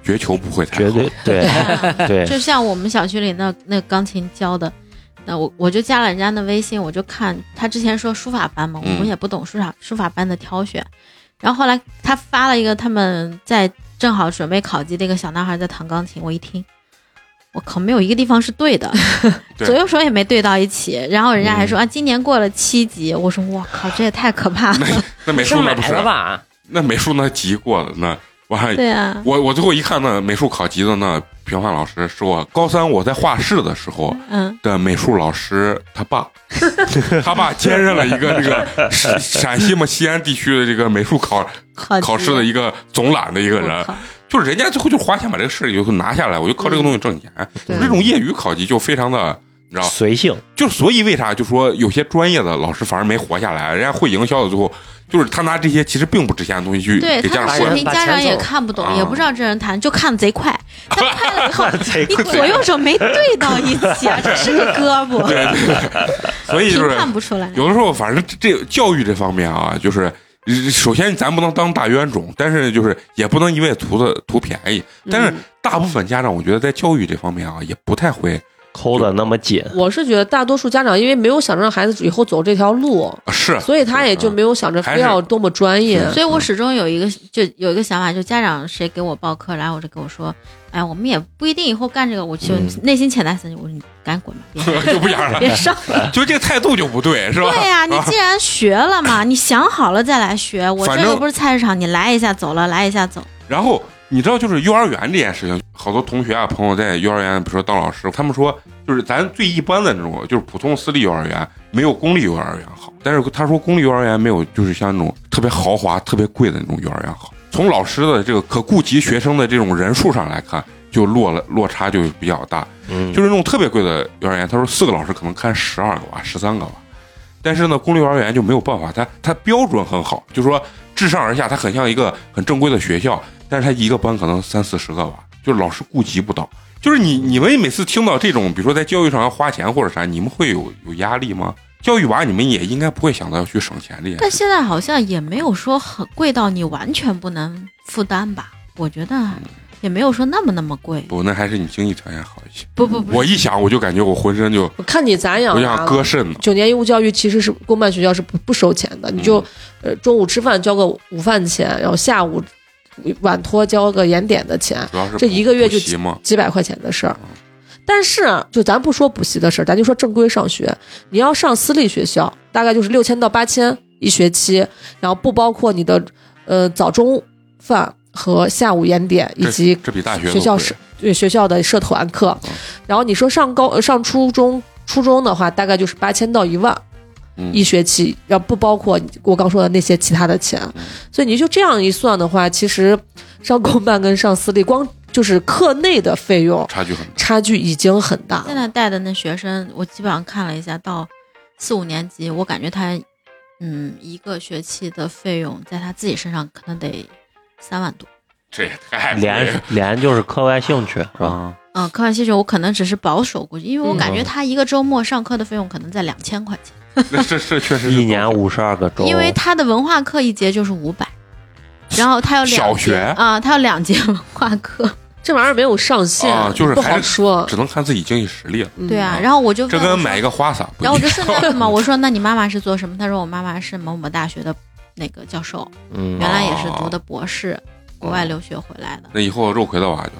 [SPEAKER 1] 绝求不会太
[SPEAKER 6] 绝
[SPEAKER 1] 好
[SPEAKER 6] 对对对，
[SPEAKER 4] 嗯就像我们小区里那那钢琴教的，那我我就加了人家的微信，我就看他之前说书法班嘛，我
[SPEAKER 1] 嗯
[SPEAKER 4] 们也不懂书法书法班的挑选，然后后来他发了一个他们在正好准备考级的一个小男孩在弹钢琴，我一听，我靠，没有一个地方是对的，
[SPEAKER 1] 对嗯
[SPEAKER 4] 左右手也没对到一起。然后人家还说、啊，今年过了七级，我说我靠，这也太可怕了。
[SPEAKER 1] 那美
[SPEAKER 2] 是
[SPEAKER 1] 术那
[SPEAKER 2] 买
[SPEAKER 1] 不是
[SPEAKER 2] 的， 吧？
[SPEAKER 1] 那美术那级过了，那我还
[SPEAKER 4] 对啊，
[SPEAKER 1] 我我最后一看那美术考级的那评判老师是我高三我在画室的时候
[SPEAKER 4] 嗯，
[SPEAKER 1] 的美术老师他爸， 他爸兼任了一个这个 陕陕西嘛西安地区的这个美术考
[SPEAKER 4] 考级
[SPEAKER 1] 考试的一个总揽的一个人
[SPEAKER 4] 啊
[SPEAKER 1] 啊
[SPEAKER 4] 我，靠
[SPEAKER 1] 就是人家最后就花钱把这个事给就拿下来，我就靠这个东西挣钱。
[SPEAKER 7] 对
[SPEAKER 1] 我这种业余考级就非常的，你知道，
[SPEAKER 6] 随性，，
[SPEAKER 1] 就是所以为啥就说有些专业的老师反而没活下来，人家会营销的最后就是他拿这些其实并不值钱的东西去
[SPEAKER 4] 对
[SPEAKER 1] 给家长
[SPEAKER 4] 他的
[SPEAKER 1] 说
[SPEAKER 4] 水
[SPEAKER 2] 人
[SPEAKER 4] 平，
[SPEAKER 2] 把
[SPEAKER 4] 家
[SPEAKER 2] 钱
[SPEAKER 4] 长也
[SPEAKER 2] 走
[SPEAKER 4] 看不懂，
[SPEAKER 1] 啊
[SPEAKER 4] 也不知道这人弹，就看的贼快。他快了以 后
[SPEAKER 6] 贼
[SPEAKER 4] 你
[SPEAKER 6] 快
[SPEAKER 4] 左右手没对到一起啊，这是个胳膊，
[SPEAKER 1] 对对对， 所以就
[SPEAKER 4] 评
[SPEAKER 1] 是
[SPEAKER 4] 判不出来。
[SPEAKER 1] 有的时候反正这这教育这方面啊，就是。首先，咱不能当大冤种，但是就是也不能一味图的图便宜。但
[SPEAKER 4] 嗯
[SPEAKER 1] 是大部分家长，我觉得在教育这方面啊，也不太会
[SPEAKER 6] 抠的那么紧，
[SPEAKER 5] 我是觉得大多数家长因为没有想着让孩子以后走这条路，
[SPEAKER 1] 啊是
[SPEAKER 5] 所以他也就没有想着非要多么专业
[SPEAKER 1] 还。 是
[SPEAKER 4] 所以我始终有一个就有一个想法，就家长谁给我报课，然后我就跟我说，哎，我们也不一定以后干这个，我就
[SPEAKER 6] 嗯
[SPEAKER 4] 内心潜台词，我说你赶紧滚 吧，别
[SPEAKER 1] 就不想了，
[SPEAKER 4] 别上。
[SPEAKER 1] 就这个态度就不对，是吧？
[SPEAKER 4] 对呀、你
[SPEAKER 1] 啊
[SPEAKER 4] 既然学了嘛，你想好了再来学。我
[SPEAKER 1] 反
[SPEAKER 4] 这又
[SPEAKER 1] 正
[SPEAKER 4] 不是菜市场，你来一下走了，来一下走。
[SPEAKER 1] 然后你知道，就是幼儿园这件事情，好多同学啊、朋友在幼儿园，比如说当老师，他们说就是咱最一般的那种，就是普通私立幼儿园没有公立幼儿园好。但是他说公立幼儿园没有就是像那种特别豪华、特别贵的那种幼儿园好。从老师的这个可顾及学生的这种人数上来看，就落了落差就比较大。
[SPEAKER 6] 嗯，
[SPEAKER 1] 就是那种特别贵的幼儿园，他说四个老师可能看十二个娃、十三个娃，但是呢，公立幼儿园就没有办法，它它标准很好，就是说自上而下，它很像一个很正规的学校，但是它一个班可能三四十个娃，就是老师顾及不到。就是你你们每次听到这种，比如说在教育上要花钱或者啥，你们会有有压力吗？教育娃，你们也应该不会想到要去省钱这件
[SPEAKER 4] 但
[SPEAKER 1] 事。
[SPEAKER 4] 现在好像也没有说很贵到你完全不能负担吧？我觉得
[SPEAKER 1] 嗯
[SPEAKER 4] 也没有说那么那么贵。
[SPEAKER 1] 不，那还是你经济条件好一些。
[SPEAKER 4] 不不不，
[SPEAKER 1] 我一想，我就感觉我浑身就
[SPEAKER 5] 我看你咋样
[SPEAKER 1] 我就
[SPEAKER 5] 啊
[SPEAKER 1] 想割肾呢。
[SPEAKER 5] 九年义务教育其实是公办学校是不不收钱
[SPEAKER 1] 嗯
[SPEAKER 5] 的，你就、呃中午吃饭交个午饭钱，然后下午晚托交个延点的钱，
[SPEAKER 1] 主要是
[SPEAKER 5] 这一个月就
[SPEAKER 1] 补习嘛，
[SPEAKER 5] 几百块钱的事儿。但是，啊就咱不说补习的事儿，咱就说正规上学。你要上私立学校，大概就是六千到八千一学期，然后不包括你的呃早中饭和下午延点以
[SPEAKER 1] 这
[SPEAKER 5] 及
[SPEAKER 1] 这比大学
[SPEAKER 5] 学校
[SPEAKER 1] 是
[SPEAKER 5] 社对学校的社团课
[SPEAKER 1] 嗯。
[SPEAKER 5] 然后你说上高呃上初中，初中的话大概就是八千到一万
[SPEAKER 1] 嗯
[SPEAKER 5] 一学期，然后不包括我刚说的那些其他的钱
[SPEAKER 1] 嗯。
[SPEAKER 5] 所以你就这样一算的话，其实上公办跟上私立光就是课内的费用
[SPEAKER 1] 差距很大。
[SPEAKER 5] 差距已经很大了。
[SPEAKER 4] 现在带的那学生，我基本上看了一下，到四五年级，我感觉他，嗯，一个学期的费用在他自己身上可能得三万多。
[SPEAKER 1] 这也太
[SPEAKER 6] 连连就是 课外兴趣是吧？
[SPEAKER 1] 啊，
[SPEAKER 4] 嗯，科幻系数我可能只是保守估计，因为我
[SPEAKER 5] 嗯
[SPEAKER 4] 感觉他一个周末上课的费用可能在两千块钱，
[SPEAKER 1] 那这这确实是
[SPEAKER 6] 一年五十二个周，
[SPEAKER 4] 因为他的文化课一节就是五百，然后他有两
[SPEAKER 1] 小
[SPEAKER 4] 节
[SPEAKER 1] 学
[SPEAKER 4] 啊，他有两节文化课，
[SPEAKER 5] 这玩意儿没有上限，
[SPEAKER 1] 啊就是
[SPEAKER 5] 不
[SPEAKER 1] 还
[SPEAKER 5] 好
[SPEAKER 1] 是
[SPEAKER 5] 说。
[SPEAKER 1] 只能看自己经济实力了。
[SPEAKER 5] 嗯
[SPEAKER 4] 对啊，然后我就问
[SPEAKER 1] 这
[SPEAKER 4] 我
[SPEAKER 1] 跟
[SPEAKER 4] 说
[SPEAKER 1] 买一个花洒不一
[SPEAKER 4] 然
[SPEAKER 1] 样
[SPEAKER 4] 后我就顺便问嘛，我说那你妈妈是做什么？他说我妈妈是某某大学的那个教授，
[SPEAKER 6] 嗯
[SPEAKER 4] 原来也
[SPEAKER 1] 哦
[SPEAKER 4] 是读的博士，国外留学回来的，
[SPEAKER 1] 那以后肉葵的娃就是，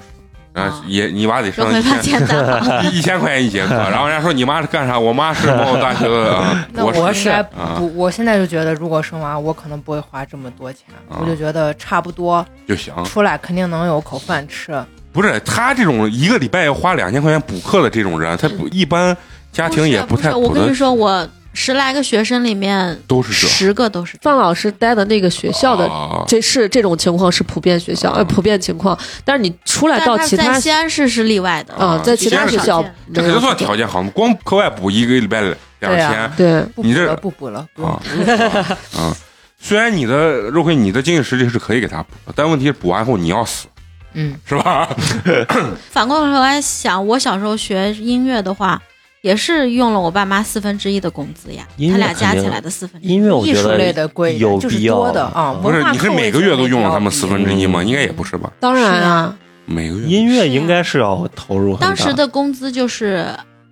[SPEAKER 1] 然后
[SPEAKER 4] 啊
[SPEAKER 1] 也你娃得
[SPEAKER 4] 说
[SPEAKER 1] 上
[SPEAKER 4] 回
[SPEAKER 1] 一
[SPEAKER 4] 发
[SPEAKER 1] 千
[SPEAKER 4] 简单了。
[SPEAKER 1] 一千块钱一节课，然后人家说你妈是干啥？我妈是某某大学的啊
[SPEAKER 7] 那我
[SPEAKER 1] 博
[SPEAKER 7] 应
[SPEAKER 1] 士
[SPEAKER 7] 该
[SPEAKER 1] 啊
[SPEAKER 7] 不，我现在就觉得，如果生娃，我可能不会花这么多钱，
[SPEAKER 1] 啊
[SPEAKER 7] 我就觉得差不多
[SPEAKER 1] 就行。
[SPEAKER 7] 出来肯定能有口饭吃。
[SPEAKER 1] 不是他这种一个礼拜要花两千块钱补课的这种人，他不一般家庭也
[SPEAKER 4] 不是
[SPEAKER 1] 太
[SPEAKER 4] 不是我
[SPEAKER 1] 补
[SPEAKER 4] 跟
[SPEAKER 1] 的
[SPEAKER 4] 你，说，我十来个学生里面
[SPEAKER 1] 都是这
[SPEAKER 4] 十个都是这
[SPEAKER 5] 范老师待的那个学校的，
[SPEAKER 1] 啊
[SPEAKER 5] 这是这种情况是普遍学校，
[SPEAKER 1] 啊
[SPEAKER 5] 呃，普遍情况。但是你出来
[SPEAKER 4] 样，
[SPEAKER 5] 到
[SPEAKER 4] 但
[SPEAKER 5] 其
[SPEAKER 4] 是
[SPEAKER 5] 他
[SPEAKER 4] 在西安市是例外
[SPEAKER 6] 嗯
[SPEAKER 4] 的。
[SPEAKER 5] 啊，在
[SPEAKER 1] 西
[SPEAKER 5] 其
[SPEAKER 1] 安
[SPEAKER 5] 他学
[SPEAKER 1] 是
[SPEAKER 5] 校
[SPEAKER 1] 这肯定算条件好，光课外补一个礼拜两
[SPEAKER 7] 对啊
[SPEAKER 1] 千，
[SPEAKER 5] 对。
[SPEAKER 7] 不补
[SPEAKER 1] 你这
[SPEAKER 7] 了，不补了，不用
[SPEAKER 1] 啊啊！虽然你的肉葵，你的经济实力是可以给他补的，但问题是补完后你要死，
[SPEAKER 7] 嗯，
[SPEAKER 1] 是吧？
[SPEAKER 4] 反过头来想，我小时候学音乐的话，也是用了我爸妈四分之一的工资呀，
[SPEAKER 6] 音
[SPEAKER 4] 他
[SPEAKER 6] 乐
[SPEAKER 4] 俩加
[SPEAKER 6] 肯定
[SPEAKER 4] 起来的四分之一。
[SPEAKER 6] 音乐我
[SPEAKER 7] 艺
[SPEAKER 6] 觉
[SPEAKER 7] 术类
[SPEAKER 6] 得
[SPEAKER 7] 的贵一
[SPEAKER 6] 有
[SPEAKER 7] 点，就是
[SPEAKER 6] 必要嗯
[SPEAKER 7] 多的啊，
[SPEAKER 1] 不
[SPEAKER 7] 文
[SPEAKER 1] 是
[SPEAKER 7] 化，
[SPEAKER 1] 你是
[SPEAKER 7] 课我
[SPEAKER 1] 每个
[SPEAKER 7] 觉得
[SPEAKER 1] 月都
[SPEAKER 7] 没
[SPEAKER 1] 用了
[SPEAKER 7] 必
[SPEAKER 1] 他
[SPEAKER 7] 要
[SPEAKER 1] 们
[SPEAKER 7] 比
[SPEAKER 1] 四分之一吗？应该也不是吧？
[SPEAKER 5] 当然啊，
[SPEAKER 1] 每个月
[SPEAKER 6] 音乐
[SPEAKER 4] 是啊
[SPEAKER 6] 应该是要投入很大
[SPEAKER 4] 当时的工资就是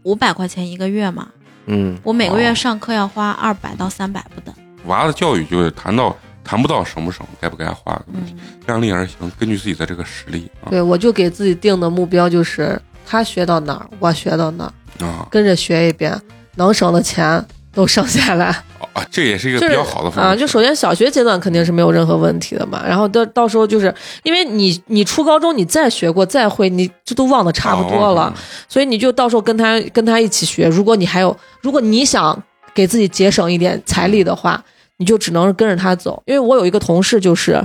[SPEAKER 4] 五百块钱一个月嘛，
[SPEAKER 6] 嗯，
[SPEAKER 4] 我每个
[SPEAKER 1] 哦
[SPEAKER 4] 月上课要花二百到三百不等。
[SPEAKER 1] 娃的教育就是谈到谈不到省不省，该不该花，
[SPEAKER 4] 嗯，
[SPEAKER 1] 量力而行，根据自己的这个实力啊。
[SPEAKER 5] 对我就给自己定的目标就是他学到哪儿，我学到哪儿，
[SPEAKER 1] 啊
[SPEAKER 5] 跟着学一遍，能省的钱都省下来。
[SPEAKER 1] 啊，这也是一个
[SPEAKER 5] 就
[SPEAKER 1] 比
[SPEAKER 5] 是
[SPEAKER 1] 较好的方
[SPEAKER 5] 啊，
[SPEAKER 1] 法
[SPEAKER 5] 就首先小学阶段肯定是没有任何问题的嘛，然后到到时候就是因为你你初高中你再学过再会，你这都忘得差不多了，
[SPEAKER 1] 啊
[SPEAKER 5] 所以你就到时候跟他跟他一起学。如果你还有，如果你想给自己节省一点财力的话，你就只能跟着他走。因为我有一个同事，就是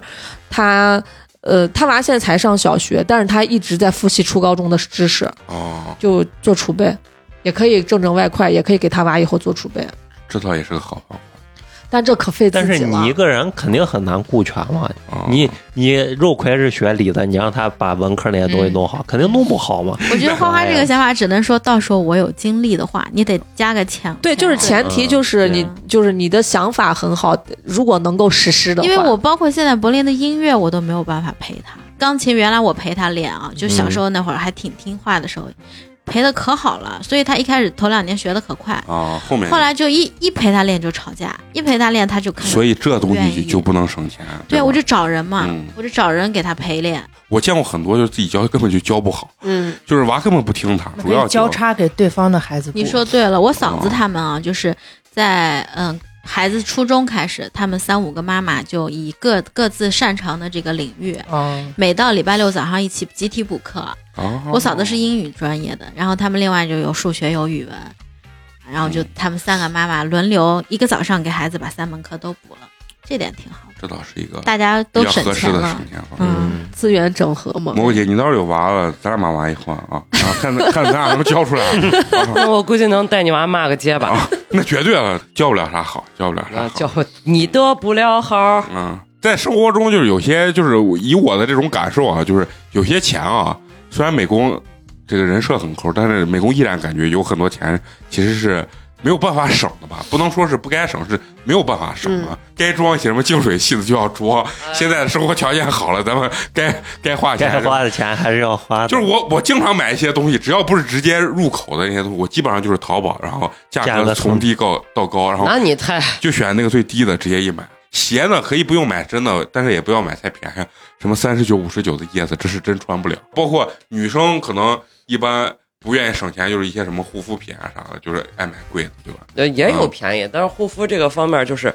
[SPEAKER 5] 他，呃，他娃现在才上小学，但是他一直在复习初高中的知识，
[SPEAKER 1] 哦，
[SPEAKER 5] 就做储备，也可以挣挣外快，也可以给他娃以后做储备。
[SPEAKER 1] 这倒也是个好方
[SPEAKER 5] 但这可费自
[SPEAKER 6] 但
[SPEAKER 5] 己了。
[SPEAKER 6] 是你一个人肯定很难顾全嘛。
[SPEAKER 1] 法。啊
[SPEAKER 6] 你你肉葵是学理的，你让他把文科那些东西弄好，肯定弄不好嘛。
[SPEAKER 4] 我觉得花花这个想法只能说到时候我有精力的话，你得加个钱。
[SPEAKER 5] 对，就是前提就是
[SPEAKER 6] 嗯
[SPEAKER 5] 你、
[SPEAKER 4] 对啊
[SPEAKER 5] 就是你的想法很好，如果能够实施的话，
[SPEAKER 4] 因为我包括现在柏林的音乐，我都没有办法陪他。钢琴原来我陪他练啊，就小时候那会儿还挺听话的时候，陪的可好了，所以他一开始头两年学的可快，
[SPEAKER 1] 啊，后面
[SPEAKER 4] 后来就一一陪他练就吵架，一陪他练他就开始。
[SPEAKER 1] 所以这东
[SPEAKER 4] 愿
[SPEAKER 1] 西
[SPEAKER 4] 意
[SPEAKER 1] 就就不能省钱。
[SPEAKER 4] 对，啊
[SPEAKER 1] 吧
[SPEAKER 4] 我就找人嘛，
[SPEAKER 1] 嗯
[SPEAKER 4] 我就找人给他陪练。
[SPEAKER 1] 我见过很多就是自己教根本就教不好，
[SPEAKER 5] 嗯，
[SPEAKER 1] 就是娃根本不听他，主要
[SPEAKER 7] 交叉给对方的孩子补。
[SPEAKER 4] 你说对了，我嫂子他们啊，就是在嗯孩子初中开始，他们三五个妈妈就以各各自擅长的这个领域，
[SPEAKER 7] 嗯，
[SPEAKER 4] 每到礼拜六早上一起集体补课。
[SPEAKER 1] 啊，
[SPEAKER 4] 我嫂子是英语专业的，然后他们另外就有数学有语文，然后就
[SPEAKER 1] 嗯
[SPEAKER 4] 他们三个妈妈轮流一个早上给孩子把三门课都补了，这点挺好，
[SPEAKER 1] 这倒是一个
[SPEAKER 4] 大家
[SPEAKER 1] 比
[SPEAKER 4] 都
[SPEAKER 1] 较
[SPEAKER 4] 省
[SPEAKER 1] 合适
[SPEAKER 4] 钱
[SPEAKER 1] 的
[SPEAKER 4] 了
[SPEAKER 1] 省。钱方法。
[SPEAKER 4] 嗯，
[SPEAKER 5] 资源整合嘛。
[SPEAKER 1] 蘑菇姐，你到时候有娃了，咱俩把娃一换啊， 啊，看看看咱俩能不能教出来啊，啊
[SPEAKER 2] 那我估计能带你娃骂个街吧，
[SPEAKER 1] 那绝对了，教不了啥好，教不了啥
[SPEAKER 2] 啊，
[SPEAKER 1] 好
[SPEAKER 2] 叫，你得不了好。
[SPEAKER 1] 嗯，在生活中就是有些就是我以我的这种感受啊，就是有些钱啊，虽然美工这个人设很抠，但是美工依然感觉有很多钱其实是没有办法省的吧，不能说是不该省，是没有办法省的，
[SPEAKER 4] 嗯
[SPEAKER 1] 该装些什么净水系的就要装。现在生活条件好了，咱们该该花钱
[SPEAKER 6] 该
[SPEAKER 1] 还是
[SPEAKER 6] 花的钱还是要花 的，
[SPEAKER 1] 就是我，我经常买一些东西，只要不是直接入口的那些东西，我基本上就是淘宝，然后价
[SPEAKER 6] 价
[SPEAKER 1] 格
[SPEAKER 6] 格
[SPEAKER 1] 从
[SPEAKER 6] 从
[SPEAKER 1] 低到到高，然后
[SPEAKER 2] 那你太
[SPEAKER 1] 就选那个最低的，直接一买。鞋呢可以不用买真的，但是也不要买太便宜，什么三十九、五十九的叶子，这是真穿不了。包括女生可能一般不愿意省钱，就是一些什么护肤品啊啥的，就是爱买贵的，对吧？
[SPEAKER 2] 呃也
[SPEAKER 1] 嗯
[SPEAKER 2] 有便宜，但是护肤这个方面就是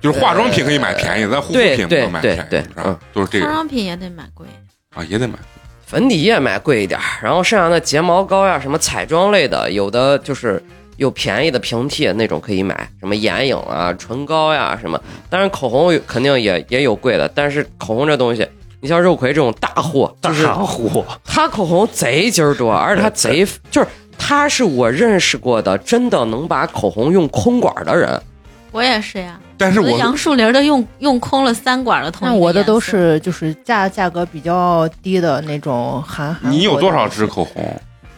[SPEAKER 1] 就是化妆品可以买便宜，但护肤
[SPEAKER 2] 对
[SPEAKER 1] 品不能买
[SPEAKER 2] 对
[SPEAKER 1] 便宜，
[SPEAKER 2] 对
[SPEAKER 1] 是吧
[SPEAKER 2] 嗯
[SPEAKER 1] 就是这
[SPEAKER 4] 化
[SPEAKER 1] 个
[SPEAKER 4] 妆品也得买贵。
[SPEAKER 1] 啊，也得买。
[SPEAKER 2] 粉底液买贵一点儿，然后剩下的睫毛膏呀、什么彩妆类的，有的就是有便宜的平替那种可以买，什么眼影啊、唇膏呀什么。当然口红有肯定也也有贵的，但是口红这东西，你像肉葵这种大货，
[SPEAKER 6] 大
[SPEAKER 2] 就是
[SPEAKER 6] 户，，
[SPEAKER 2] 他口红贼筋儿多，而且他贼就是他是我认识过的真的能把口红用空管儿的人。
[SPEAKER 4] 我也是呀，
[SPEAKER 1] 但是
[SPEAKER 4] 我的
[SPEAKER 1] 我
[SPEAKER 4] 杨树林都用用空了三管了，同一
[SPEAKER 7] 那
[SPEAKER 4] 个
[SPEAKER 7] 我的
[SPEAKER 4] 颜色
[SPEAKER 7] 都是就是价价格比较低的那种韩韩。
[SPEAKER 1] 你有多少支口？红？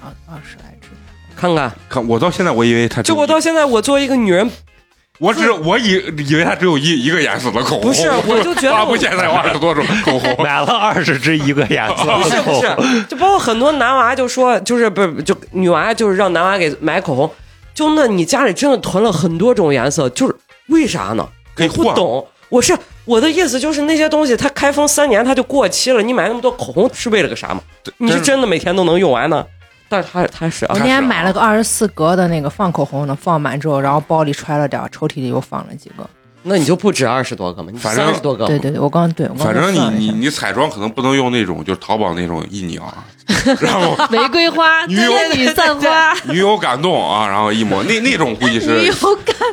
[SPEAKER 7] 啊，二十来支。
[SPEAKER 2] 看看，
[SPEAKER 1] 看我到现在我以为它只
[SPEAKER 2] 就
[SPEAKER 1] 有
[SPEAKER 2] 我
[SPEAKER 1] 一
[SPEAKER 2] 到现在，我作为一个女人，
[SPEAKER 1] 我只我以以为它只有一一个颜色的口红，
[SPEAKER 2] 不是我就觉得我
[SPEAKER 1] 发布现在有二十多种口红
[SPEAKER 6] 买了二十支一个颜 色，
[SPEAKER 2] 不是不是，就包括很多男娃就说，就是不是就女娃就是让男娃给买口红，就那你家里真的囤了很多种颜色，就是为啥呢？
[SPEAKER 1] 可以
[SPEAKER 2] 不
[SPEAKER 1] 换。
[SPEAKER 2] 懂，我是我的意思就是那些东西它开封三年它就过期了，你买那么多口红是为了个啥嘛？你是真的每天都能用完呢？但是它它是
[SPEAKER 7] 我
[SPEAKER 2] 啊，
[SPEAKER 7] 那
[SPEAKER 1] 开始
[SPEAKER 7] 天
[SPEAKER 1] 啊
[SPEAKER 7] 买了个二十四格的那个放口红的，放满之后，然后包里揣了点儿，抽屉里又放了几个。
[SPEAKER 2] 那你就不止二十多个嘛，你
[SPEAKER 1] 反正
[SPEAKER 2] 三十多个嘛
[SPEAKER 7] 对对对，我刚对，我刚
[SPEAKER 1] 反正
[SPEAKER 7] 算了一
[SPEAKER 1] 你你
[SPEAKER 7] 下
[SPEAKER 1] 你彩妆可能不能用那种就是淘宝那种一拧 啊，然后
[SPEAKER 5] 玫瑰花，
[SPEAKER 1] 女友
[SPEAKER 5] 仙女散花，
[SPEAKER 1] 女友感动啊，然后一抹那那种估计是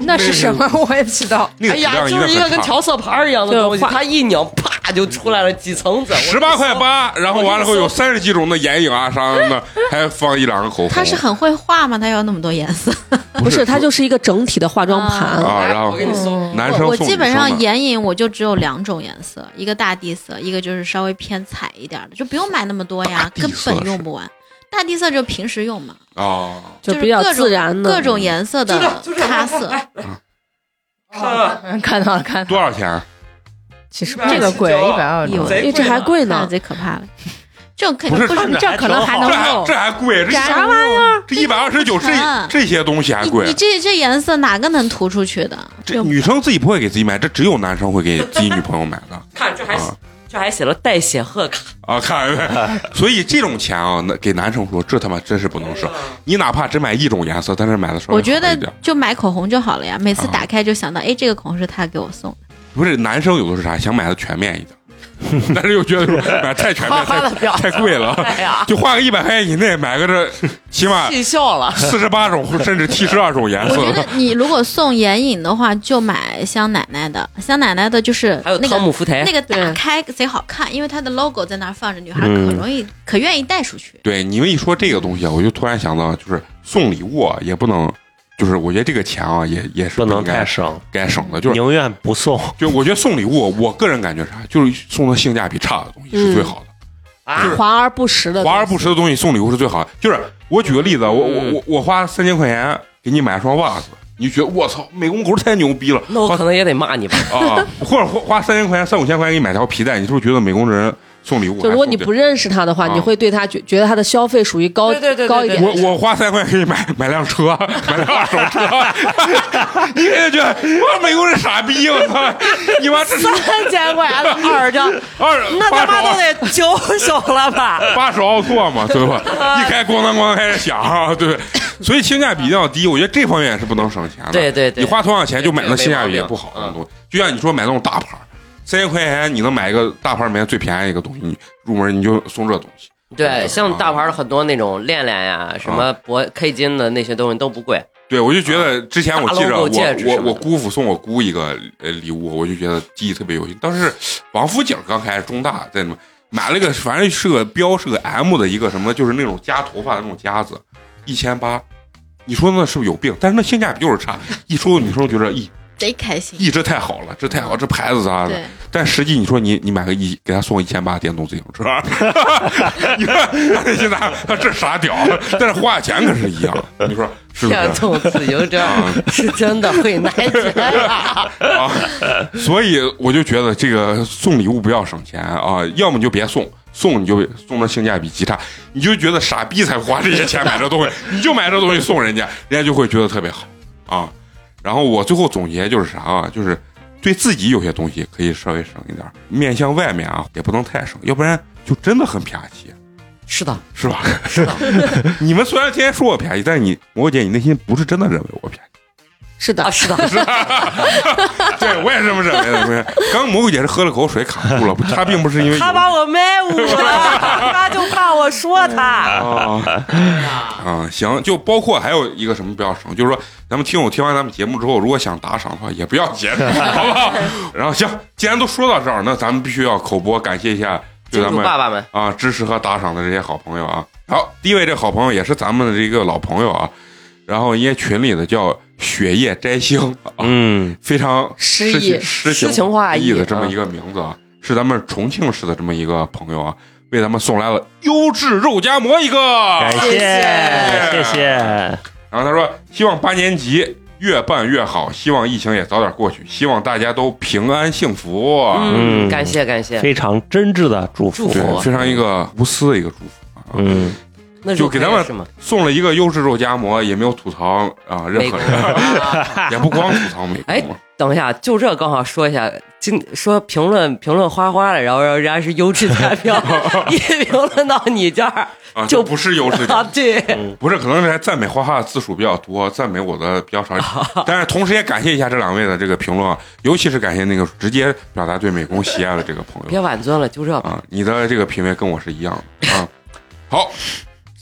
[SPEAKER 7] 那是什么我也不知道。
[SPEAKER 1] 那个
[SPEAKER 2] 哎
[SPEAKER 1] 质
[SPEAKER 2] 呀，
[SPEAKER 1] 量
[SPEAKER 2] 就
[SPEAKER 1] 一
[SPEAKER 2] 是一
[SPEAKER 1] 定
[SPEAKER 2] 个
[SPEAKER 1] 很
[SPEAKER 2] 跟
[SPEAKER 1] 差。
[SPEAKER 2] 调色盘儿一样的
[SPEAKER 5] 对
[SPEAKER 2] 东西，
[SPEAKER 5] 画
[SPEAKER 2] 它一拧，啪就出来了几层子。我
[SPEAKER 1] 十八块八，然后完了后有三十几种的眼影啊啥的，还放一两个口红。
[SPEAKER 4] 他是很会画吗？他要那么多颜色？
[SPEAKER 5] 不是，它就是一个整体的化妆盘。
[SPEAKER 1] 啊，然
[SPEAKER 2] 我
[SPEAKER 1] 后
[SPEAKER 2] 给你搜，
[SPEAKER 1] 男生
[SPEAKER 4] 我我
[SPEAKER 1] 送
[SPEAKER 4] 基本
[SPEAKER 1] 女
[SPEAKER 4] 上
[SPEAKER 1] 生的
[SPEAKER 4] 眼影我就只有两种颜色，一个大地色，一个就是稍微偏彩一点的，就不用买那么多呀，
[SPEAKER 1] 大地
[SPEAKER 4] 根
[SPEAKER 1] 色
[SPEAKER 4] 本用不完。大地色就平时用嘛，
[SPEAKER 1] 哦，
[SPEAKER 5] 就是比较
[SPEAKER 4] 各种
[SPEAKER 5] 自然的
[SPEAKER 4] 各种颜色的咖色，
[SPEAKER 1] 哎嗯
[SPEAKER 2] 看啊了
[SPEAKER 7] 嗯看到了，看到
[SPEAKER 1] 多
[SPEAKER 7] 了。
[SPEAKER 1] 少钱？啊
[SPEAKER 7] 其实
[SPEAKER 2] 129
[SPEAKER 7] 这个贵，一百二十
[SPEAKER 4] 有
[SPEAKER 2] 贼
[SPEAKER 5] 哎这还贵呢
[SPEAKER 4] 看着贼可怕了。这种肯
[SPEAKER 1] 不
[SPEAKER 4] 定
[SPEAKER 1] 是
[SPEAKER 4] 不是
[SPEAKER 6] 看着
[SPEAKER 4] 这可能还
[SPEAKER 1] 这
[SPEAKER 6] 还
[SPEAKER 4] 能
[SPEAKER 6] 挺
[SPEAKER 1] 还
[SPEAKER 4] 用，
[SPEAKER 1] 这还贵？这
[SPEAKER 4] 啥玩意儿？
[SPEAKER 1] 这一百二十九，这这些东西还
[SPEAKER 4] 你
[SPEAKER 1] 贵啊
[SPEAKER 4] 你？这这颜色哪个能涂出去的？
[SPEAKER 1] 这女生自己不会给自己买，这只有男生会给自己女朋友买的。
[SPEAKER 2] 看，这还
[SPEAKER 1] 啊
[SPEAKER 2] 这还写了代写贺卡，
[SPEAKER 1] 啊，看没
[SPEAKER 4] 哎
[SPEAKER 1] 没？所以这种钱啊，那给男生说，这他妈真是不能省。你哪怕只买一种颜色，但是买的稍微
[SPEAKER 4] 嗯我觉
[SPEAKER 1] 好
[SPEAKER 4] 得
[SPEAKER 1] 一点
[SPEAKER 4] 就买口红就好了呀，每次
[SPEAKER 1] 啊
[SPEAKER 4] 打开就想到，哎，这个口红是他给我送的，
[SPEAKER 1] 不是男生有的是啥，想买的全面一点， 但是又觉得说买太全面
[SPEAKER 2] 哗哗
[SPEAKER 1] 太
[SPEAKER 2] 的 表
[SPEAKER 1] 太贵了，
[SPEAKER 2] 哎呀，
[SPEAKER 1] 就花个一百块钱以内买个 这起码
[SPEAKER 2] 气笑了。
[SPEAKER 1] 四十八种甚至七十二种颜
[SPEAKER 4] 我
[SPEAKER 1] 色
[SPEAKER 4] 觉得。你如果送眼影的话，就买香奶奶的，香奶奶的就是
[SPEAKER 2] 还有
[SPEAKER 4] 那
[SPEAKER 2] 汤
[SPEAKER 4] 个。
[SPEAKER 2] 姆福
[SPEAKER 1] 哎
[SPEAKER 2] 台，
[SPEAKER 4] 那个打
[SPEAKER 5] 对
[SPEAKER 4] 开贼好看，因为它的 logo 在那儿放着，女孩
[SPEAKER 6] 嗯
[SPEAKER 4] 可容易、可愿意带出去。
[SPEAKER 1] 对，你们一说这个东西啊，我就突然想到，就是送礼物啊也不能，就是我觉得这个钱啊也也是
[SPEAKER 6] 不能
[SPEAKER 1] 应该
[SPEAKER 6] 太省，
[SPEAKER 1] 该省的，就是
[SPEAKER 6] 宁愿不送
[SPEAKER 1] 就我觉得送礼物，我个人感觉啥，就是送的性价比差的东
[SPEAKER 2] 嗯
[SPEAKER 1] 西是最好的。就是
[SPEAKER 5] 华而不实的，
[SPEAKER 1] 华而不实的东西送礼物是最好的。就是我举个例子，我我
[SPEAKER 2] 嗯
[SPEAKER 1] 我我花三千块钱给你买双袜子，你就觉得我操，美工狗太牛逼了
[SPEAKER 2] 那我可能也得骂你吧。
[SPEAKER 1] 啊！ 或者花花三千块钱、三五千块钱给你买条皮带，你是不是觉得美工这人送礼物还送
[SPEAKER 5] 就
[SPEAKER 1] 的？
[SPEAKER 5] 如果你不认识他的话，
[SPEAKER 1] 啊
[SPEAKER 5] 你会对他觉觉得他的消费属于高
[SPEAKER 2] 对对对对
[SPEAKER 5] 高一
[SPEAKER 2] 对
[SPEAKER 5] 点。
[SPEAKER 1] 我我花三块钱给你买买辆车，买辆二手 车，你也觉得我美工人傻逼，我操！你妈这是
[SPEAKER 2] 三千块钱的二张，
[SPEAKER 1] 二
[SPEAKER 2] 那他妈
[SPEAKER 1] 八
[SPEAKER 2] 都
[SPEAKER 1] 手
[SPEAKER 2] 得九手了吧？
[SPEAKER 1] 八十奥拓嘛， 对吧？一开咣当咣当开始响，啊对，所以性价比一定要低。我觉得这方面也是不能省钱的。
[SPEAKER 2] 对对对
[SPEAKER 1] 你花同样钱就买那性价比也不好
[SPEAKER 2] 这个
[SPEAKER 1] 的
[SPEAKER 2] 没毛嗯
[SPEAKER 1] 东西，就像你说买那种大牌儿，三千块钱你能买一个大牌儿里面最便宜一个东西，你入门你就送这东西。
[SPEAKER 2] 对，像大牌的很多那种恋恋呀，什
[SPEAKER 1] 啊
[SPEAKER 2] 么铂 K 金的那些东西都不贵。
[SPEAKER 1] 对，我就觉得之前我记着
[SPEAKER 2] 啊大 logo
[SPEAKER 1] 我
[SPEAKER 2] 戒指
[SPEAKER 1] 我
[SPEAKER 2] 什么的
[SPEAKER 1] 我姑父送我姑一个呃礼物，我就觉得记忆特别犹新。当时是王府井刚开始中大在那买了一个，反正是个标是个 M 的一个什么，就是那种夹头发的那种夹子，一千八。你说那是不是有病？但是那性价比就是差。一说女生觉得，咦，
[SPEAKER 4] 贼开心。
[SPEAKER 1] 咦，这太好了，这太好，这牌子啥的。
[SPEAKER 4] 对，
[SPEAKER 1] 但实际你说你你买个一给他送一千八电动自行车， 你看他内心他他这傻屌，但是花钱可是一样。你说是 不是？
[SPEAKER 2] 电动自行车 是真的会拿钱啊！
[SPEAKER 1] 啊， 所以我就觉得这个送礼物不要省钱啊，要么你就别送，送你就送的性价比极差，你就觉得傻逼才花这些钱买这东西，你就买这东西送人家，人家就会觉得特别好啊。然后我最后总结就是啥啊，就是对自己有些东西可以稍微省一点儿，面向外面啊也不能太省，要不然就真的很偏激，
[SPEAKER 2] 是的，
[SPEAKER 1] 是吧？ 是的。你们虽然天天说我便宜，但是你摩姐，你内心不是真的认为我便宜。
[SPEAKER 5] 是的，
[SPEAKER 2] 是的，
[SPEAKER 1] 对我也是这么认为的。不是，刚蘑菇姐是喝了口水卡住了，不她并不是因为
[SPEAKER 2] 他
[SPEAKER 1] 有
[SPEAKER 2] 把我卖武 了，他就怕我说他。
[SPEAKER 1] 啊 啊，行，就包括还有一个什么不要省，就是说咱们听友听完咱们节目之后，如果想打赏的话，也不要节 制，好不好？然后行，既然都说到这儿，那咱们必须要口播感谢一下对
[SPEAKER 2] 金
[SPEAKER 1] 咱
[SPEAKER 2] 主
[SPEAKER 1] 们
[SPEAKER 2] 爸爸们，
[SPEAKER 1] 啊支持和打赏的这些好朋友啊。好，第一位这好朋友也是咱们的这个老朋友啊，然后人家群里的叫雪夜摘星啊，
[SPEAKER 6] 嗯，
[SPEAKER 1] 非常
[SPEAKER 5] 诗意
[SPEAKER 1] 情诗
[SPEAKER 2] 诗情画
[SPEAKER 1] 意
[SPEAKER 2] 意
[SPEAKER 1] 的这么一个名字啊，是咱们重庆市的这么一个朋友啊，为咱们送来了优质肉夹馍一个。
[SPEAKER 6] 感谢
[SPEAKER 1] 谢谢
[SPEAKER 6] 谢谢，
[SPEAKER 1] 然后他说，希望八年级越办越好，希望疫情也早点过去，希望大家都平安幸福。啊
[SPEAKER 2] 嗯，
[SPEAKER 6] 嗯
[SPEAKER 2] 感谢感谢，
[SPEAKER 6] 非常真挚的祝
[SPEAKER 2] 祝
[SPEAKER 6] 福，
[SPEAKER 1] 对，非常一个无私的一个祝福。
[SPEAKER 6] 嗯，
[SPEAKER 2] 那
[SPEAKER 1] 就给咱们
[SPEAKER 2] 是吗？
[SPEAKER 1] 送了一个优质肉夹馍，也没有吐槽啊，任
[SPEAKER 2] 美
[SPEAKER 1] 何
[SPEAKER 2] 国。
[SPEAKER 1] 人，
[SPEAKER 2] 啊
[SPEAKER 1] 也不光吐槽美国。
[SPEAKER 2] 哎 等一下，就这刚好说一下，今说评论评论花花的，然后人家是优质 彩票，一评论到你这儿
[SPEAKER 1] 啊，就
[SPEAKER 2] 就
[SPEAKER 1] 不是优质
[SPEAKER 2] 啊
[SPEAKER 1] 的，，
[SPEAKER 2] 对，
[SPEAKER 1] 不是，可能是赞美花花的字数比较多，赞美我的比较少，但是同时也感谢一下这两位的这个评论，啊，尤其是感谢那个直接表达对美工喜爱的这个朋
[SPEAKER 2] 别
[SPEAKER 1] 友
[SPEAKER 2] 挽尊了，就这吧。
[SPEAKER 1] 啊，你的这个品味跟我是一样的啊。好，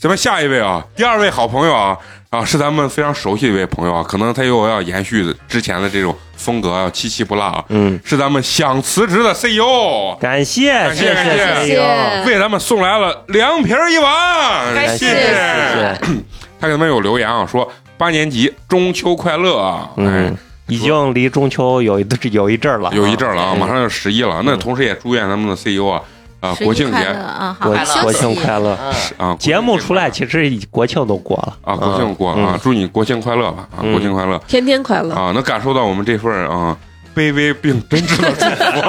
[SPEAKER 1] 咱们下一位啊，第二位好朋友啊啊，是咱们非常熟悉的一位朋友啊，可能他又要延续之前的这种风格啊，七七不落啊，
[SPEAKER 6] 嗯，
[SPEAKER 1] 是咱们想辞职的 CEO，
[SPEAKER 6] 感谢，
[SPEAKER 1] 感谢
[SPEAKER 6] 谢
[SPEAKER 1] 感谢
[SPEAKER 6] 谢
[SPEAKER 5] 谢谢
[SPEAKER 1] 为咱们送来了凉皮儿一碗，
[SPEAKER 2] 感
[SPEAKER 6] 谢
[SPEAKER 1] 谢
[SPEAKER 6] 谢谢，
[SPEAKER 1] 他给他们有留言啊，说八年级中秋快乐啊，
[SPEAKER 6] 嗯，已经离中秋有一 有一阵儿了，
[SPEAKER 1] 哎，有一阵儿了啊，
[SPEAKER 6] 嗯
[SPEAKER 1] 马上就十一了。那同时也祝愿咱们的 CEO 啊，啊，
[SPEAKER 4] 十一
[SPEAKER 1] 国庆
[SPEAKER 4] 快
[SPEAKER 1] 节
[SPEAKER 4] 乐啊，好
[SPEAKER 6] 国
[SPEAKER 4] 好
[SPEAKER 6] 国
[SPEAKER 4] 休息。
[SPEAKER 6] 庆快乐。
[SPEAKER 2] 嗯，
[SPEAKER 1] 啊，
[SPEAKER 6] 节目出来，
[SPEAKER 1] 国
[SPEAKER 6] 其实已国庆都过了
[SPEAKER 1] 庆啊，国庆过了啊，，祝你国庆快乐吧啊，
[SPEAKER 6] 嗯
[SPEAKER 1] 国庆快乐
[SPEAKER 5] 天天快乐。
[SPEAKER 1] 啊，能感受到我们这份儿啊卑微并真挚的 祝福，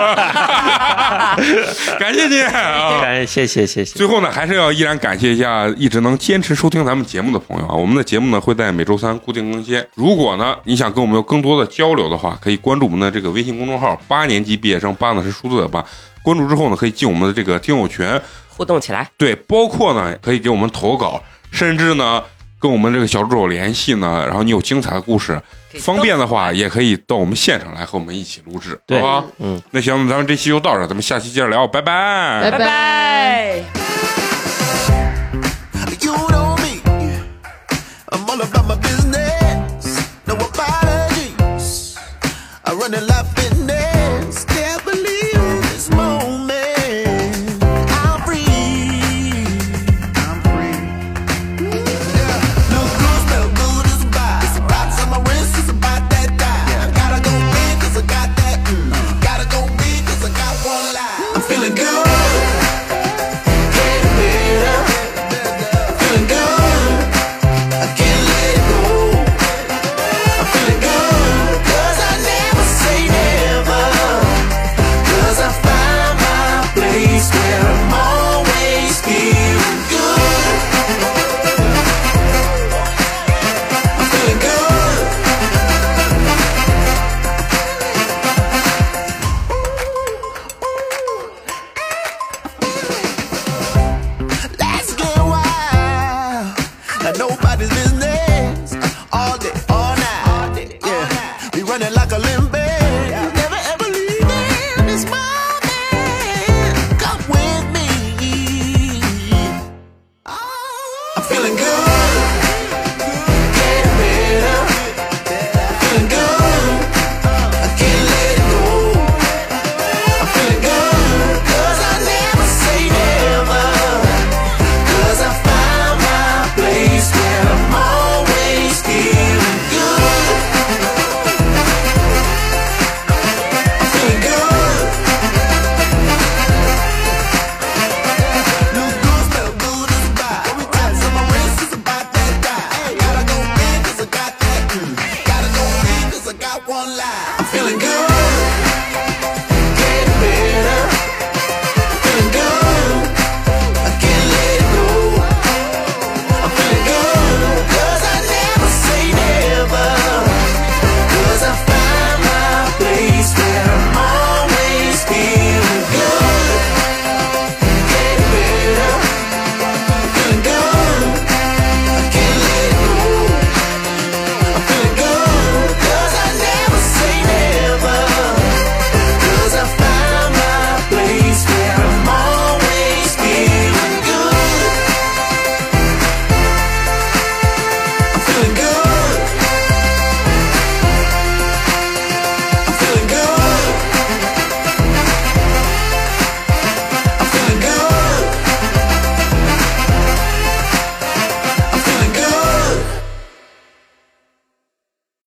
[SPEAKER 1] 感谢你
[SPEAKER 6] 嗯
[SPEAKER 1] 啊。
[SPEAKER 6] 感谢谢谢谢谢
[SPEAKER 1] 最，后呢，还是要依然感谢一下一直能坚持收听咱们节目的朋友啊。我们的节目呢会在每周三固定更新。如果呢你想跟我们有更多的交流的话，可以关注我们的这个微信公众号“八年级毕业生”，八呢是数字的八，关注之后呢，可以进我们的这个听友群，
[SPEAKER 2] 互动起来。
[SPEAKER 1] 对，包括呢可以给我们投稿，甚至呢跟我们这个小助手联系呢，然后你有精彩的故事，方便的话也可以到我们现场来和我们一起录制，
[SPEAKER 6] 对
[SPEAKER 1] 好吧？
[SPEAKER 6] 嗯，
[SPEAKER 1] 那行，咱们这期就到这儿，咱们下期接着聊，拜拜
[SPEAKER 5] 拜
[SPEAKER 2] 拜拜。
[SPEAKER 8] You know me. I'm all about my business. mm.